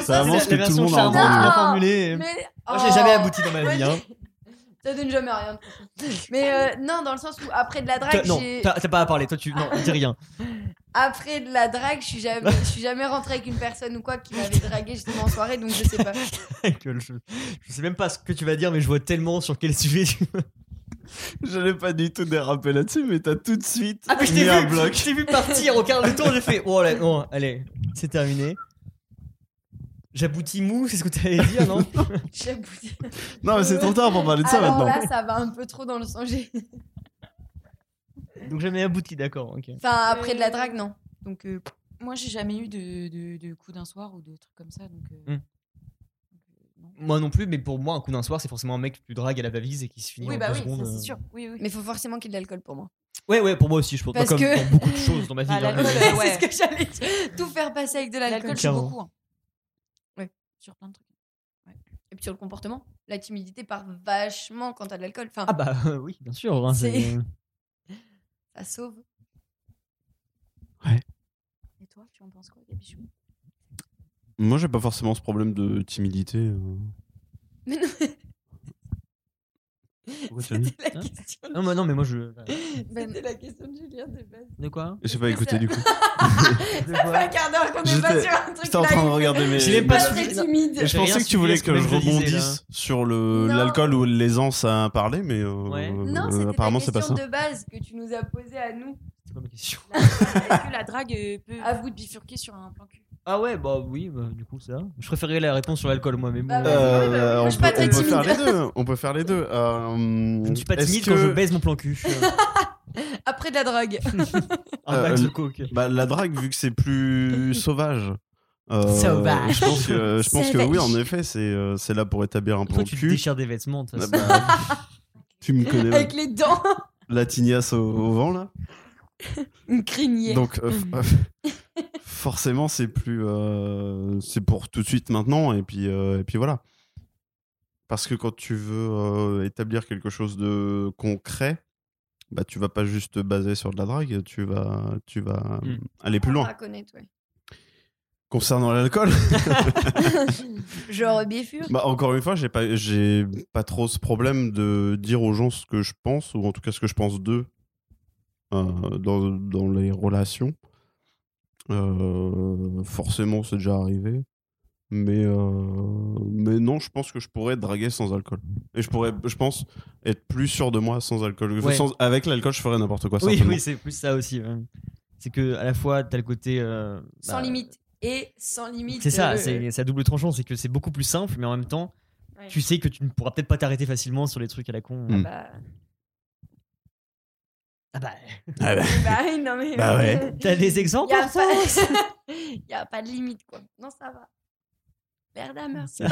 [SPEAKER 2] Ah,
[SPEAKER 5] Ça
[SPEAKER 2] C'est la-
[SPEAKER 5] avance
[SPEAKER 2] la
[SPEAKER 5] que tout le
[SPEAKER 2] version
[SPEAKER 5] monde a
[SPEAKER 2] charmante,
[SPEAKER 5] entendu.
[SPEAKER 2] bien
[SPEAKER 4] Non.
[SPEAKER 2] formulée.
[SPEAKER 4] mais-
[SPEAKER 2] Moi, j'ai
[SPEAKER 4] Oh.
[SPEAKER 2] jamais abouti dans ma
[SPEAKER 4] Moi,
[SPEAKER 2] vie.
[SPEAKER 4] j'ai-
[SPEAKER 2] Hein.
[SPEAKER 4] Ça donne jamais rien. de toute façon. Mais euh, non, dans le sens où après de la
[SPEAKER 2] Toi,
[SPEAKER 4] drague,
[SPEAKER 2] non,
[SPEAKER 4] j'ai-
[SPEAKER 2] t'as t'as pas à parler. Toi, tu non, dis rien.
[SPEAKER 4] après de la drague, je suis jamais, je suis jamais rentrée avec une personne ou quoi qui m'avait dragué justement en soirée, donc je sais pas.
[SPEAKER 2] Que je, je sais même pas ce que tu vas dire, mais je vois tellement sur quel sujet. Tu...
[SPEAKER 5] J'allais pas du tout déraper là-dessus, mais t'as tout de suite
[SPEAKER 2] Ah, mais je
[SPEAKER 5] mis
[SPEAKER 2] t'ai
[SPEAKER 5] un
[SPEAKER 2] vu,
[SPEAKER 5] bloc.
[SPEAKER 2] je t'ai vu partir au quart de tour. J'ai fait. Oh là, non, allez, c'est terminé. J'aboutis mou, c'est ce que t'allais dire, non
[SPEAKER 4] J'ai abouti.
[SPEAKER 5] Non, mais c'est trop tard pour parler de ça
[SPEAKER 4] Alors
[SPEAKER 5] maintenant.
[SPEAKER 4] là, ça va un peu trop dans le sens. j'ai-
[SPEAKER 2] Donc jamais abouti, d'accord. Ok.
[SPEAKER 4] Enfin, après de
[SPEAKER 3] Euh.
[SPEAKER 4] la drague, non. Donc euh,
[SPEAKER 3] Moi, j'ai jamais eu de, de, de coup d'un soir ou de trucs comme ça. Donc, euh,
[SPEAKER 2] Hmm. Moi non plus, mais pour moi, un coup d'un soir, c'est forcément un mec que tu dragues à la valise et qui se finit
[SPEAKER 3] Oui,
[SPEAKER 2] en
[SPEAKER 3] bah
[SPEAKER 2] deux
[SPEAKER 3] oui, ça
[SPEAKER 2] secondes.
[SPEAKER 3] c'est
[SPEAKER 2] euh.
[SPEAKER 3] sûr. Oui, oui.
[SPEAKER 4] mais faut forcément qu'il y ait de l'alcool pour moi.
[SPEAKER 2] Ouais, ouais, pour moi aussi, je pense.
[SPEAKER 4] Parce
[SPEAKER 2] comme
[SPEAKER 4] que-
[SPEAKER 2] dans beaucoup de choses dans ma vie.
[SPEAKER 3] Ah,
[SPEAKER 2] hein,
[SPEAKER 3] l'alcool,
[SPEAKER 2] mais-
[SPEAKER 3] euh, ouais.
[SPEAKER 4] C'est ce que j'allais dire. tout faire passer avec de l'alcool.
[SPEAKER 3] L'alcool, c'est
[SPEAKER 2] Clairement.
[SPEAKER 3] beaucoup. hein.
[SPEAKER 4] Ouais.
[SPEAKER 3] Sur plein de trucs.
[SPEAKER 4] Et puis sur le comportement, la timidité part vachement quand t'as de l'alcool. Enfin,
[SPEAKER 2] Ah bah euh, oui, bien sûr. hein,
[SPEAKER 4] C'est-
[SPEAKER 2] c'est-
[SPEAKER 4] ça sauve.
[SPEAKER 3] Et toi, tu en penses quoi, des bijoux
[SPEAKER 5] Moi, j'ai pas forcément ce problème de timidité. euh.
[SPEAKER 4] Mais non,
[SPEAKER 5] Pourquoi tu as mis
[SPEAKER 4] c'était la question.
[SPEAKER 2] Non, mais, non, mais moi je. bah,
[SPEAKER 4] C'était la question de Julien de base.
[SPEAKER 2] De quoi
[SPEAKER 5] J'ai pas écouté du coup.
[SPEAKER 2] De
[SPEAKER 4] Ça fait
[SPEAKER 2] quoi
[SPEAKER 4] un quart d'heure qu'on est
[SPEAKER 5] J'étais-
[SPEAKER 4] pas sur un truc
[SPEAKER 5] J'étais en train de
[SPEAKER 4] là.
[SPEAKER 5] regarder mes.
[SPEAKER 2] J'ai même
[SPEAKER 4] Pas
[SPEAKER 2] pas
[SPEAKER 5] mes
[SPEAKER 4] très
[SPEAKER 2] suivi.
[SPEAKER 4] timide.
[SPEAKER 5] Et je
[SPEAKER 2] J'ai rien
[SPEAKER 5] pensais que tu
[SPEAKER 2] suivi à
[SPEAKER 5] voulais
[SPEAKER 2] ce
[SPEAKER 5] que
[SPEAKER 2] que
[SPEAKER 5] je
[SPEAKER 2] je disais,
[SPEAKER 5] rebondisse sur le
[SPEAKER 4] Non.
[SPEAKER 5] l'alcool ou l'aisance à parler, mais euh,
[SPEAKER 2] Ouais.
[SPEAKER 4] Non,
[SPEAKER 5] euh,
[SPEAKER 4] c'était
[SPEAKER 5] apparemment
[SPEAKER 4] la
[SPEAKER 5] c'est pas ça.
[SPEAKER 4] question de base que tu nous as posée à nous.
[SPEAKER 2] C'est quoi ma question
[SPEAKER 3] Est-ce que la drague euh, peut
[SPEAKER 4] Ah.
[SPEAKER 3] vous bifurquer sur un plan cul
[SPEAKER 2] Ah ouais, bah oui, bah, du coup, ça. Je préférais la réponse sur l'alcool, moi, mais bon.
[SPEAKER 4] Bah,
[SPEAKER 2] euh,
[SPEAKER 5] Euh,
[SPEAKER 4] Ouais, bah, moi,
[SPEAKER 5] on,
[SPEAKER 4] je suis pas
[SPEAKER 5] peut,
[SPEAKER 4] très
[SPEAKER 5] on peut
[SPEAKER 4] timide.
[SPEAKER 5] faire les deux. On peut faire les deux. Euh,
[SPEAKER 2] Je ne suis pas
[SPEAKER 5] est-ce
[SPEAKER 2] timide
[SPEAKER 5] que-
[SPEAKER 2] quand je baise mon plan cul. Euh,
[SPEAKER 4] Après de la drague.
[SPEAKER 2] Un
[SPEAKER 5] Euh,
[SPEAKER 2] max de
[SPEAKER 5] le-
[SPEAKER 2] coke.
[SPEAKER 5] Bah, la drague, vu que c'est plus sauvage. euh,
[SPEAKER 2] Sauvage.
[SPEAKER 5] Je pense que, je pense que oui, en
[SPEAKER 4] Sauvage.
[SPEAKER 5] effet, c'est euh, c'est là pour établir un plan
[SPEAKER 2] Toi, tu te
[SPEAKER 5] cul.
[SPEAKER 2] déchires des vêtements, de toute
[SPEAKER 5] Ah
[SPEAKER 2] façon.
[SPEAKER 5] bah, tu me connais,
[SPEAKER 4] Avec les dents.
[SPEAKER 5] la tignasse au, au vent là.
[SPEAKER 4] Une crinière.
[SPEAKER 5] Donc euh, f- euh, forcément, c'est plus, euh, c'est pour tout de suite maintenant et puis euh, et puis voilà. Parce que quand tu veux euh, établir quelque chose de concret, bah tu vas pas juste te baser sur de la drague, tu vas tu vas euh,
[SPEAKER 2] Mm.
[SPEAKER 5] aller plus
[SPEAKER 4] On va
[SPEAKER 5] loin.
[SPEAKER 4] connaître, ouais.
[SPEAKER 5] Concernant l'alcool,
[SPEAKER 4] Genre euh, biffure.
[SPEAKER 5] bah encore une fois, j'ai pas j'ai pas trop ce problème de dire aux gens ce que je pense ou en tout cas ce que je pense d'eux euh, dans dans les relations. Euh, forcément, c'est déjà arrivé. Mais, euh, mais non, je pense que je pourrais draguer sans alcool. Et je pourrais, je pense, être plus sûr de moi sans alcool.
[SPEAKER 2] Ouais.
[SPEAKER 5] Sans- avec l'alcool, je ferais n'importe quoi.
[SPEAKER 2] Oui,
[SPEAKER 5] simplement.
[SPEAKER 2] oui, c'est plus ça aussi. ouais. C'est que, à la fois, t'as le côté. euh,
[SPEAKER 4] Sans
[SPEAKER 2] bah,
[SPEAKER 4] limite. Et sans limite.
[SPEAKER 2] C'est ça,
[SPEAKER 4] euh,
[SPEAKER 2] c'est c'est à double tranchant. C'est que c'est beaucoup plus simple, mais en même temps,
[SPEAKER 4] Ouais.
[SPEAKER 2] tu sais que tu ne pourras peut-être pas t'arrêter facilement sur les trucs à la con.
[SPEAKER 5] Mm.
[SPEAKER 4] Bah,
[SPEAKER 2] Ah bah,
[SPEAKER 5] Ah bah,
[SPEAKER 4] bah oui, non mais.
[SPEAKER 5] Bah ouais.
[SPEAKER 2] t'as des exemples
[SPEAKER 4] Y a
[SPEAKER 2] parfois
[SPEAKER 4] pas... y a pas de limite quoi. Non, ça va. Verda, merci.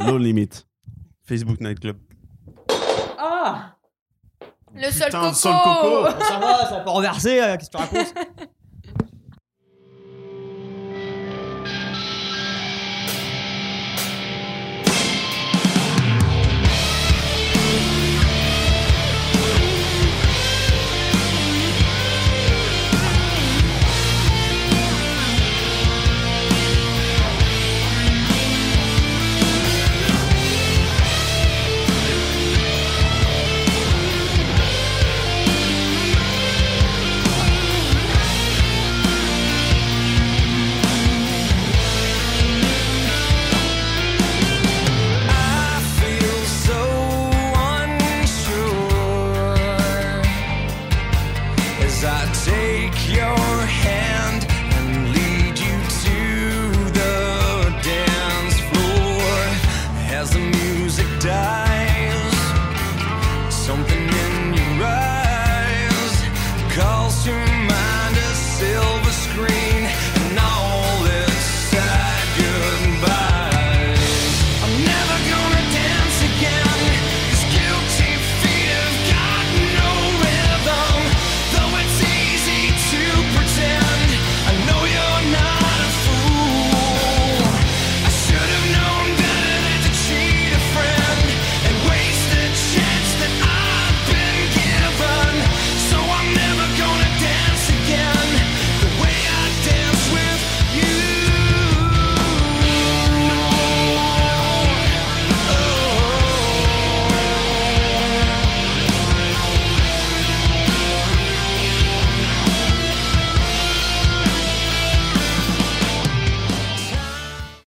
[SPEAKER 5] no limit. Facebook Night Club.
[SPEAKER 4] Le
[SPEAKER 5] Putain,
[SPEAKER 4] seul coco.
[SPEAKER 5] le seul coco.
[SPEAKER 2] Ça va, ça va pas renverser, euh, qu'est-ce que tu racontes